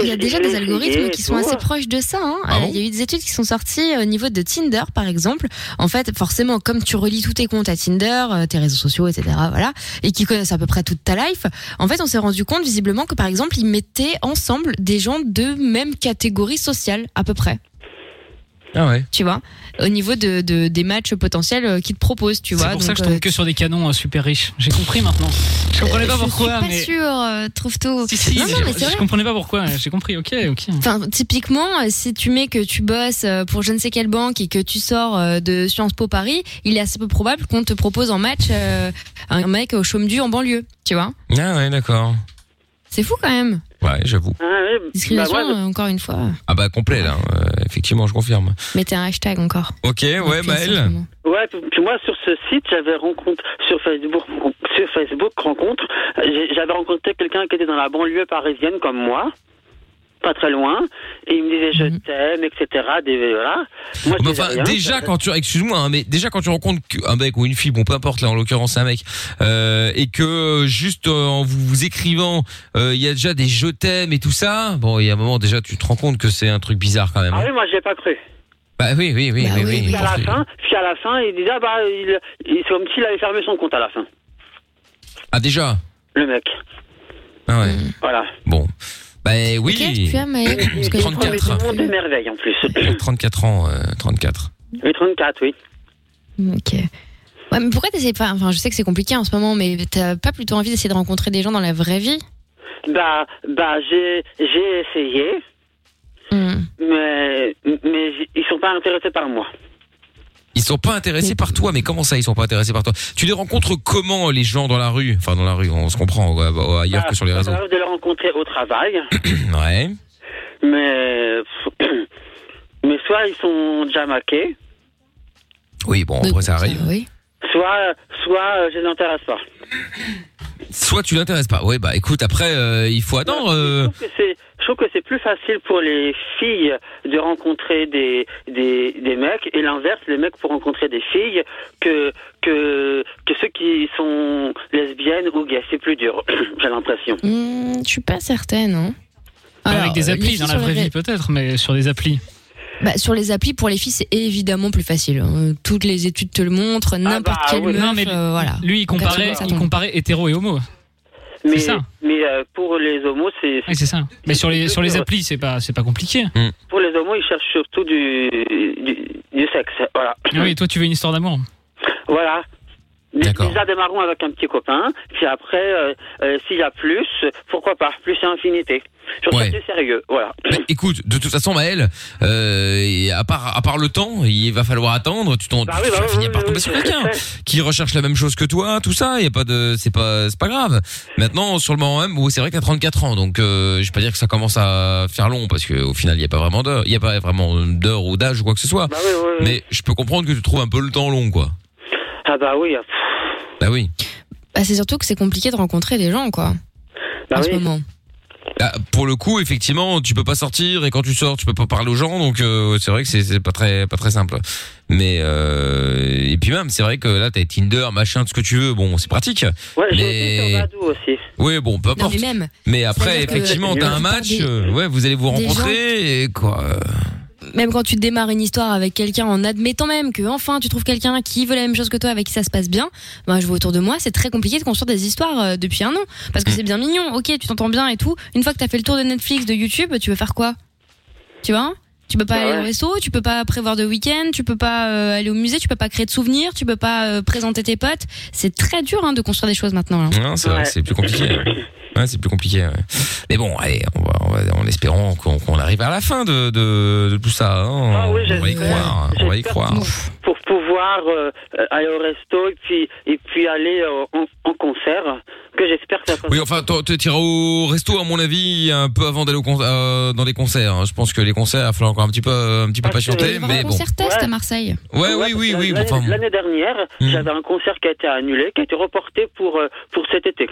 Il y a déjà
je
des
l'ai
algorithmes
essayé
qui
et
sont
tout.
assez proches de ça. hein.
Ah
Euh,
bon
Il y a eu des études qui sont sorties au niveau de Tinder, par exemple. En fait, forcément, comme tu relis tous tes comptes à Tinder, euh, tes réseaux sociaux, etc., voilà, et qui connaissent à peu près toute ta life, en fait, on s'est rendu compte visiblement que, par exemple, ils mettaient ensemble des gens de même catégorie sociale, à peu près.
Ah ouais.
Tu vois, au niveau de, de- des matchs potentiels euh, qu'ils te proposent, tu vois.
C'est pour ça
Donc,
que je tombe
euh,
que sur des canons euh, super riches. J'ai compris maintenant. Je comprenais pas
je
pourquoi,
suis pas
mais.
sûre, euh, trouve tout.
Si,
non, non,
je,
mais c'est
je
vrai.
comprenais pas pourquoi. J'ai compris. Ok, ok.
Enfin, typiquement, euh, si tu mets que tu bosses euh, pour je ne sais quelle banque et que tu sors euh, de Sciences Po Paris, il est assez peu probable qu'on te propose en match euh, un mec au chaume du en banlieue, tu vois.
Ah ouais, d'accord.
C'est fou quand même.
Ah, Ouais, bah j'avoue.
Discrimination, euh, encore une fois.
Ah bah complet là, euh, effectivement, je confirme.
Mettez un hashtag encore.
Ok, ouais, bah elle.
Ouais, puis puis moi sur ce site, j'avais rencontré sur Facebook, sur Facebook rencontre, j'ai- j'avais rencontré quelqu'un qui était dans la banlieue parisienne comme moi, pas très loin, et il me disait je t'aime, etc. Des, voilà. Moi, je
Bah,
disais
Mhm. enfin,
rien,
déjà quand tu excuse-moi hein, mais déjà quand tu rencontres un mec ou une fille bon peu importe là en l'occurrence c'est un mec euh, et que euh, juste euh, en vous, vous écrivant euh, il y a déjà des je t'aime et tout ça bon il y a un moment déjà tu te rends compte que c'est un truc bizarre quand même
Ah
hein.
oui, moi j'ai pas cru.
bah oui oui oui oui, oui,
Puis à la
Parce que-
fin, puis à la fin, il disait ah bah il, il- c'est comme s'il avait fermé son compte à la fin,
ah déjà
le mec.
ah ouais
Voilà.
bon bah oui
Tu as, mais. parce que-
Il promet tout le monde des merveilles en plus.
34 ans euh, 34
Oui, 34, oui.
Ok. Ouais, mais pourquoi t'essayes pas Enfin, je sais que c'est compliqué en ce moment, mais t'as pas plutôt envie d'essayer de rencontrer des gens dans la vraie vie
Bah, bah j'ai j'ai essayé,
Hmm.
mais mais j- ils sont pas intéressés par moi.
ils sont pas intéressés par toi, mais comment ça ils sont pas intéressés par toi Tu les rencontres comment les gens dans la rue Enfin dans la rue, on se comprend euh, ailleurs
Bah,
que sur les
ça
réseaux.
m'arrive de les rencontrer au travail, ah.
Ouais.
mais mais soit ils sont déjà maqués,
Oui, bon, après ça arrive.
soit soit euh, je n'intéresse pas.
Soit tu l'intéresses pas. Oui, bah écoute, après euh, il faut attendre. euh,
que c'est- je trouve que c'est plus facile pour les filles de rencontrer des, des, des mecs et l'inverse, les mecs pour rencontrer des filles que, que, que ceux qui sont lesbiennes ou gays. C'est plus dur, j'ai l'impression.
Hmm, Je suis pas certaine, hein.
Avec des
euh, les
applis
filles
dans la
sur les
vraie vie
ré-
peut-être, mais sur des applis.
Bah, sur les applis, pour les filles, c'est évidemment plus facile. hein. Toutes les études te le
Ah
montrent, n'importe
bah
quelle meuf,
Ah Bah non, mais
euh, voilà.
Lui, il
En quatre
comparait,
secondes, ça
il
tombe.
comparait hétéro et homo.
Mais,
ça.
mais euh, pour les homos, c'est.
Oui, c'est ça. Mais sur les, sur les applis, c'est pas, c'est pas compliqué.
Mm.
Pour les homos, ils cherchent surtout du, du, du sexe. Voilà.
Ah Oui, toi, tu veux une histoire d'amour.
Voilà. Déjà démarrons avec un petit copain, puis après, euh, euh, s'il y a plus, pourquoi pas Plus à infinité. Je trouve
Ouais.
ça plus sérieux, voilà.
bah, écoute, de toute façon, Maël, euh, et à part à part le temps, il va falloir attendre. Tu
Bah
t'en tu vas finir par tomber sur quelqu'un qui recherche la même chose que toi, tout ça. Il y a pas de, c'est pas c'est pas grave. Maintenant, sur le moment même, où c'est vrai que t'as 34 ans, donc euh, je vais pas dire que ça commence à faire long parce que au final, il y a pas vraiment d'heure, il y a pas vraiment d'heure ou d'âge ou quoi que ce soit.
Bah
Mais je peux comprendre que tu trouves un peu le temps long, quoi.
Ah bah oui.
Bah oui.
Bah, c'est surtout que c'est compliqué de rencontrer des gens, quoi.
Bah
en
oui.
ce moment.
Bah, pour le coup, effectivement, tu peux pas sortir et quand tu sors, tu peux pas parler aux gens, donc euh, c'est vrai que c'est c'est pas très pas très simple. Mais euh, et puis même, c'est vrai que là, t'as Tinder, machin, tout ce que tu veux. Bon, c'est pratique.
Ouais, j'ai
mais
Badou aussi.
oui, bon, peu
Non,
importe.
mais même.
Mais après,
C'est-à-dire que
effectivement,
la
t'as un
plupart
match.
des-
euh, ouais, vous allez vous
des gens-
rencontrer et quoi. euh,
Même quand tu démarres une histoire avec quelqu'un, en admettant même que enfin tu trouves quelqu'un qui veut la même chose que toi, avec qui ça se passe bien, ben, je vois autour de moi, c'est très compliqué de construire des histoires euh, depuis un an.
Mm.
Parce que c'est bien mignon, ok, tu t'entends bien et tout. Une fois que t'as fait le tour de Netflix, de YouTube, tu veux faire quoi Tu vois tu
Bah
peux pas aller au resto, tu peux pas prévoir de week-end, tu peux pas euh, aller au musée, tu peux pas créer de souvenirs, tu peux pas euh, présenter tes potes. C'est très dur hein, de construire des choses maintenant. là.
Non, c'est vrai que c'est plus compliqué. hein. Ouais, c'est plus compliqué. ouais. Mais bon, allez, on va, on va- en espérant qu'on qu'on arrive à la fin de, de, de tout ça. hein.
Ah
on va y croire. hein, On va y croire.
Pour pouvoir euh, aller au resto et puis, et puis aller euh, en, en concert, que j'espère que ça
Oui, enfin, toi, tu iras au resto, à mon avis, un peu avant d'aller au con- euh, dans les concerts. hein. Je pense que les concerts, il va falloir encore un petit peu, euh, un petit peu patienter, mais bon.
Concert test à Marseille.
Ouais, Hmm. oui, oui, oui.
L'année
enfin,
l'année dernière, j'avais un concert qui a été annulé, qui a été reporté pour, euh, pour cet été.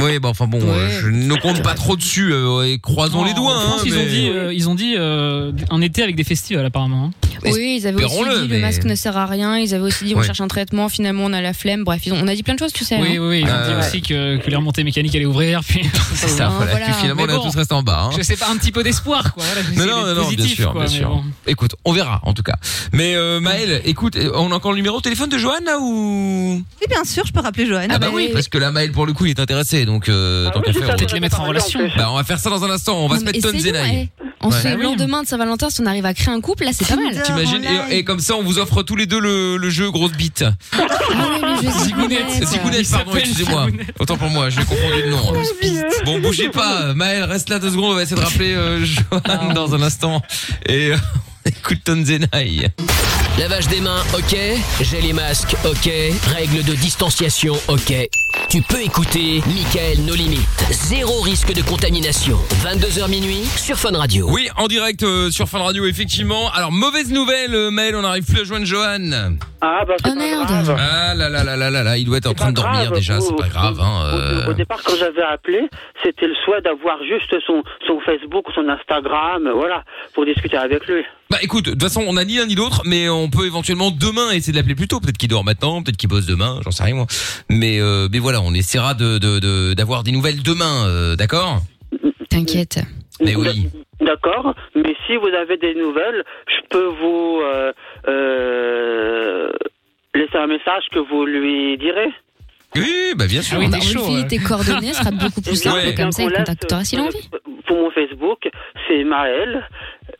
oui, bah, enfin bon, euh, je ne compte pas trop dessus euh, et croisons les doigts.
Oh, En
hein,
France, ils ont
mais-
dit, euh, ils ont dit euh, un été avec des festivals apparemment. hein.
Oui, ils avaient aussi
Espérons-le,
dit
mais-
le masque ne sert à rien, ils avaient aussi dit on
Ouais.
cherche un traitement, finalement on a la flemme, bref, ils ont- on a dit plein de choses, tu sais.
Oui,
hein.
oui, ils ont dit
Euh,
aussi que, que les remontées mécaniques allaient ouvrir. Puis...
C'est ça,
Ah,
voilà. Puis finalement, on
Mais
a
bon,
tous resté en bas. hein.
Je sais pas, un petit peu d'espoir, quoi. Voilà,
Non,
j'essaie
non, non,
d'être
non, bien
positif,
sûr,
quoi,
bien
mais
sûr.
bon.
Écoute, on verra en tout cas. Mais euh, Maël, écoute, euh, on a encore le numéro de téléphone de Johan là ou
Oui, bien sûr, je peux rappeler Johan.
Ah bah oui, parce que là Maël pour le coup il est intéressé, donc euh, tant qu'à
oui,
faire,
ça,
on-
peut-être les mettre en relation.
Bah, on va faire ça dans un instant. On va se
mais
mettre Tom
essayons,
Zenaï.
eh. En
Ouais.
ce lendemain de Saint-Valentin, si on arrive à créer un couple, là c'est pas mal.
T'imagines et, et comme ça, on vous offre tous les deux le, le jeu grosse bite.
Ah,
Zigounette, Zigounette, pardon, excusez-moi. Autant pour moi, je l'ai confondu le nom. Bon, bougez pas, Maël, reste là deux secondes, on va essayer de rappeler euh, Johan dans un instant. Et euh, on écoute Tom Zenaï.
Lavage des mains, ok. J'ai les masques, ok. Règles de distanciation, ok. Tu peux écouter Michael No Limites. Zéro risque de contamination. 22h minuit sur Fun Radio.
Oui, en direct euh, sur Fun Radio, effectivement. Alors, mauvaise nouvelle, euh, Maël, on n'arrive plus à joindre Johan.
Ah, bah, c'est
Oh,
pas grave.
Ah là là là là là là, il doit être en train de dormir
grave.
déjà, c'est
Au-
pas grave. Hein, euh.
Au départ, quand j'avais appelé, c'était le souhait d'avoir juste son, son Facebook, son Instagram, voilà, pour discuter avec lui.
Bah écoute, de toute façon, on a ni l'un ni l'autre, mais on peut éventuellement demain essayer de l'appeler plus tôt. Peut-être qu'il dort maintenant, peut-être qu'il bosse demain, j'en sais rien moi. Mais euh, mais voilà, on essaiera de de- de- d'avoir des nouvelles demain, euh, d'accord
T'inquiète.
Mais oui.
D'accord, mais si vous avez des nouvelles, je peux vous euh, euh, laisser un message que vous lui direz.
Oui, bah bien sûr.
Ah oui, bah, on lui file tes coordonnées, ce sera beaucoup plus simple.
Ouais.
Comme ça, il
Donc, on laisse,
contactera s'il a envie.
Pour mon Facebook, c'est Maël.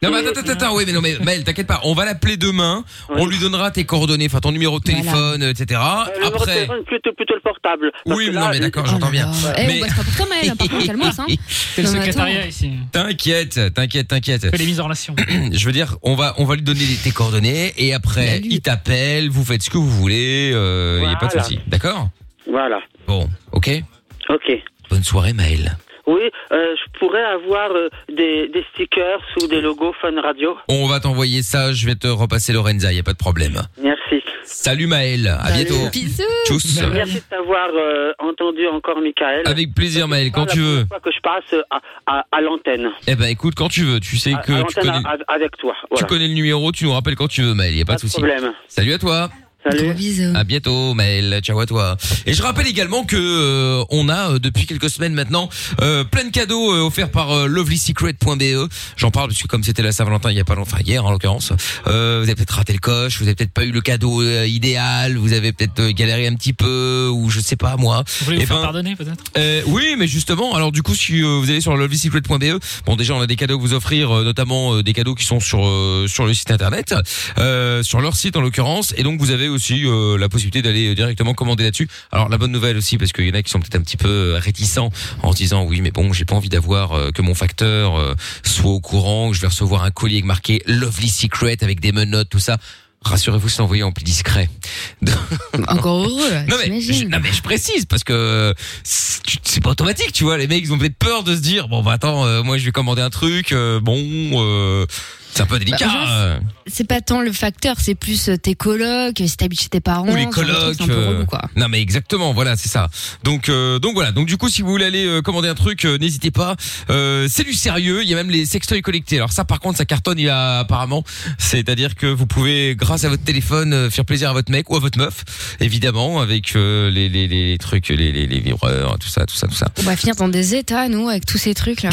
Non mais attends, attends, attends, oui mais non mais Maël, t'inquiète pas, on va l'appeler demain, on lui donnera tes coordonnées, enfin ton numéro de téléphone, etc.
Le numéro de
Après,
téléphone, plutôt, plutôt le portable.
oui, non mais d'accord, j'entends bien.
Eh, on
Mais
bosse pas pour toi, Maël, hein, par contre, calme-toi. Hein.
C'est le
Non, mais attends.
secrétariat ici.
t'inquiète, t'inquiète, t'inquiète.
Les mises en relation.
Je veux dire, on va on va lui donner les- tes coordonnées et après il t'appelle, vous faites ce que vous voulez, il y a pas de
Voilà.
souci, d'accord
Voilà.
Bon, ok.
Ok.
Bonne soirée Maël.
Oui, euh, je pourrais avoir euh, des, des stickers ou des logos Fun Radio.
On va t'envoyer ça, je vais te repasser Lorenza, il y a pas de problème.
Merci.
Salut Bah, Maël, à bientôt. Tchuss.
Merci de t'avoir euh, entendu encore, Michael.
Avec plaisir Maël, quand tu veux.
Fois que je passe euh, à, à- à l'antenne.
Eh ben écoute, quand tu veux, tu sais
À- Ah, à
que tu
l'antenne hein.
connais
a- avec toi.
Tu
Voilà.
connais le numéro, tu nous rappelles quand tu veux, Maël, y a pas, de souci.
problème.
Salut à toi.
Salut.
À bientôt, Maël. Ciao à toi. Et je rappelle également que euh, on a euh, depuis quelques semaines maintenant euh, plein de cadeaux euh, offerts par euh, lovelysecret.be. E. J'en parle parce que comme c'était la Saint-Valentin il y a pas longtemps, enfin, hier en l'occurrence, euh, vous avez peut-être raté le coche, vous avez peut-être pas eu le cadeau euh, idéal, vous avez peut-être euh, galéré un petit peu ou je sais pas moi.
Vous voulez
Eh
vous faire
ben,
pardonner peut-être
euh, oui, mais justement, alors du coup, si euh, vous allez sur lovelysecret.be, E, bon déjà on a des cadeaux à vous offrir, euh, notamment euh, des cadeaux qui sont sur euh, sur le site internet, euh, sur leur site en l'occurrence, et donc vous avez aussi euh, la possibilité d'aller directement commander là-dessus. Alors la bonne nouvelle aussi, parce qu'il y en a qui sont peut-être un petit peu euh, réticents en se disant oui, mais bon, j'ai pas envie d'avoir euh, que mon facteur euh, soit au courant, que je vais recevoir un collier marqué Lovely Secret avec des menottes, tout ça. Rassurez-vous, c'est envoyé en plus discret.
Encore heureux,
Non mais, je, non mais je précise parce que c'est c'est pas automatique, tu vois. Les mecs ils ont peut-être peur de se dire bon bah attends, euh, moi je vais commander un truc, euh, bon euh, c'est un peu délicat.
Bah, en
euh.
C'est pas tant le facteur, c'est plus euh, tes colocs, si t'habites chez tes parents.
ou les
ce genre de truc,
colloques.
c'est un peu
euh,
relou, quoi.
Non mais exactement, voilà, c'est ça. Donc euh, donc voilà, donc du coup si vous voulez aller euh, commander un truc, euh, n'hésitez pas. Euh, c'est du sérieux, il y a même les sextoys collectés. Alors ça par contre ça cartonne il y a apparemment, c'est-à-dire que vous pouvez grâce à votre téléphone euh, faire plaisir à votre mec ou à votre meuf, évidemment avec euh, les, les les trucs les les, les vibreurs, tout ça, tout ça, tout ça.
On va finir dans des états, nous, avec tous ces trucs là.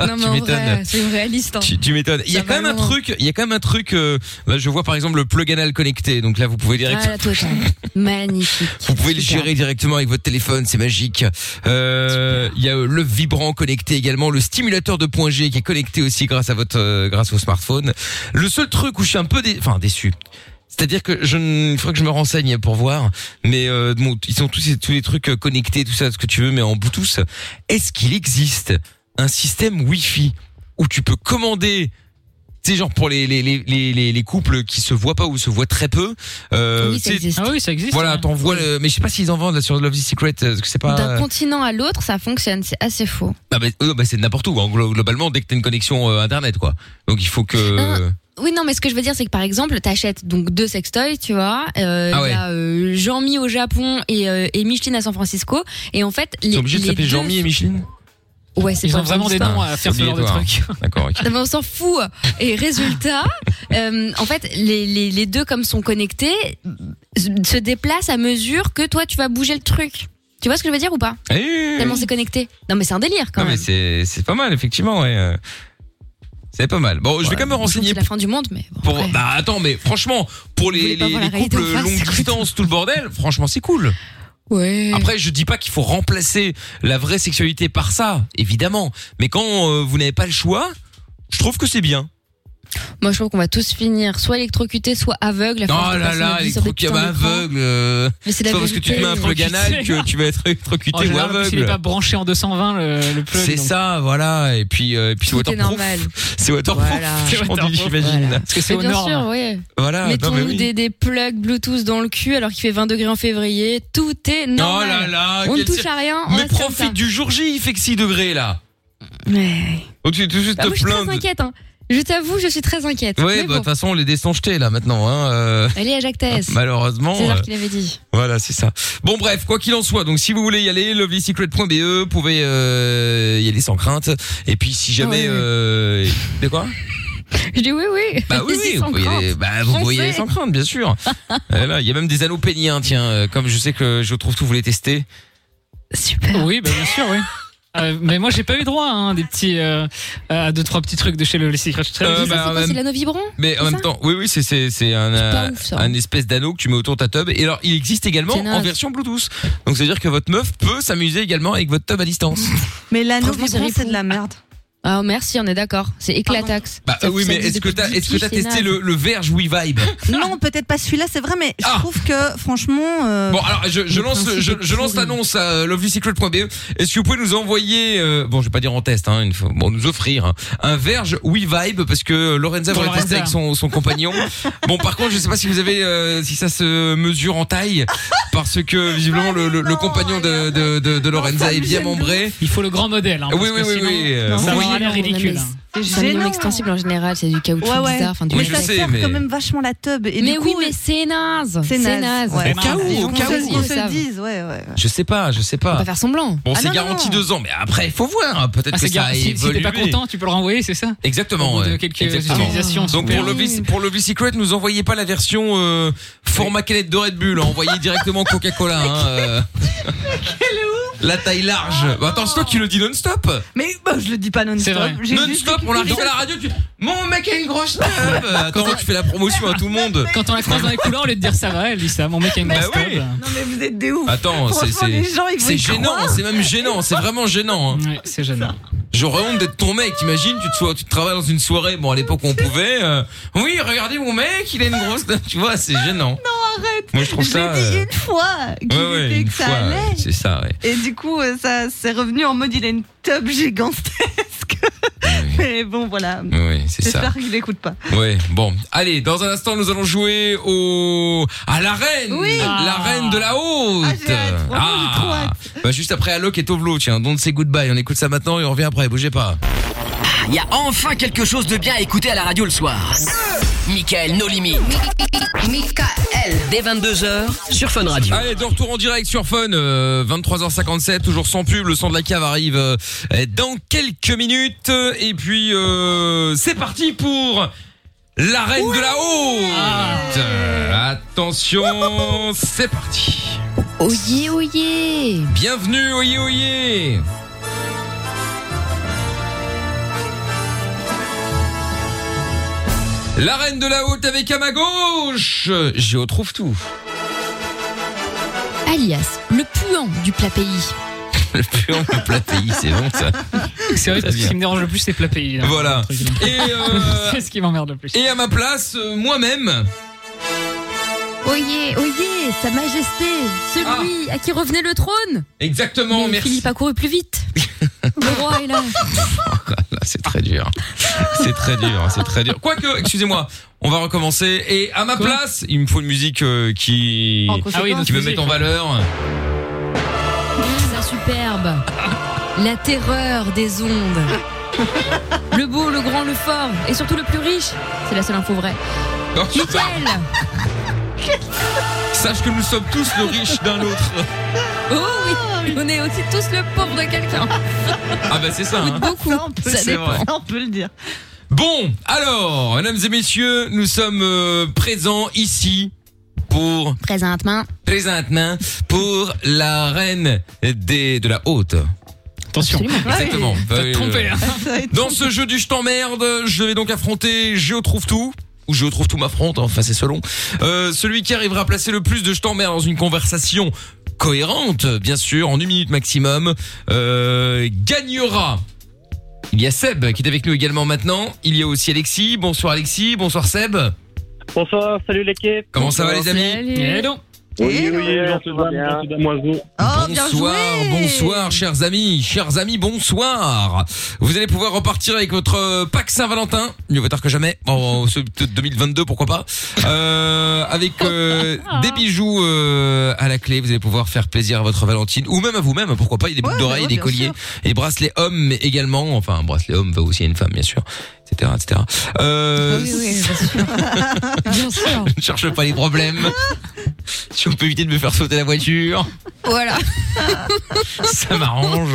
non, mais
Tu
en vrai,
m'étonnes.
soyons réalistes. hein.
Tu, tu m'étonnes. Il y a
Ça
quand
va
même un
loin.
truc, il y a quand même un truc. euh, là, je vois par exemple le plug anal connecté. Donc là, vous pouvez direct,
Ah, la total. Magnifique.
vous pouvez le gérer directement avec votre téléphone. C'est magique. Euh, Il y a euh, le vibrant connecté également, le stimulateur de point G qui est connecté aussi grâce à votre, euh, grâce au smartphone. Le seul truc où je suis un peu, dé- enfin déçu. C'est-à-dire que je ne- il faudrait que je me renseigne pour voir, mais euh, bon, ils sont tous tous les trucs euh, connectés, tout ça, ce que tu veux, mais en Bluetooth. Est-ce qu'il existe un système Wi-Fi où tu peux commander tu sais genre pour les les, les, les, les- les couples qui se voient pas ou se voient très peu euh,
Oui,
tu
ça
sais,
existe. Ah oui, ça existe,
voilà
ouais.
t'envoies le mais je sais pas s'ils en vendent là, sur Love is Secret euh, parce que c'est pas
D'un continent à l'autre, ça fonctionne, c'est assez faux.
Ah, bah, euh, bah, c'est n'importe où hein, glo- globalement dès que t'as une connexion euh, internet quoi donc il faut que
Oui, non, mais ce que je veux dire, c'est que par exemple, t'achètes donc deux sextoys, tu vois. Euh,
Ah
Il y a
ouais.
euh, Jean-Mi au Japon et, euh, et Micheline à San Francisco. Et en fait, les.
t'es obligé de
les
s'appeler
deux-
Jean-Mi et Micheline
Ouais, c'est
Ils
pas
ont vraiment des
Jean-Mi,
noms
c'est
à faire ce genre de
Oubliez-toi.
truc.
D'accord, ok.
Non, Ah, mais on s'en fout. Et résultat, euh, en fait, les, les, les deux comme sont connectés, se se déplacent à mesure que toi tu vas bouger le truc. Tu vois ce que je veux dire ou pas
Eh, oui, oui, oui.
Tellement c'est connecté. Non, mais c'est un délire quand
non mais
même.
c'est c'est pas mal effectivement ouais euh, c'est pas mal bon oh, je vais quand même me
Je trouve que
renseigner
C'est la fin du monde, mais bon.
pour bah attends mais franchement pour
Vous
les
voulez pas
les,
voir
les
la réalité
couples
en face,
longue distance tout le bordel franchement c'est cool
Ouais.
Après, je dis pas qu'il faut remplacer la vraie sexualité par ça, évidemment. Mais quand euh, vous n'avez pas le choix, je trouve que c'est bien.
Moi, je trouve qu'on va tous finir soit électrocutés, soit aveugles. à
Oh
force de
là
passer
là,
notre vie
les
sur des
trucs
putains d'écrans.
aveugle. euh, C'est
Mais c'est la
pas parce que tu te mets un
vérité.
plug anal que tu vas être
Oh là
électrocuté ou
là, en plus, il est
aveugle.
pas branché en 220 le, le plug.
C'est
donc.
ça, voilà. Et puis, euh, et puis
Tout
c'est
est
waterproof.
normal.
C'est waterproof.
Voilà.
C'est
C'est
waterproof,
waterproof,
j'imagine.
voilà. Parce que c'est
Mais bien sûr, oui.
Voilà, non, mais
Mettons-nous
oui.
des, des plugs Bluetooth dans le cul alors qu'il fait 20 degrés en février. Tout est
Oh
normal.
là là,
on ne
quel
touche
cir-
à rien. on
Mais
reste comme ça.
profite du jour J, il fait que 6 degrés là. Donc tu tu juste
Bah,
te
moi, je suis très
plaindre.
inquiète. hein. Je t'avoue, je suis très inquiète.
Ouais, bah
Mais
de
bon.
toute façon, les dés sont jetés là maintenant. Hein, euh,
Elle est à Jacques Taès.
Malheureusement.
C'est
euh,
ça qu'il avait dit.
Voilà, c'est ça. Bon, bref, quoi qu'il en soit, donc si vous voulez y aller, lovelysecret.be, pouvez euh, y aller sans crainte. Et puis si jamais,
Ah ouais.
euh, de quoi
Je dis oui, oui.
Bah oui, oui,
C'est
vous
sans
pouvez y aller,
crainte.
bah, vous pouvez y aller sans
Foncez.
crainte, bien sûr. Euh, là, il y a même des anneaux péniens, tiens, euh, comme je sais que je trouve tout voulait tester.
Super.
Oui, bah, bien sûr, oui. Euh, mais moi j'ai pas eu droit hein, des petits euh, à deux trois petits trucs de chez le les Secret Trail.
Euh, bah, en
C'est
même-
l'anneau vibrant
Mais en même temps, oui, oui, c'est c'est c'est un
pas
euh,
ouf, ça.
un espèce d'anneau que tu mets autour de ta tub. Et alors, il existe également
C'est naze.
en version Bluetooth. Donc, c'est à dire que votre meuf peut s'amuser également avec votre tub à distance.
Mais l'anneau
vibrant, c'est
de la merde. Ah, merci, on est d'accord. C'est éclataxe.
Bah
Ça-
euh, oui,
ça
mais
existe
est-ce que
depuis
t'as
le
est-ce que
pipi,
t'as
c'est
testé
naze.
le, le verge WeVibe
Non, peut-être pas celui-là, c'est vrai, mais je trouve que franchement. euh,
Ah. Bon, alors je, je
le
lance le-
principe est
je, je lance
pourri.
l'annonce à euh, lovelysecret.be. E. Est-ce que vous pouvez nous envoyer euh, bon, je vais pas dire en test hein, une fois- bon, nous offrir hein, un verge WeVibe parce que Lorenza
Pour
va le
Lorenza.
tester avec son, son compagnon. bon, par contre, je sais pas si vous avez euh, si ça se mesure en taille parce que visiblement le, le- le compagnon de de, de, de Lorenza est bien membré.
Il faut le grand modèle. Hein,
Oui,
parce que
oui, oui,
sinon,
oui, euh,
Ça
vous
aura l'air
voyez.
ridicule.
Non,
hein.
C'est un
gênant.
extensible en général, c'est du caoutchouc
Ouais, ouais.
bizarre. Enfin, du
Oui, je
ça
sais,
serre
mais-
quand même vachement la tub. Et
Mais
du
oui,
coup,
mais c'est naze.
c'est naze.
Au cas où,
Les
au
gens
cas
se-
où.
Ils
Ils
se
savent.
disent, ouais, ouais.
Je sais pas, je sais
On
pas.
va faire semblant.
Bon,
Ah
c'est
non,
garanti
non.
deux ans, mais après, il faut voir. hein, Peut-être
Ah,
que
c'est
ça a
gar- si- si
évolué.
t'es pas content, tu peux le renvoyer, c'est ça
Exactement.
Au bout de
ouais.
quelques
Exactement.
utilisations,
Donc
super.
pour le Vic- pour le Secret, nous envoyez pas la version euh, format canette de Red Bull, hein, envoyez directement Coca-Cola. hein, euh. La taille large. Bah, attends, c'est toi qui le dis non-stop.
Mais bah, je le dis pas
C'est
non-stop.
vrai.
J'ai juste
Non-stop, on arrive à la radio. Tu... Mon mec a une grosse tub. Euh, Attends, tu fais la promotion à tout le monde.
Quand on la croise dans les couloirs, au lieu de dire ça va, elle dit ça. Mon mec a une
Bah
grosse
oui.
table.
Non, mais vous êtes des ouf.
Attends, c'est
Franchement,
c'est
les gens, ils vont
c'est
y
gênant,
croire.
c'est même gênant, c'est vraiment gênant. hein.
c'est gênant.
J'aurais honte d'être ton mec, t'imagines, tu te sois, tu te travailles dans une soirée, bon à l'époque on pouvait. euh, oui, regardez mon mec, il a une grosse, tu vois, c'est gênant.
Non, arrête.
Moi, je trouve ça,
l'ai dit
euh,
une fois qu'il
Ouais, ouais,
était
une
que ça
fois, ouais,
allait.
c'est ça, ouais.
Et du coup, euh, ça c'est revenu en mode il a une tub gigantesque. Mais bon, voilà.
Oui, c'est ça.
J'espère qu'il n'écoute pas.
Ouais, bon. Allez, dans un instant, nous allons jouer au à la reine,
Oui.
la
Ah.
reine de la haute.
Ah, j'ai hâte. Vraiment, j'ai trop hâte.
Bah, juste après Alok et Tovlo, tiens, don't say goodbye. On écoute ça maintenant et on revient après. Bougez pas.
Il Ah, y a enfin quelque chose de bien à écouter à la radio le soir. Michael No Limit. Michael. Dès 22h sur Fun Radio.
Allez, de retour en direct sur Fun, euh, 23h57, toujours sans pub, le son de la cave arrive euh, dans quelques minutes. Et puis, euh, c'est parti pour la reine de la haute. Attention, c'est parti.
Oyez, oyez.
Bienvenue, oyez, oyez. La reine de la haute avec à ma gauche, j'y retrouve tout.
Alias, le puant du plat pays.
Le puant, le plat pays, c'est bon ça.
C'est vrai,
Très
parce que ce
bien.
qui me dérange le plus, c'est plat pays. hein.
Voilà. Et, euh,
C'est ce qui m'emmerde le plus.
et à ma place, euh, moi-même.
Oyez, oyez, Sa Majesté,
Ah.
celui à qui revenait le trône.
Exactement,
Mais
merci.
Philippe a couru plus vite. le roi est là.
Là, c'est très dur. C'est très dur, hein, c'est très dur. Quoique, excusez-moi, on va recommencer. Et à ma
Quoi
place, il me faut une musique euh, qui,
En conséquence. Ah oui,
qui me
notre
mette
musique.
en valeur.
Un superbe. La terreur des ondes. Le beau, le grand, le fort. Et surtout le plus riche. C'est la seule info vraie.
Oh, putain.
Michael.
Sache que nous sommes tous le riche d'un l'autre.
Oh
Ah
oui. On est aussi tous le pauvre de quelqu'un.
Ah bah c'est ça. hein.
Beaucoup. Ça
c'est
dépend.
vrai.
On peut le dire.
Bon, alors, mesdames et messieurs, nous sommes euh, présents ici pour
Présentement.
présentement pour la reine des de la haute.
Attention.
Exactement. Bah oui,
trompé,
euh,
hein.
Dans ce jeu du je t'emmerde, je vais donc affronter Géo trouve tout ou Géo trouve tout m'affronte, hein, enfin c'est selon. Euh, celui qui arrivera à placer le plus de je t'emmerde dans une conversation cohérente, bien sûr, en une minute maximum, euh, gagnera Il y a Seb qui est avec nous également maintenant. Il y a aussi Alexis. Bonsoir Alexis, bonsoir Seb.
Bonsoir, salut l'équipe.
Comment ça va les amis
Eh
donc.
Oui, oui, gentil dame, gentil dame, oiseau.
Oh,
Oh,
bonsoir, bonsoir, chers amis, chers amis, bonsoir. Vous allez pouvoir repartir avec votre euh, pack Saint-Valentin, mieux vaut tard que jamais, en ce- peut-être 2022, pourquoi pas, Euh, avec euh, des bijoux euh, à la clé. Vous allez pouvoir faire plaisir à votre Valentine ou même à vous-même, pourquoi pas. Il y a des boucles d'oreilles, des colliers, et des bracelets hommes mais également. Enfin, un bracelet homme va aussi à une femme, bien sûr, etc., etc. Euh,
Bien sûr.
je ne cherche pas les problèmes. Si on peut éviter de me faire sauter la voiture,
Voilà.
ça m'arrange.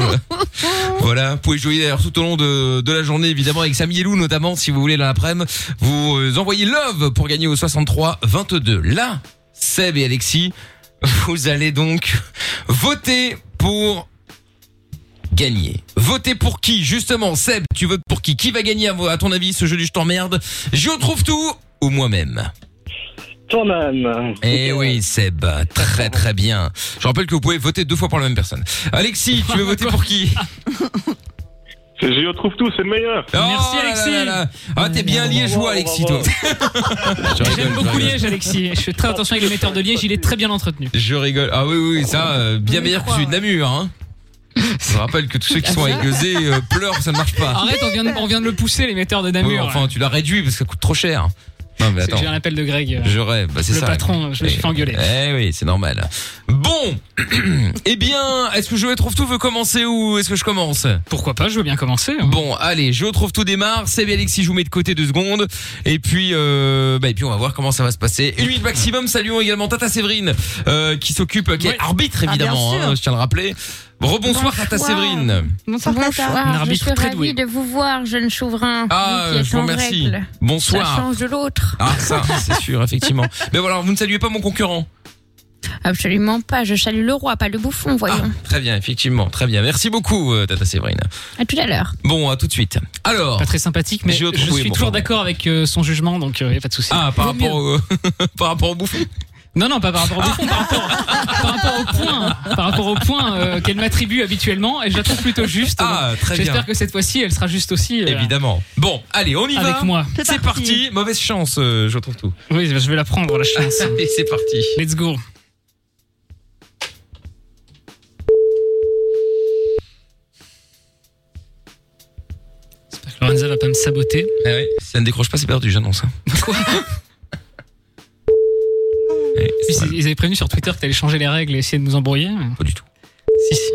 Voilà, vous pouvez jouer d'ailleurs tout au long de, de la journée, évidemment, avec Samy et Lou, notamment, si vous voulez, dans l'après-midi. Vous euh, envoyez Love pour gagner au 63-22. Là, Seb et Alexis, vous allez donc voter pour gagner. Voter pour qui Justement, Seb, tu votes pour qui Qui va gagner à, vo- à ton avis ce jeu du je t'emmerde Je trouve tout ou moi-même
Toi-même.
Eh oui, Seb, très très bien. Je rappelle que vous pouvez voter deux fois pour la même personne. Alexis, tu veux voter pour qui
Je retrouve tout, c'est le meilleur.
Oh,
Oh
Merci Alexis. Ah, t'es bien liégeois, Alexis, toi. Je rigole, hein.
J'aime
je
beaucoup
rigole.
Liège, Alexis. Je fais très attention avec le metteur de Liège, il est très bien entretenu.
Je rigole. Ah oui, oui, ça, euh, bien meilleur que celui de Namur. Hein. Je rappelle que tous ceux qui sont aiguisés euh, pleurent, ça ne marche pas.
Ah, Arrête, on vient, de, on vient de le pousser, les metteurs de
Oui,
Namur.
enfin, tu l'as réduit parce que ça coûte trop cher. Non, mais
C'est que
attends.
J'ai un appel de Greg. euh,
Je rêve, bah, c'est
le
ça.
patron, je me suis fait engueuler.
Eh oui, c'est normal. Bon, eh bien, est-ce que Joël Trouve Tout veut commencer ou est-ce que je commence
Pourquoi pas, je veux bien commencer. hein.
Bon, allez, Joël Trouve Tout démarre. C'est bien Alexis, je vous mets de côté deux secondes. Et puis, euh, bah, et puis on va voir comment ça va se passer. Une minute maximum, saluons également Tata Séverine, euh, qui s'occupe, qui est arbitre évidemment,
Ah, bien sûr.
hein, je tiens à le rappeler. Rebonsoir Tata Séverine.
Bonsoir,
Un
je
arbitre
suis
très
ravie de vous voir, jeune chauvrin.
Ah,
vous qui êtes
je vous
en
remercie.
règle.
Bonsoir.
Ça change de l'autre.
Ah ça, c'est sûr, effectivement. Mais voilà, vous ne saluez pas mon concurrent.
Absolument pas. Je salue le roi, pas le bouffon, voyons.
Très bien, effectivement, très bien. Merci beaucoup, euh, Tata Séverine.
À tout à l'heure.
Bon, à tout de suite. Alors,
Pas très sympathique, mais je,
Joël Trouve-Tout, oui,
suis
bon,
toujours
pardon.
d'accord avec euh, son jugement, donc il n'y a pas de souci.
Ah, par
Vaut mieux.
rapport, au, par rapport au bouffon
Non, non, pas par rapport au bouffon, par, rapport, par rapport au point, par rapport au point euh, qu'elle m'attribue habituellement, et je la trouve plutôt juste.
Ah,
donc
très bien.
J'espère que cette fois-ci, elle sera juste aussi. euh,
Évidemment. Bon, allez, on y va.
Avec moi.
C'est parti. Mauvaise chance, euh, je trouve tout.
Oui, je vais la prendre, la chance.
Et c'est parti.
Let's go. J'espère que Lorenza va pas me saboter.
Ah ouais, si ça ne décroche pas, c'est perdu, j'annonce. hein.
Quoi
Eh,
Puis, c'est- Ils avaient prévenu sur Twitter que t'allais changer les règles et essayer de nous embrouiller.
Pas du tout.
Si, si.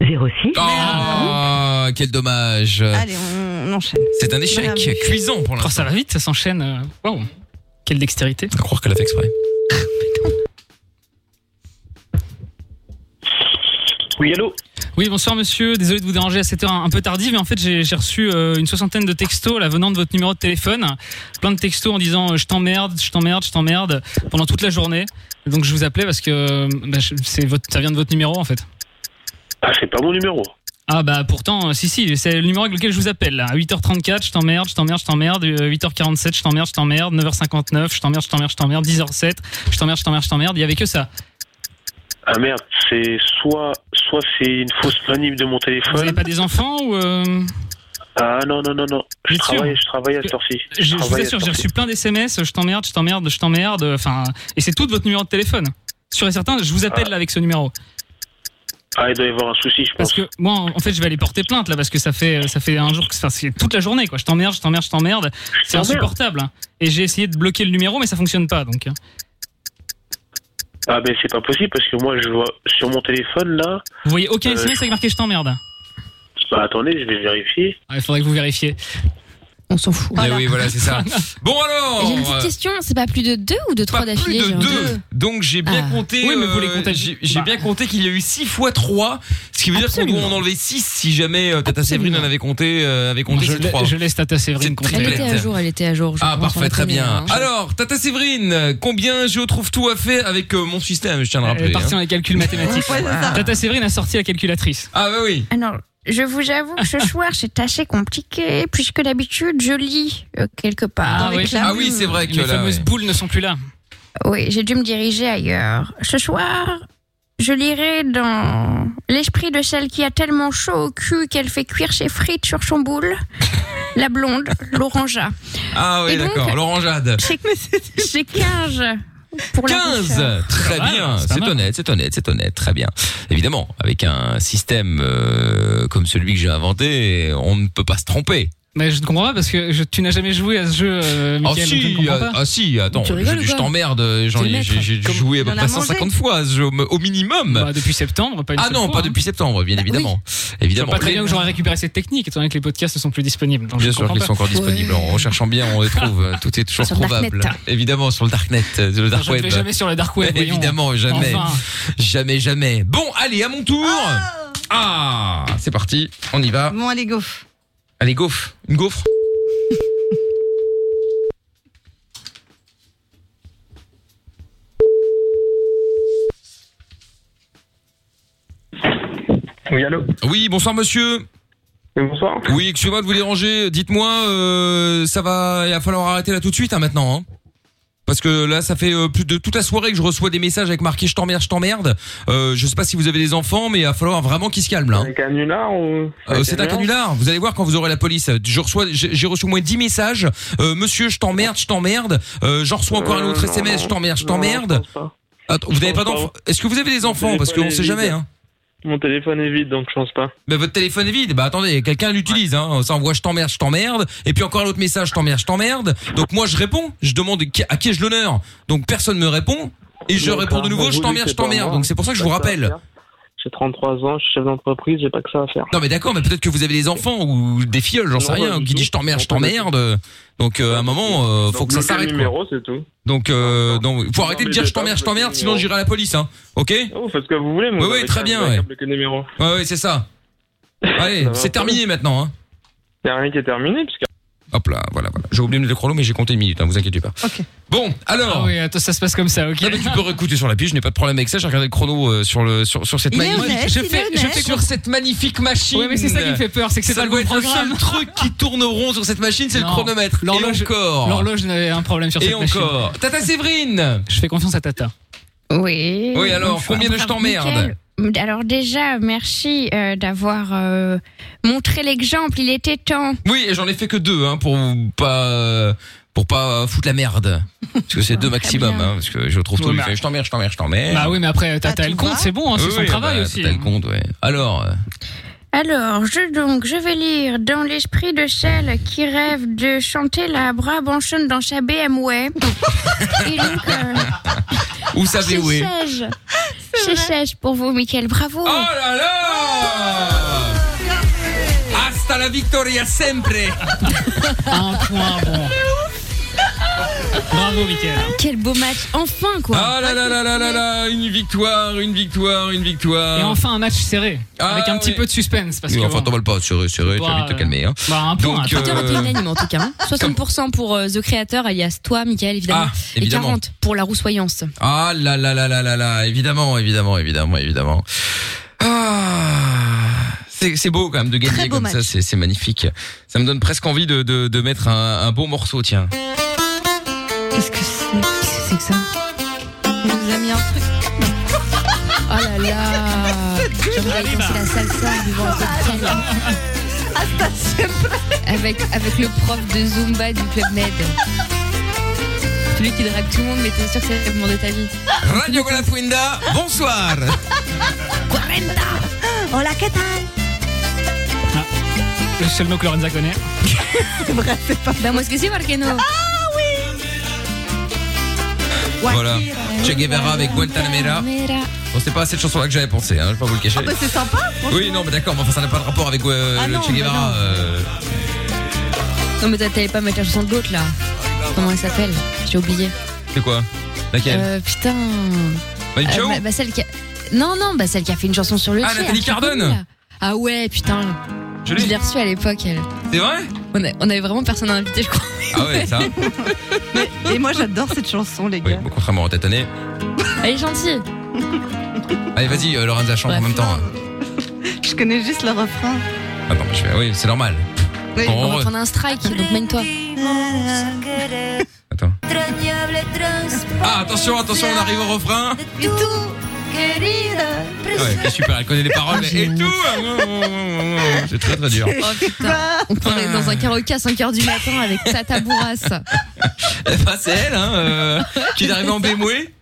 06. Ah, quel dommage.
Allez, on, on enchaîne.
C'est un échec
Merde.
cuisant pour l'instant.
Oh, ça va vite, ça s'enchaîne. euh, Waouh. Quelle dextérité.
À croire qu'elle a fait exprès.
Oui, allô
Oui, bonsoir monsieur. Désolé de vous déranger à cette heure un peu tardive, mais en fait j'ai j'ai reçu euh, une soixantaine de textos là venant de votre numéro de téléphone. Plein de textos en disant euh, je t'emmerde, je t'emmerde, je t'emmerde pendant toute la journée. Donc je vous appelais parce que euh, bah, je- c'est votre, ça vient de votre numéro en fait.
Ah, c'est pas mon numéro.
Ah bah pourtant, euh, si si, c'est le numéro avec lequel je vous appelle là. À 8h34, je t'emmerde, je t'emmerde, je t'emmerde. Euh, 8h47, je t'emmerde, je t'emmerde. 9h59, je t'emmerde, je t'emmerde, je t'emmerde. 10h07, je t'emmerde, je t'emmerde, je t'emmerde. Il y avait que ça.
Ah merde, c'est soit, soit c'est une fausse manip de mon
Vous n'avez
téléphone.
pas des enfants ou euh,
Ah non, non, non, non. Je
Bien sûr.
travaille, je travaille à cette heure-ci.
Je, je vous
travaille à
assure,
cette
j'ai
heure-ci.
reçu plein d'SMS, je t'emmerde, je t'emmerde, je t'emmerde, euh, enfin, et c'est tout de votre numéro de téléphone. Sûr et certain, je vous appelle là avec ce numéro.
Ah, il doit y avoir un souci, je pense.
Parce que moi, en en fait, je vais aller porter plainte là, parce que ça fait, ça fait un jour que enfin, c'est toute la journée, quoi. Je t'emmerde, je t'emmerde, je t'emmerde. C'est
t'emmerde.
insupportable. hein. Et j'ai essayé de bloquer le numéro, mais ça fonctionne pas, donc. hein.
Ah, mais c'est pas possible parce que moi, je vois sur mon téléphone là.
Vous voyez aucun
Euh,
SMS avec marqué je t'emmerde.
Bah, attendez, je vais vérifier.
Ah, il faudrait que vous vérifiez.
On s'en fout.
Eh oui, voilà, c'est ça. Bon alors.
J'ai une petite
euh,
question. C'est pas plus de deux ou de trois d'affilée
de
j'ai un
deux. Donc j'ai bien compté.
Ah. Oui, mais vous les
euh,
comptez-
J'ai j'ai bien compté qu'il y a eu 6 fois 3 ce qui veut dire qu'on doit en enlever 6 si jamais euh, Tata Séverine en avait compté, euh, avait compté
je,
ces
la-
trois.
je laisse Tata Séverine compter.
Elle était à jour, elle était à jour. je
Ah
pense, on
parfait,
la
très
connaît,
bien.
hein.
Alors, Tata Séverine, euh, combien je trouve tout à fait avec euh, mon système, je tiens à le
Elle est
rappeler.
partie dans
hein.
les calculs mathématiques.
Ouais, c'est ça.
Tata Séverine a sorti la calculatrice.
Ah bah oui.
Alors, je vous avoue que ce soir, c'est assez compliqué, puisque d'habitude, je lis euh, quelque part.
Ah,
dans les
oui,
classes.
c'est vrai que
Ah les
là,
fameuses
ouais.
boules ne sont plus là.
Oui, j'ai dû me diriger ailleurs. Ce soir,
Je lirai dans l'esprit de celle qui a tellement chaud au cul qu'elle fait cuire ses frites sur son boule. La blonde, l'orangea.
Ah oui,
Et donc,
d'accord. Laurent Jade.
J'ai j'ai 15 pour la
15
douceur.
Très bien, c'est honnête, c'est honnête, c'est honnête, très bien. Évidemment, avec un système euh, comme celui que j'ai inventé, on ne peut pas se tromper.
Mais je ne comprends pas parce que je- tu n'as jamais joué à ce jeu, euh,
Ah
Mickaël, donc je ne
si,
comprends
ah,
pas.
ah si, attends,
Tu
je,
rigoles ou
je
quoi
t'emmerde, j'en
T'es
ai-
maître.
j'ai j'ai joué à peu
Il en a
près
mangé.
150 fois à ce jeu, au, au minimum.
Bah, depuis septembre, pas une
Ah
seule
non,
fois,
pas
hein.
depuis septembre, bien évidemment.
Je
Évidemment.
vois pas très
Les-
bien que j'aurais récupéré cette technique étant donné que les podcasts ne sont plus disponibles. donc je
Bien sûr
comprends
qu'ils
pas.
sont encore disponibles. En recherchant bien, on les trouve. Tout est toujours
Sur le
trouvable.
Darknet.
Évidemment, sur le Darknet, euh, le Dark
je ne
Web.
vais jamais sur le Dark Web, voyons.
Évidemment, jamais.
Enfin.
Jamais, jamais. Bon, allez, à mon tour. Ah, c'est parti. On y va.
Bon, allez, gaufre.
Allez, gaufre. Une gaufre.
Oui, allô
Oui, bonsoir, monsieur.
Bonsoir.
Oui, excusez-moi de vous déranger. Dites-moi, euh, ça va, il va falloir arrêter là tout de suite, hein, maintenant. hein. Parce que là, ça fait euh, plus de toute la soirée que je reçois des messages avec marqué je t'emmerde, je t'emmerde. Euh, je sais pas si vous avez des enfants, mais il va falloir vraiment qu'ils se calment là. hein.
Un canular ou
Euh, c'est un canular. Vous allez voir quand vous aurez la police. Je reçois, j'ai j'ai reçu au moins 10 messages. Euh, monsieur, je t'emmerde, je t'emmerde. Euh, J'en reçois encore un autre SMS. Je t'emmerde, je t'emmerde. Attends, vous n'avez pas d'enfants Est-ce que vous avez des enfants Parce qu'on
téléphone
sait
est
jamais.
vide.
Hein.
Mon téléphone est vide, donc je pense pas.
Mais votre téléphone est vide. Bah attendez, quelqu'un l'utilise. Hein. Ça envoie je t'emmerde, je t'emmerde. Et puis encore un autre message, je t'emmerde, je t'emmerde. Donc moi je réponds. Je demande qui- à qui ai-je l'honneur. Donc personne me répond. Et je
Donc,
réponds de
hein,
nouveau,
vous
je
dites
t'emmerde,
que
je t'emmerde.
moi, Bah,
Donc c'est pour ça que je vous
pas à
rappelle.
faire. J'ai 33 ans, je suis chef d'entreprise, j'ai pas que ça à faire.
Non mais d'accord, mais peut-être que vous avez des enfants ou des filles, j'en sais
Non,
rien,
pas du
qui
tout.
disent je t'emmerde, je
Non, pas du
t'emmerde. Donc euh, à un moment, euh, faut
Donc,
que
bloquez
ça
le
s'arrête. quoi.
numéro, c'est tout.
Donc, euh, donc, faut
Non,
arrêter de
mais
dire
j'ai
je t'emmerde,
pas
je t'emmerde,
bloqué
sinon
le
j'irai à la police, hein. Ok
Vous Oh, faites ce que vous voulez,
Oui,
moi.
oui,
avec
très
un-
bien,
avec un
ouais.
bloqué numéro.
Ouais, ouais, c'est ça. Allez,
Ça va.
c'est terminé maintenant, hein.
Y a rien qui est terminé, puisque.
Hop là, voilà, voilà. J'ai oublié le chrono, mais j'ai compté une minute, hein, vous inquiétez pas. Bon,
Ah
alors.
oui, attends, ça se passe comme ça, ok.
Non, mais tu peux réécouter sur la pige, je n'ai pas de problème avec ça, j'ai regardé le chrono euh, sur, le, sur, sur cette
Il est
magnifique.
honnête,
je
il est
fais, je
honnête.
fais sur cette magnifique machine.
Ouais, mais c'est ça qui me fait peur, c'est que c'est
ça
pas le
doit
bon
être le seul
programme.
truc qui tourne rond sur cette machine, c'est le
Non.
chronomètre. Et
L'horloge-
encore.
L'horloge n'avait un problème sur
Oh. Et
cette machine.
encore. Tata Séverine
Je fais confiance à Tata.
Oui.
Oui, alors,
Bonsoir.
combien de je t'emmerde
Mickaël, Alors déjà, merci euh, d'avoir euh, montré l'exemple, il était temps.
Oui, et j'en ai fait que deux, hein, pour pas pour pas foutre la merde. Parce que c'est deux maximum, hein, parce que je trouve tout.
Ah, Ouais,
il
bah.
fait, Je t'emmerde, je t'emmerde, je t'emmerde.
Bah oui, mais après, Tata, elle compte, c'est bon, hein, c'est
Eh. Oui,
son
oui,
travail
bah,
aussi.
t'as le compte, ouais. Alors, euh,
Alors, je donc, je vais lire dans l'esprit de celle qui rêve de chanter la Brabançonne dans sa BMW. Et donc, euh,
où ça fait
c'est
où est
16. C'est 16 pour vous, Mickaël, bravo.
Oh là là Ah. Hasta la victoria sempre
Un point, bon. Bravo, Mickaël.
Quel beau match, enfin quoi.
Ah là là là là là là, une victoire, une victoire, une victoire.
Et enfin, un match serré.
Ah,
avec un petit
ouais.
peu de suspense. Parce
Oui,
que
enfin,
bon.
t'en pas, serré, serré, tu
Bah,
vas vite te calmer. Hein.
Bah, un point.
Donc,
Twitter
On
euh,
était unanime en tout cas. hein. 60% pour euh, The Creator, alias toi, Michael, évidemment.
Ah, évidemment.
Et 40 pour la roussoyance.
Ah là là là là là là, évidemment, évidemment, évidemment, évidemment. Ah, c'est c'est beau quand même de gagner
beau
comme ça,
match.
c'est c'est magnifique. Ça me donne presque envie de, de, de mettre un, un beau morceau, tiens.
Qu'est-ce que c'est Qu'est-ce que c'est que ça Il nous a mis un truc.
Oh là là J'aimerais aller danser la salsa du ventre
Ah,
avec, avec le prof de Zumba du Club Med. Celui qui drague tout le monde, mais t'es sûr que c'est le monde de ta vie.
Radio Galafuinda, bonsoir
40
Hola, que tal
Le seul mot que Lorenza connaît.
Vamos que sí, porque no. Ah
Voilà, Che Guevara avec
Ah.
Guantanamera. Bon, c'est pas à cette chanson-là que j'avais pensé, hein, je vais pas vous le cacher.
Ah, bah, c'est sympa franchement.
oui, non, mais d'accord, mais enfin, ça n'a pas de rapport avec euh,
Ah
le
non,
Che Guevara.
bah non.
euh,
Non, mais t'allais pas mettre la chanson de l'autre là. Comment elle s'appelle J'ai oublié.
c'est quoi Laquelle
Euh, putain.
Mike Chao
bah, bah, celle qui a- Non, non, bah, celle qui a fait une chanson sur le
Ah,
jet,
Nathalie
elle, très
Cardone
connue, là. Ah ouais, putain.
Je l'ai.
reçue à l'époque, elle.
C'est vrai
On, a- on avait vraiment personne à inviter, je crois.
Ah ouais, ça
Et moi, j'adore cette chanson, les
Oui,
gars.
bon, contrairement à Tatané.
Elle est gentille.
Allez, vas-y, euh, Lorenza,
Bah,
chante en même temps. hein.
Je connais juste le refrain.
Ah non, mais je vais- oui, c'est normal.
Oui,
Bon,
on va
re-
prendre un strike, donc mène-toi.
Ah, attention, attention, on arrive au refrain. Ah
Et tout
querida.
Ouais, c'est super, elle connaît les paroles mais- et tout. Ah, C'est très très dur.
Oh putain, on pourrait être dans un karaoké à 5h du matin avec Tata Bourrasse.
Eh ben, c'est elle, hein, euh, qui est arrivée en bémoué.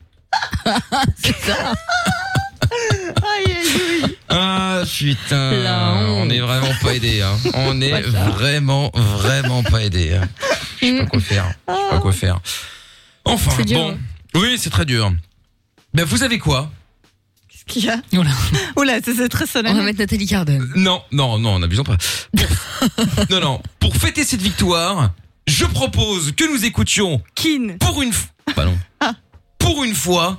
C'est ça.
Aïe, aïe, aïe.
Ah putain, on est vraiment pas aidé. Hein. On est vraiment, vraiment pas aidé. hein. Je sais pas quoi faire. Je sais pas quoi faire. Enfin,
Ah. C'est dur,
bon.
hein.
Oui, c'est très dur. Ben vous avez quoi
Qu'est-ce qu'il y a Oula, Oula c'est- c'est très solennel. On va mettre
Nathalie Cardone.
Non, non, non, n'abusons pas. Pour- non, non. Pour fêter cette victoire, je propose que nous écoutions
Kin
pour une. fois Bah non. Pour une fois,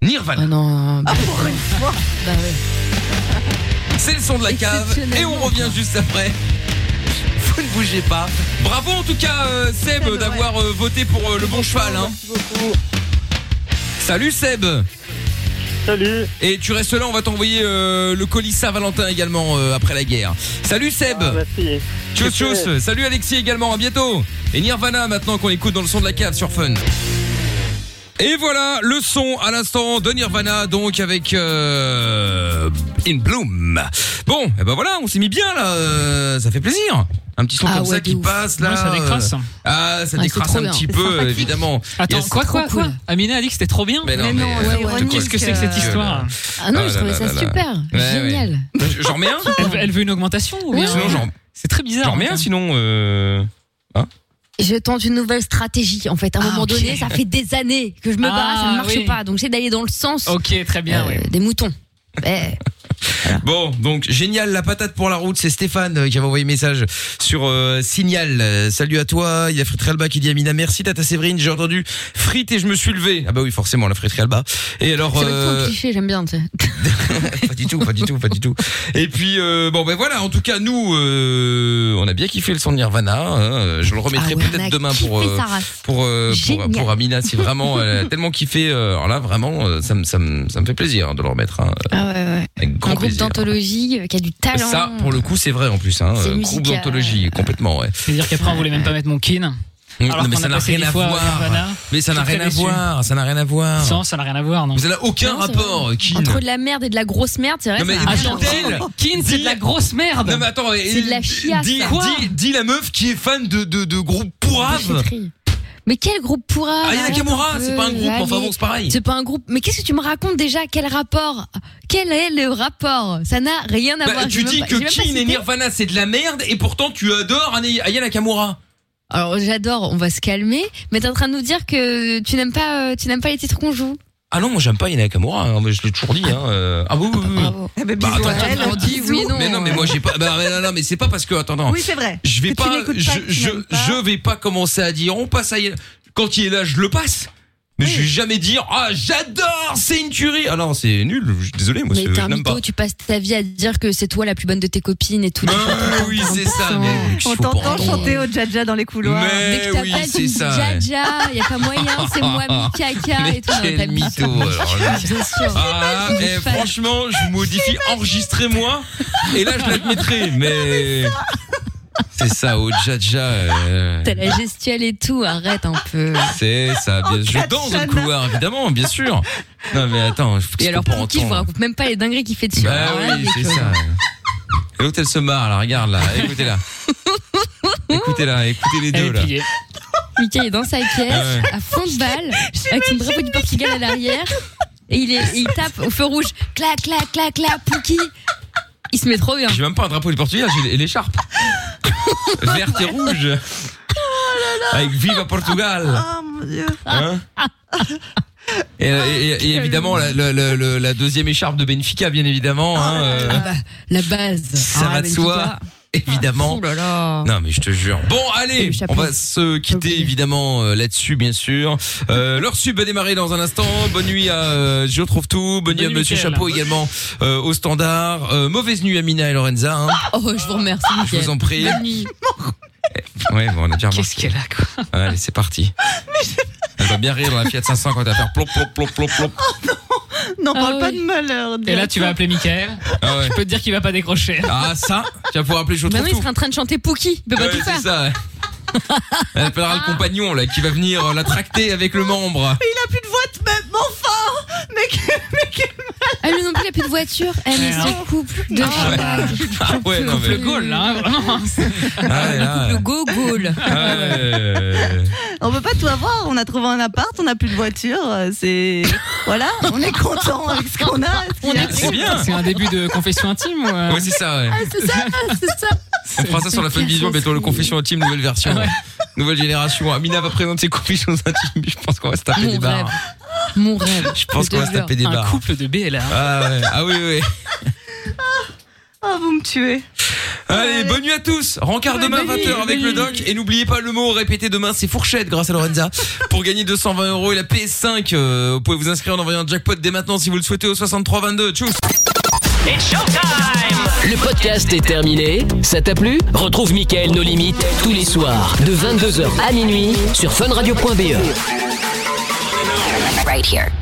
Nirvana.
Ah
Ah,
non.
pour une fois.
Bah ouais.
C'est le son de la cave et on revient juste après. Vous ne bougez pas. Bravo en tout cas euh, Seb d'avoir euh, voté pour euh, le bon cheval. hein. Salut Seb.
Salut.
Et tu restes là, on va t'envoyer euh, le colis Saint-Valentin également euh, après la guerre. Salut Seb.
Ah, merci.
Tchuss tchuss. Salut Alexis également, à bientôt. Et Nirvana maintenant qu'on écoute dans le son de la cave sur Fun. Et voilà le son à l'instant de Nirvana donc avec euh, In Bloom. Bon, et ben voilà, on s'est mis bien là, euh, ça fait plaisir. Un petit son
Ah
comme
ouais,
ça
de
qui
ouf.
passe là.
Ouais, ça décrasse.
euh, Ah, ça
Ah,
décrasse
c'est
un
trop
petit
bien. C'est
peu
sympathique.
évidemment. Il y
Attends,
a-
quoi, quoi, quoi Amina a dit que c'était trop bien
Mais non, Mais euh, non, mais- ouais, ironique,
Qu'est-ce que c'est que cette
euh,
histoire
Ah non, je trouvais ça super. Génial.
J'en mets un
elle, elle veut une augmentation ou
Ouais.
Sinon, j'en-
C'est très bizarre. hein.
J'en mets un sinon. Euh... Hein
Je tente une nouvelle stratégie. En fait, à un moment
Ah, ok.
donné, ça fait des années que je me bats, ça
Ah,
ne marche
oui.
pas. Donc j'essaie d'aller dans le sens
Ok, très bien.
euh,
ouais.
des moutons. Eh,
Bon, donc génial, la patate pour la route, c'est Stéphane euh, qui avait envoyé message sur euh, Signal. Euh, salut à toi, il y a Friterie Alba qui dit Amina, merci Tata Séverine, j'ai entendu frites et je me suis levé. Ah bah oui, forcément, la Friterie Alba. Et alors...
c'est vrai que trop
euh,
cliché, j'aime bien. tu sais.
pas du tout, pas du tout, pas du tout. Et puis, euh, bon ben voilà, en tout cas, nous, euh, on a bien kiffé le son de Nirvana. hein, euh, je le remettrai
Ah ouais, on
peut-être
a
demain pour...
kiffé
euh,
sa race.
pour, euh, pour,
Génial.
pour Amina, c'est vraiment elle a tellement kiffé. euh, alors là, vraiment, euh, ça me ça me- ça me fait plaisir hein, de le remettre. hein, euh,
Ah ouais, ouais.
avec grand
Un groupe
plaisir.
d'anthologie euh, qui a du talent.
Ça, pour le coup, c'est vrai en plus. Hein.
C'est
Euh, Groupe
musical.
d'anthologie, complètement, ouais.
C'est-à-dire qu'après, on voulait même pas mettre mon kin. Alors
Non, mais
qu'on
ça
a
n'a
passé
rien
dix
à
fois à
voir.
Nirvana.
Mais ça
Je
n'a
suis
rien
très
à
déçu.
voir. Ça n'a rien à voir.
Non, ça n'a rien à voir, non.
Ça n'a aucun
c'est
rapport, Kin.
Entre de la merde et de la grosse merde, c'est vrai.
Non, mais
ça a rien à
Chantel,
voir.
Kin, c'est de la grosse merde.
Non, mais attends,
C'est de la chiasse.
Dis,
Quoi
dis- dis la meuf qui est fan de, de, de groupes pourraves.
Mais quel groupe pourra
Ah, Yana
Arrête
Nakamura,
un
c'est
peu,
pas un groupe, enfin
allez.
bon, c'est pareil.
C'est pas un groupe. Mais qu'est-ce que tu me racontes déjà Quel rapport Quel est le rapport Ça n'a rien à
Bah,
voir.
tu
j'ai même
dis
pas-
que
j'ai même pas
Kin et
cité.
Nirvana c'est de la merde et pourtant tu adores Aya Aya Nakamura.
Alors j'adore, on va se calmer, mais t'es en train de nous dire que tu n'aimes pas, euh, tu n'aimes pas les titres qu'on joue.
Ah non, moi j'aime pas Aya Nakamura, hein, mais je l'ai toujours dit. Hein. euh. Ah oui, oui, oui.
Eh ben,
Bah,
bisous
attends,
à elle.
attends, dis oui, non.
Mais non, mais moi j'ai pas. Bah, mais non, non, mais c'est pas parce que. Attends, non.
Oui, c'est vrai.
Je vais
Que tu
pas,
n'écoutes
je,
pas, que tu
je,
n'aimes pas.
je vais pas commencer à dire on passe à Yana- quand il est là je le passe. Mais je vais jamais dire ah j'adore c'est une tuerie. Ah non c'est nul. je suis Désolé moi
mais
c'est-
t'es
je
un
n'aime pas.
mytho, tu passes ta vie à dire que c'est toi la plus bonne de tes copines et tout.
Ah oui c'est ça. Mais,
On t'entend chanter au Jaja dans les couloirs.
Mais
Dès que t'appelles,
oui,
tu me
c'est
dis
ça, ouais.
Jaja, y a pas moyen, c'est moi Mikaka
Mais
et tout. Non,
quel
t'as mis-
mytho alors là.
Bien sûr.
Ah,
Je
eh,
suis fan.
franchement, je modifie enregistrez-moi et là je l'admettrai mais c'est ça au jaja. euh.
T'as la gestuelle et tout, arrête un peu.
C'est ça, bien
En
Je danse dans le
katana.
couloir, évidemment, bien sûr. Non, mais attends, je
Et alors, pour qui je vous
entendre.
raconte même pas les dingueries qu'il fait dessus. Ah, euh,
Bah
Alors là,
oui,
il est
c'est
que-
ça. Et l'autre, elle se marre, là, regarde, là, écoutez-la. Écoutez-la, écoutez les deux, là.
Mika est dans sa
Ah
caisse,
ouais.
à fond de balle, avec son drapeau du Portugal à l'arrière. Et il, est, il tape au feu rouge. Clac, clac, clac, clac, Pouki. Il se met trop bien.
J'ai même pas un drapeau du Portugal, j'ai l'écharpe. Verte et rouge. Ah, Avec Viva Portugal.
Oh mon dieu.
Hein et, et- et- et évidemment, la, la- la- la- la deuxième écharpe de Benfica, bien évidemment. hein, euh,
Ah bah, la base.
ça
Ah,
va de
Benfica.
soi, évidemment.
Oh là là.
Non mais je te jure. Bon allez,
Salut, chapeau.
on va se quitter évidemment euh, là-dessus bien sûr. Euh, leur sub va démarrer dans un instant. Bonne nuit à euh, Je trouve tout. Bonne, nuit à
nuit,
Monsieur
Mickaël.
Chapeau également euh, au standard. Euh, mauvaise nuit à Mina et Lorenza. Hein.
Oh, je vous remercie,
Je vous en prie.
Bonne nuit.
Ouais bon on a déjà
Qu'est-ce
remarqué. Ah,
qu'elle a, quoi
Allez c'est parti. Elle va bien rire dans la Fiat 500 quand elle va faire plop plop plop plop plop.
Oh,
N'en parle pas de malheur.
Et là, tu vas appeler Michael.
Ah ouais.
Je peux te dire qu'il va pas décrocher.
Ah ça, tu vas pouvoir appeler Je trouve
Maintenant, il
tout.
serait en train de chanter Pouki. Il
Bah
peut pas
Ouais,
tout faire.
c'est ça. ouais. Elle appellera le compagnon là qui va venir euh, la tracter avec le membre.
Mais il a plus de voix de même, mais enfin Mais
mais quel, mais quel
Elle Ah, non plus, elle a plus de voiture. Elle est en couple de
Ah ouais, Ah ouais, non, mais-
Le goal, là, hein, vraiment.
Ah ouais, là, ouais.
go goal.
Ah ouais.
On peut pas tout avoir. On a trouvé un appart, on a plus de voiture. euh, C'est voilà, on est content avec ce qu'on a. ce qu'il y a.
C'est un début de confession intime. euh Ah, Ouais,
Ouais, c'est ça, ouais.
c'est ça, c'est ça.
On fera ça sur la fin de vision, bientôt le confession intime, nouvelle version. Nouvelle génération. Amina va présenter ses confessions intimes. Je pense qu'on va se taper des
Mon
barres.
rêve. Mon rêve.
Je pense qu'on va se taper des barres.
Un couple de BLA.
Ah, ouais. ah oui, oui.
Oh, vous me tuez.
Allez, bonne nuit à tous. Rencard
Bonne
demain
nuit,
20h avec
bonne
le doc. Et n'oubliez pas le mot répété demain, c'est fourchette grâce à Lorenza. Pour gagner 220 euros et la PS5, euh, vous pouvez vous inscrire en envoyant un jackpot dès maintenant si vous le souhaitez au 6322. Tchuss
Le podcast est terminé. Ça t'a plu Retrouve Mickaël nos limites tous les soirs E. de 22h à minuit sur funradio.be.
Right here.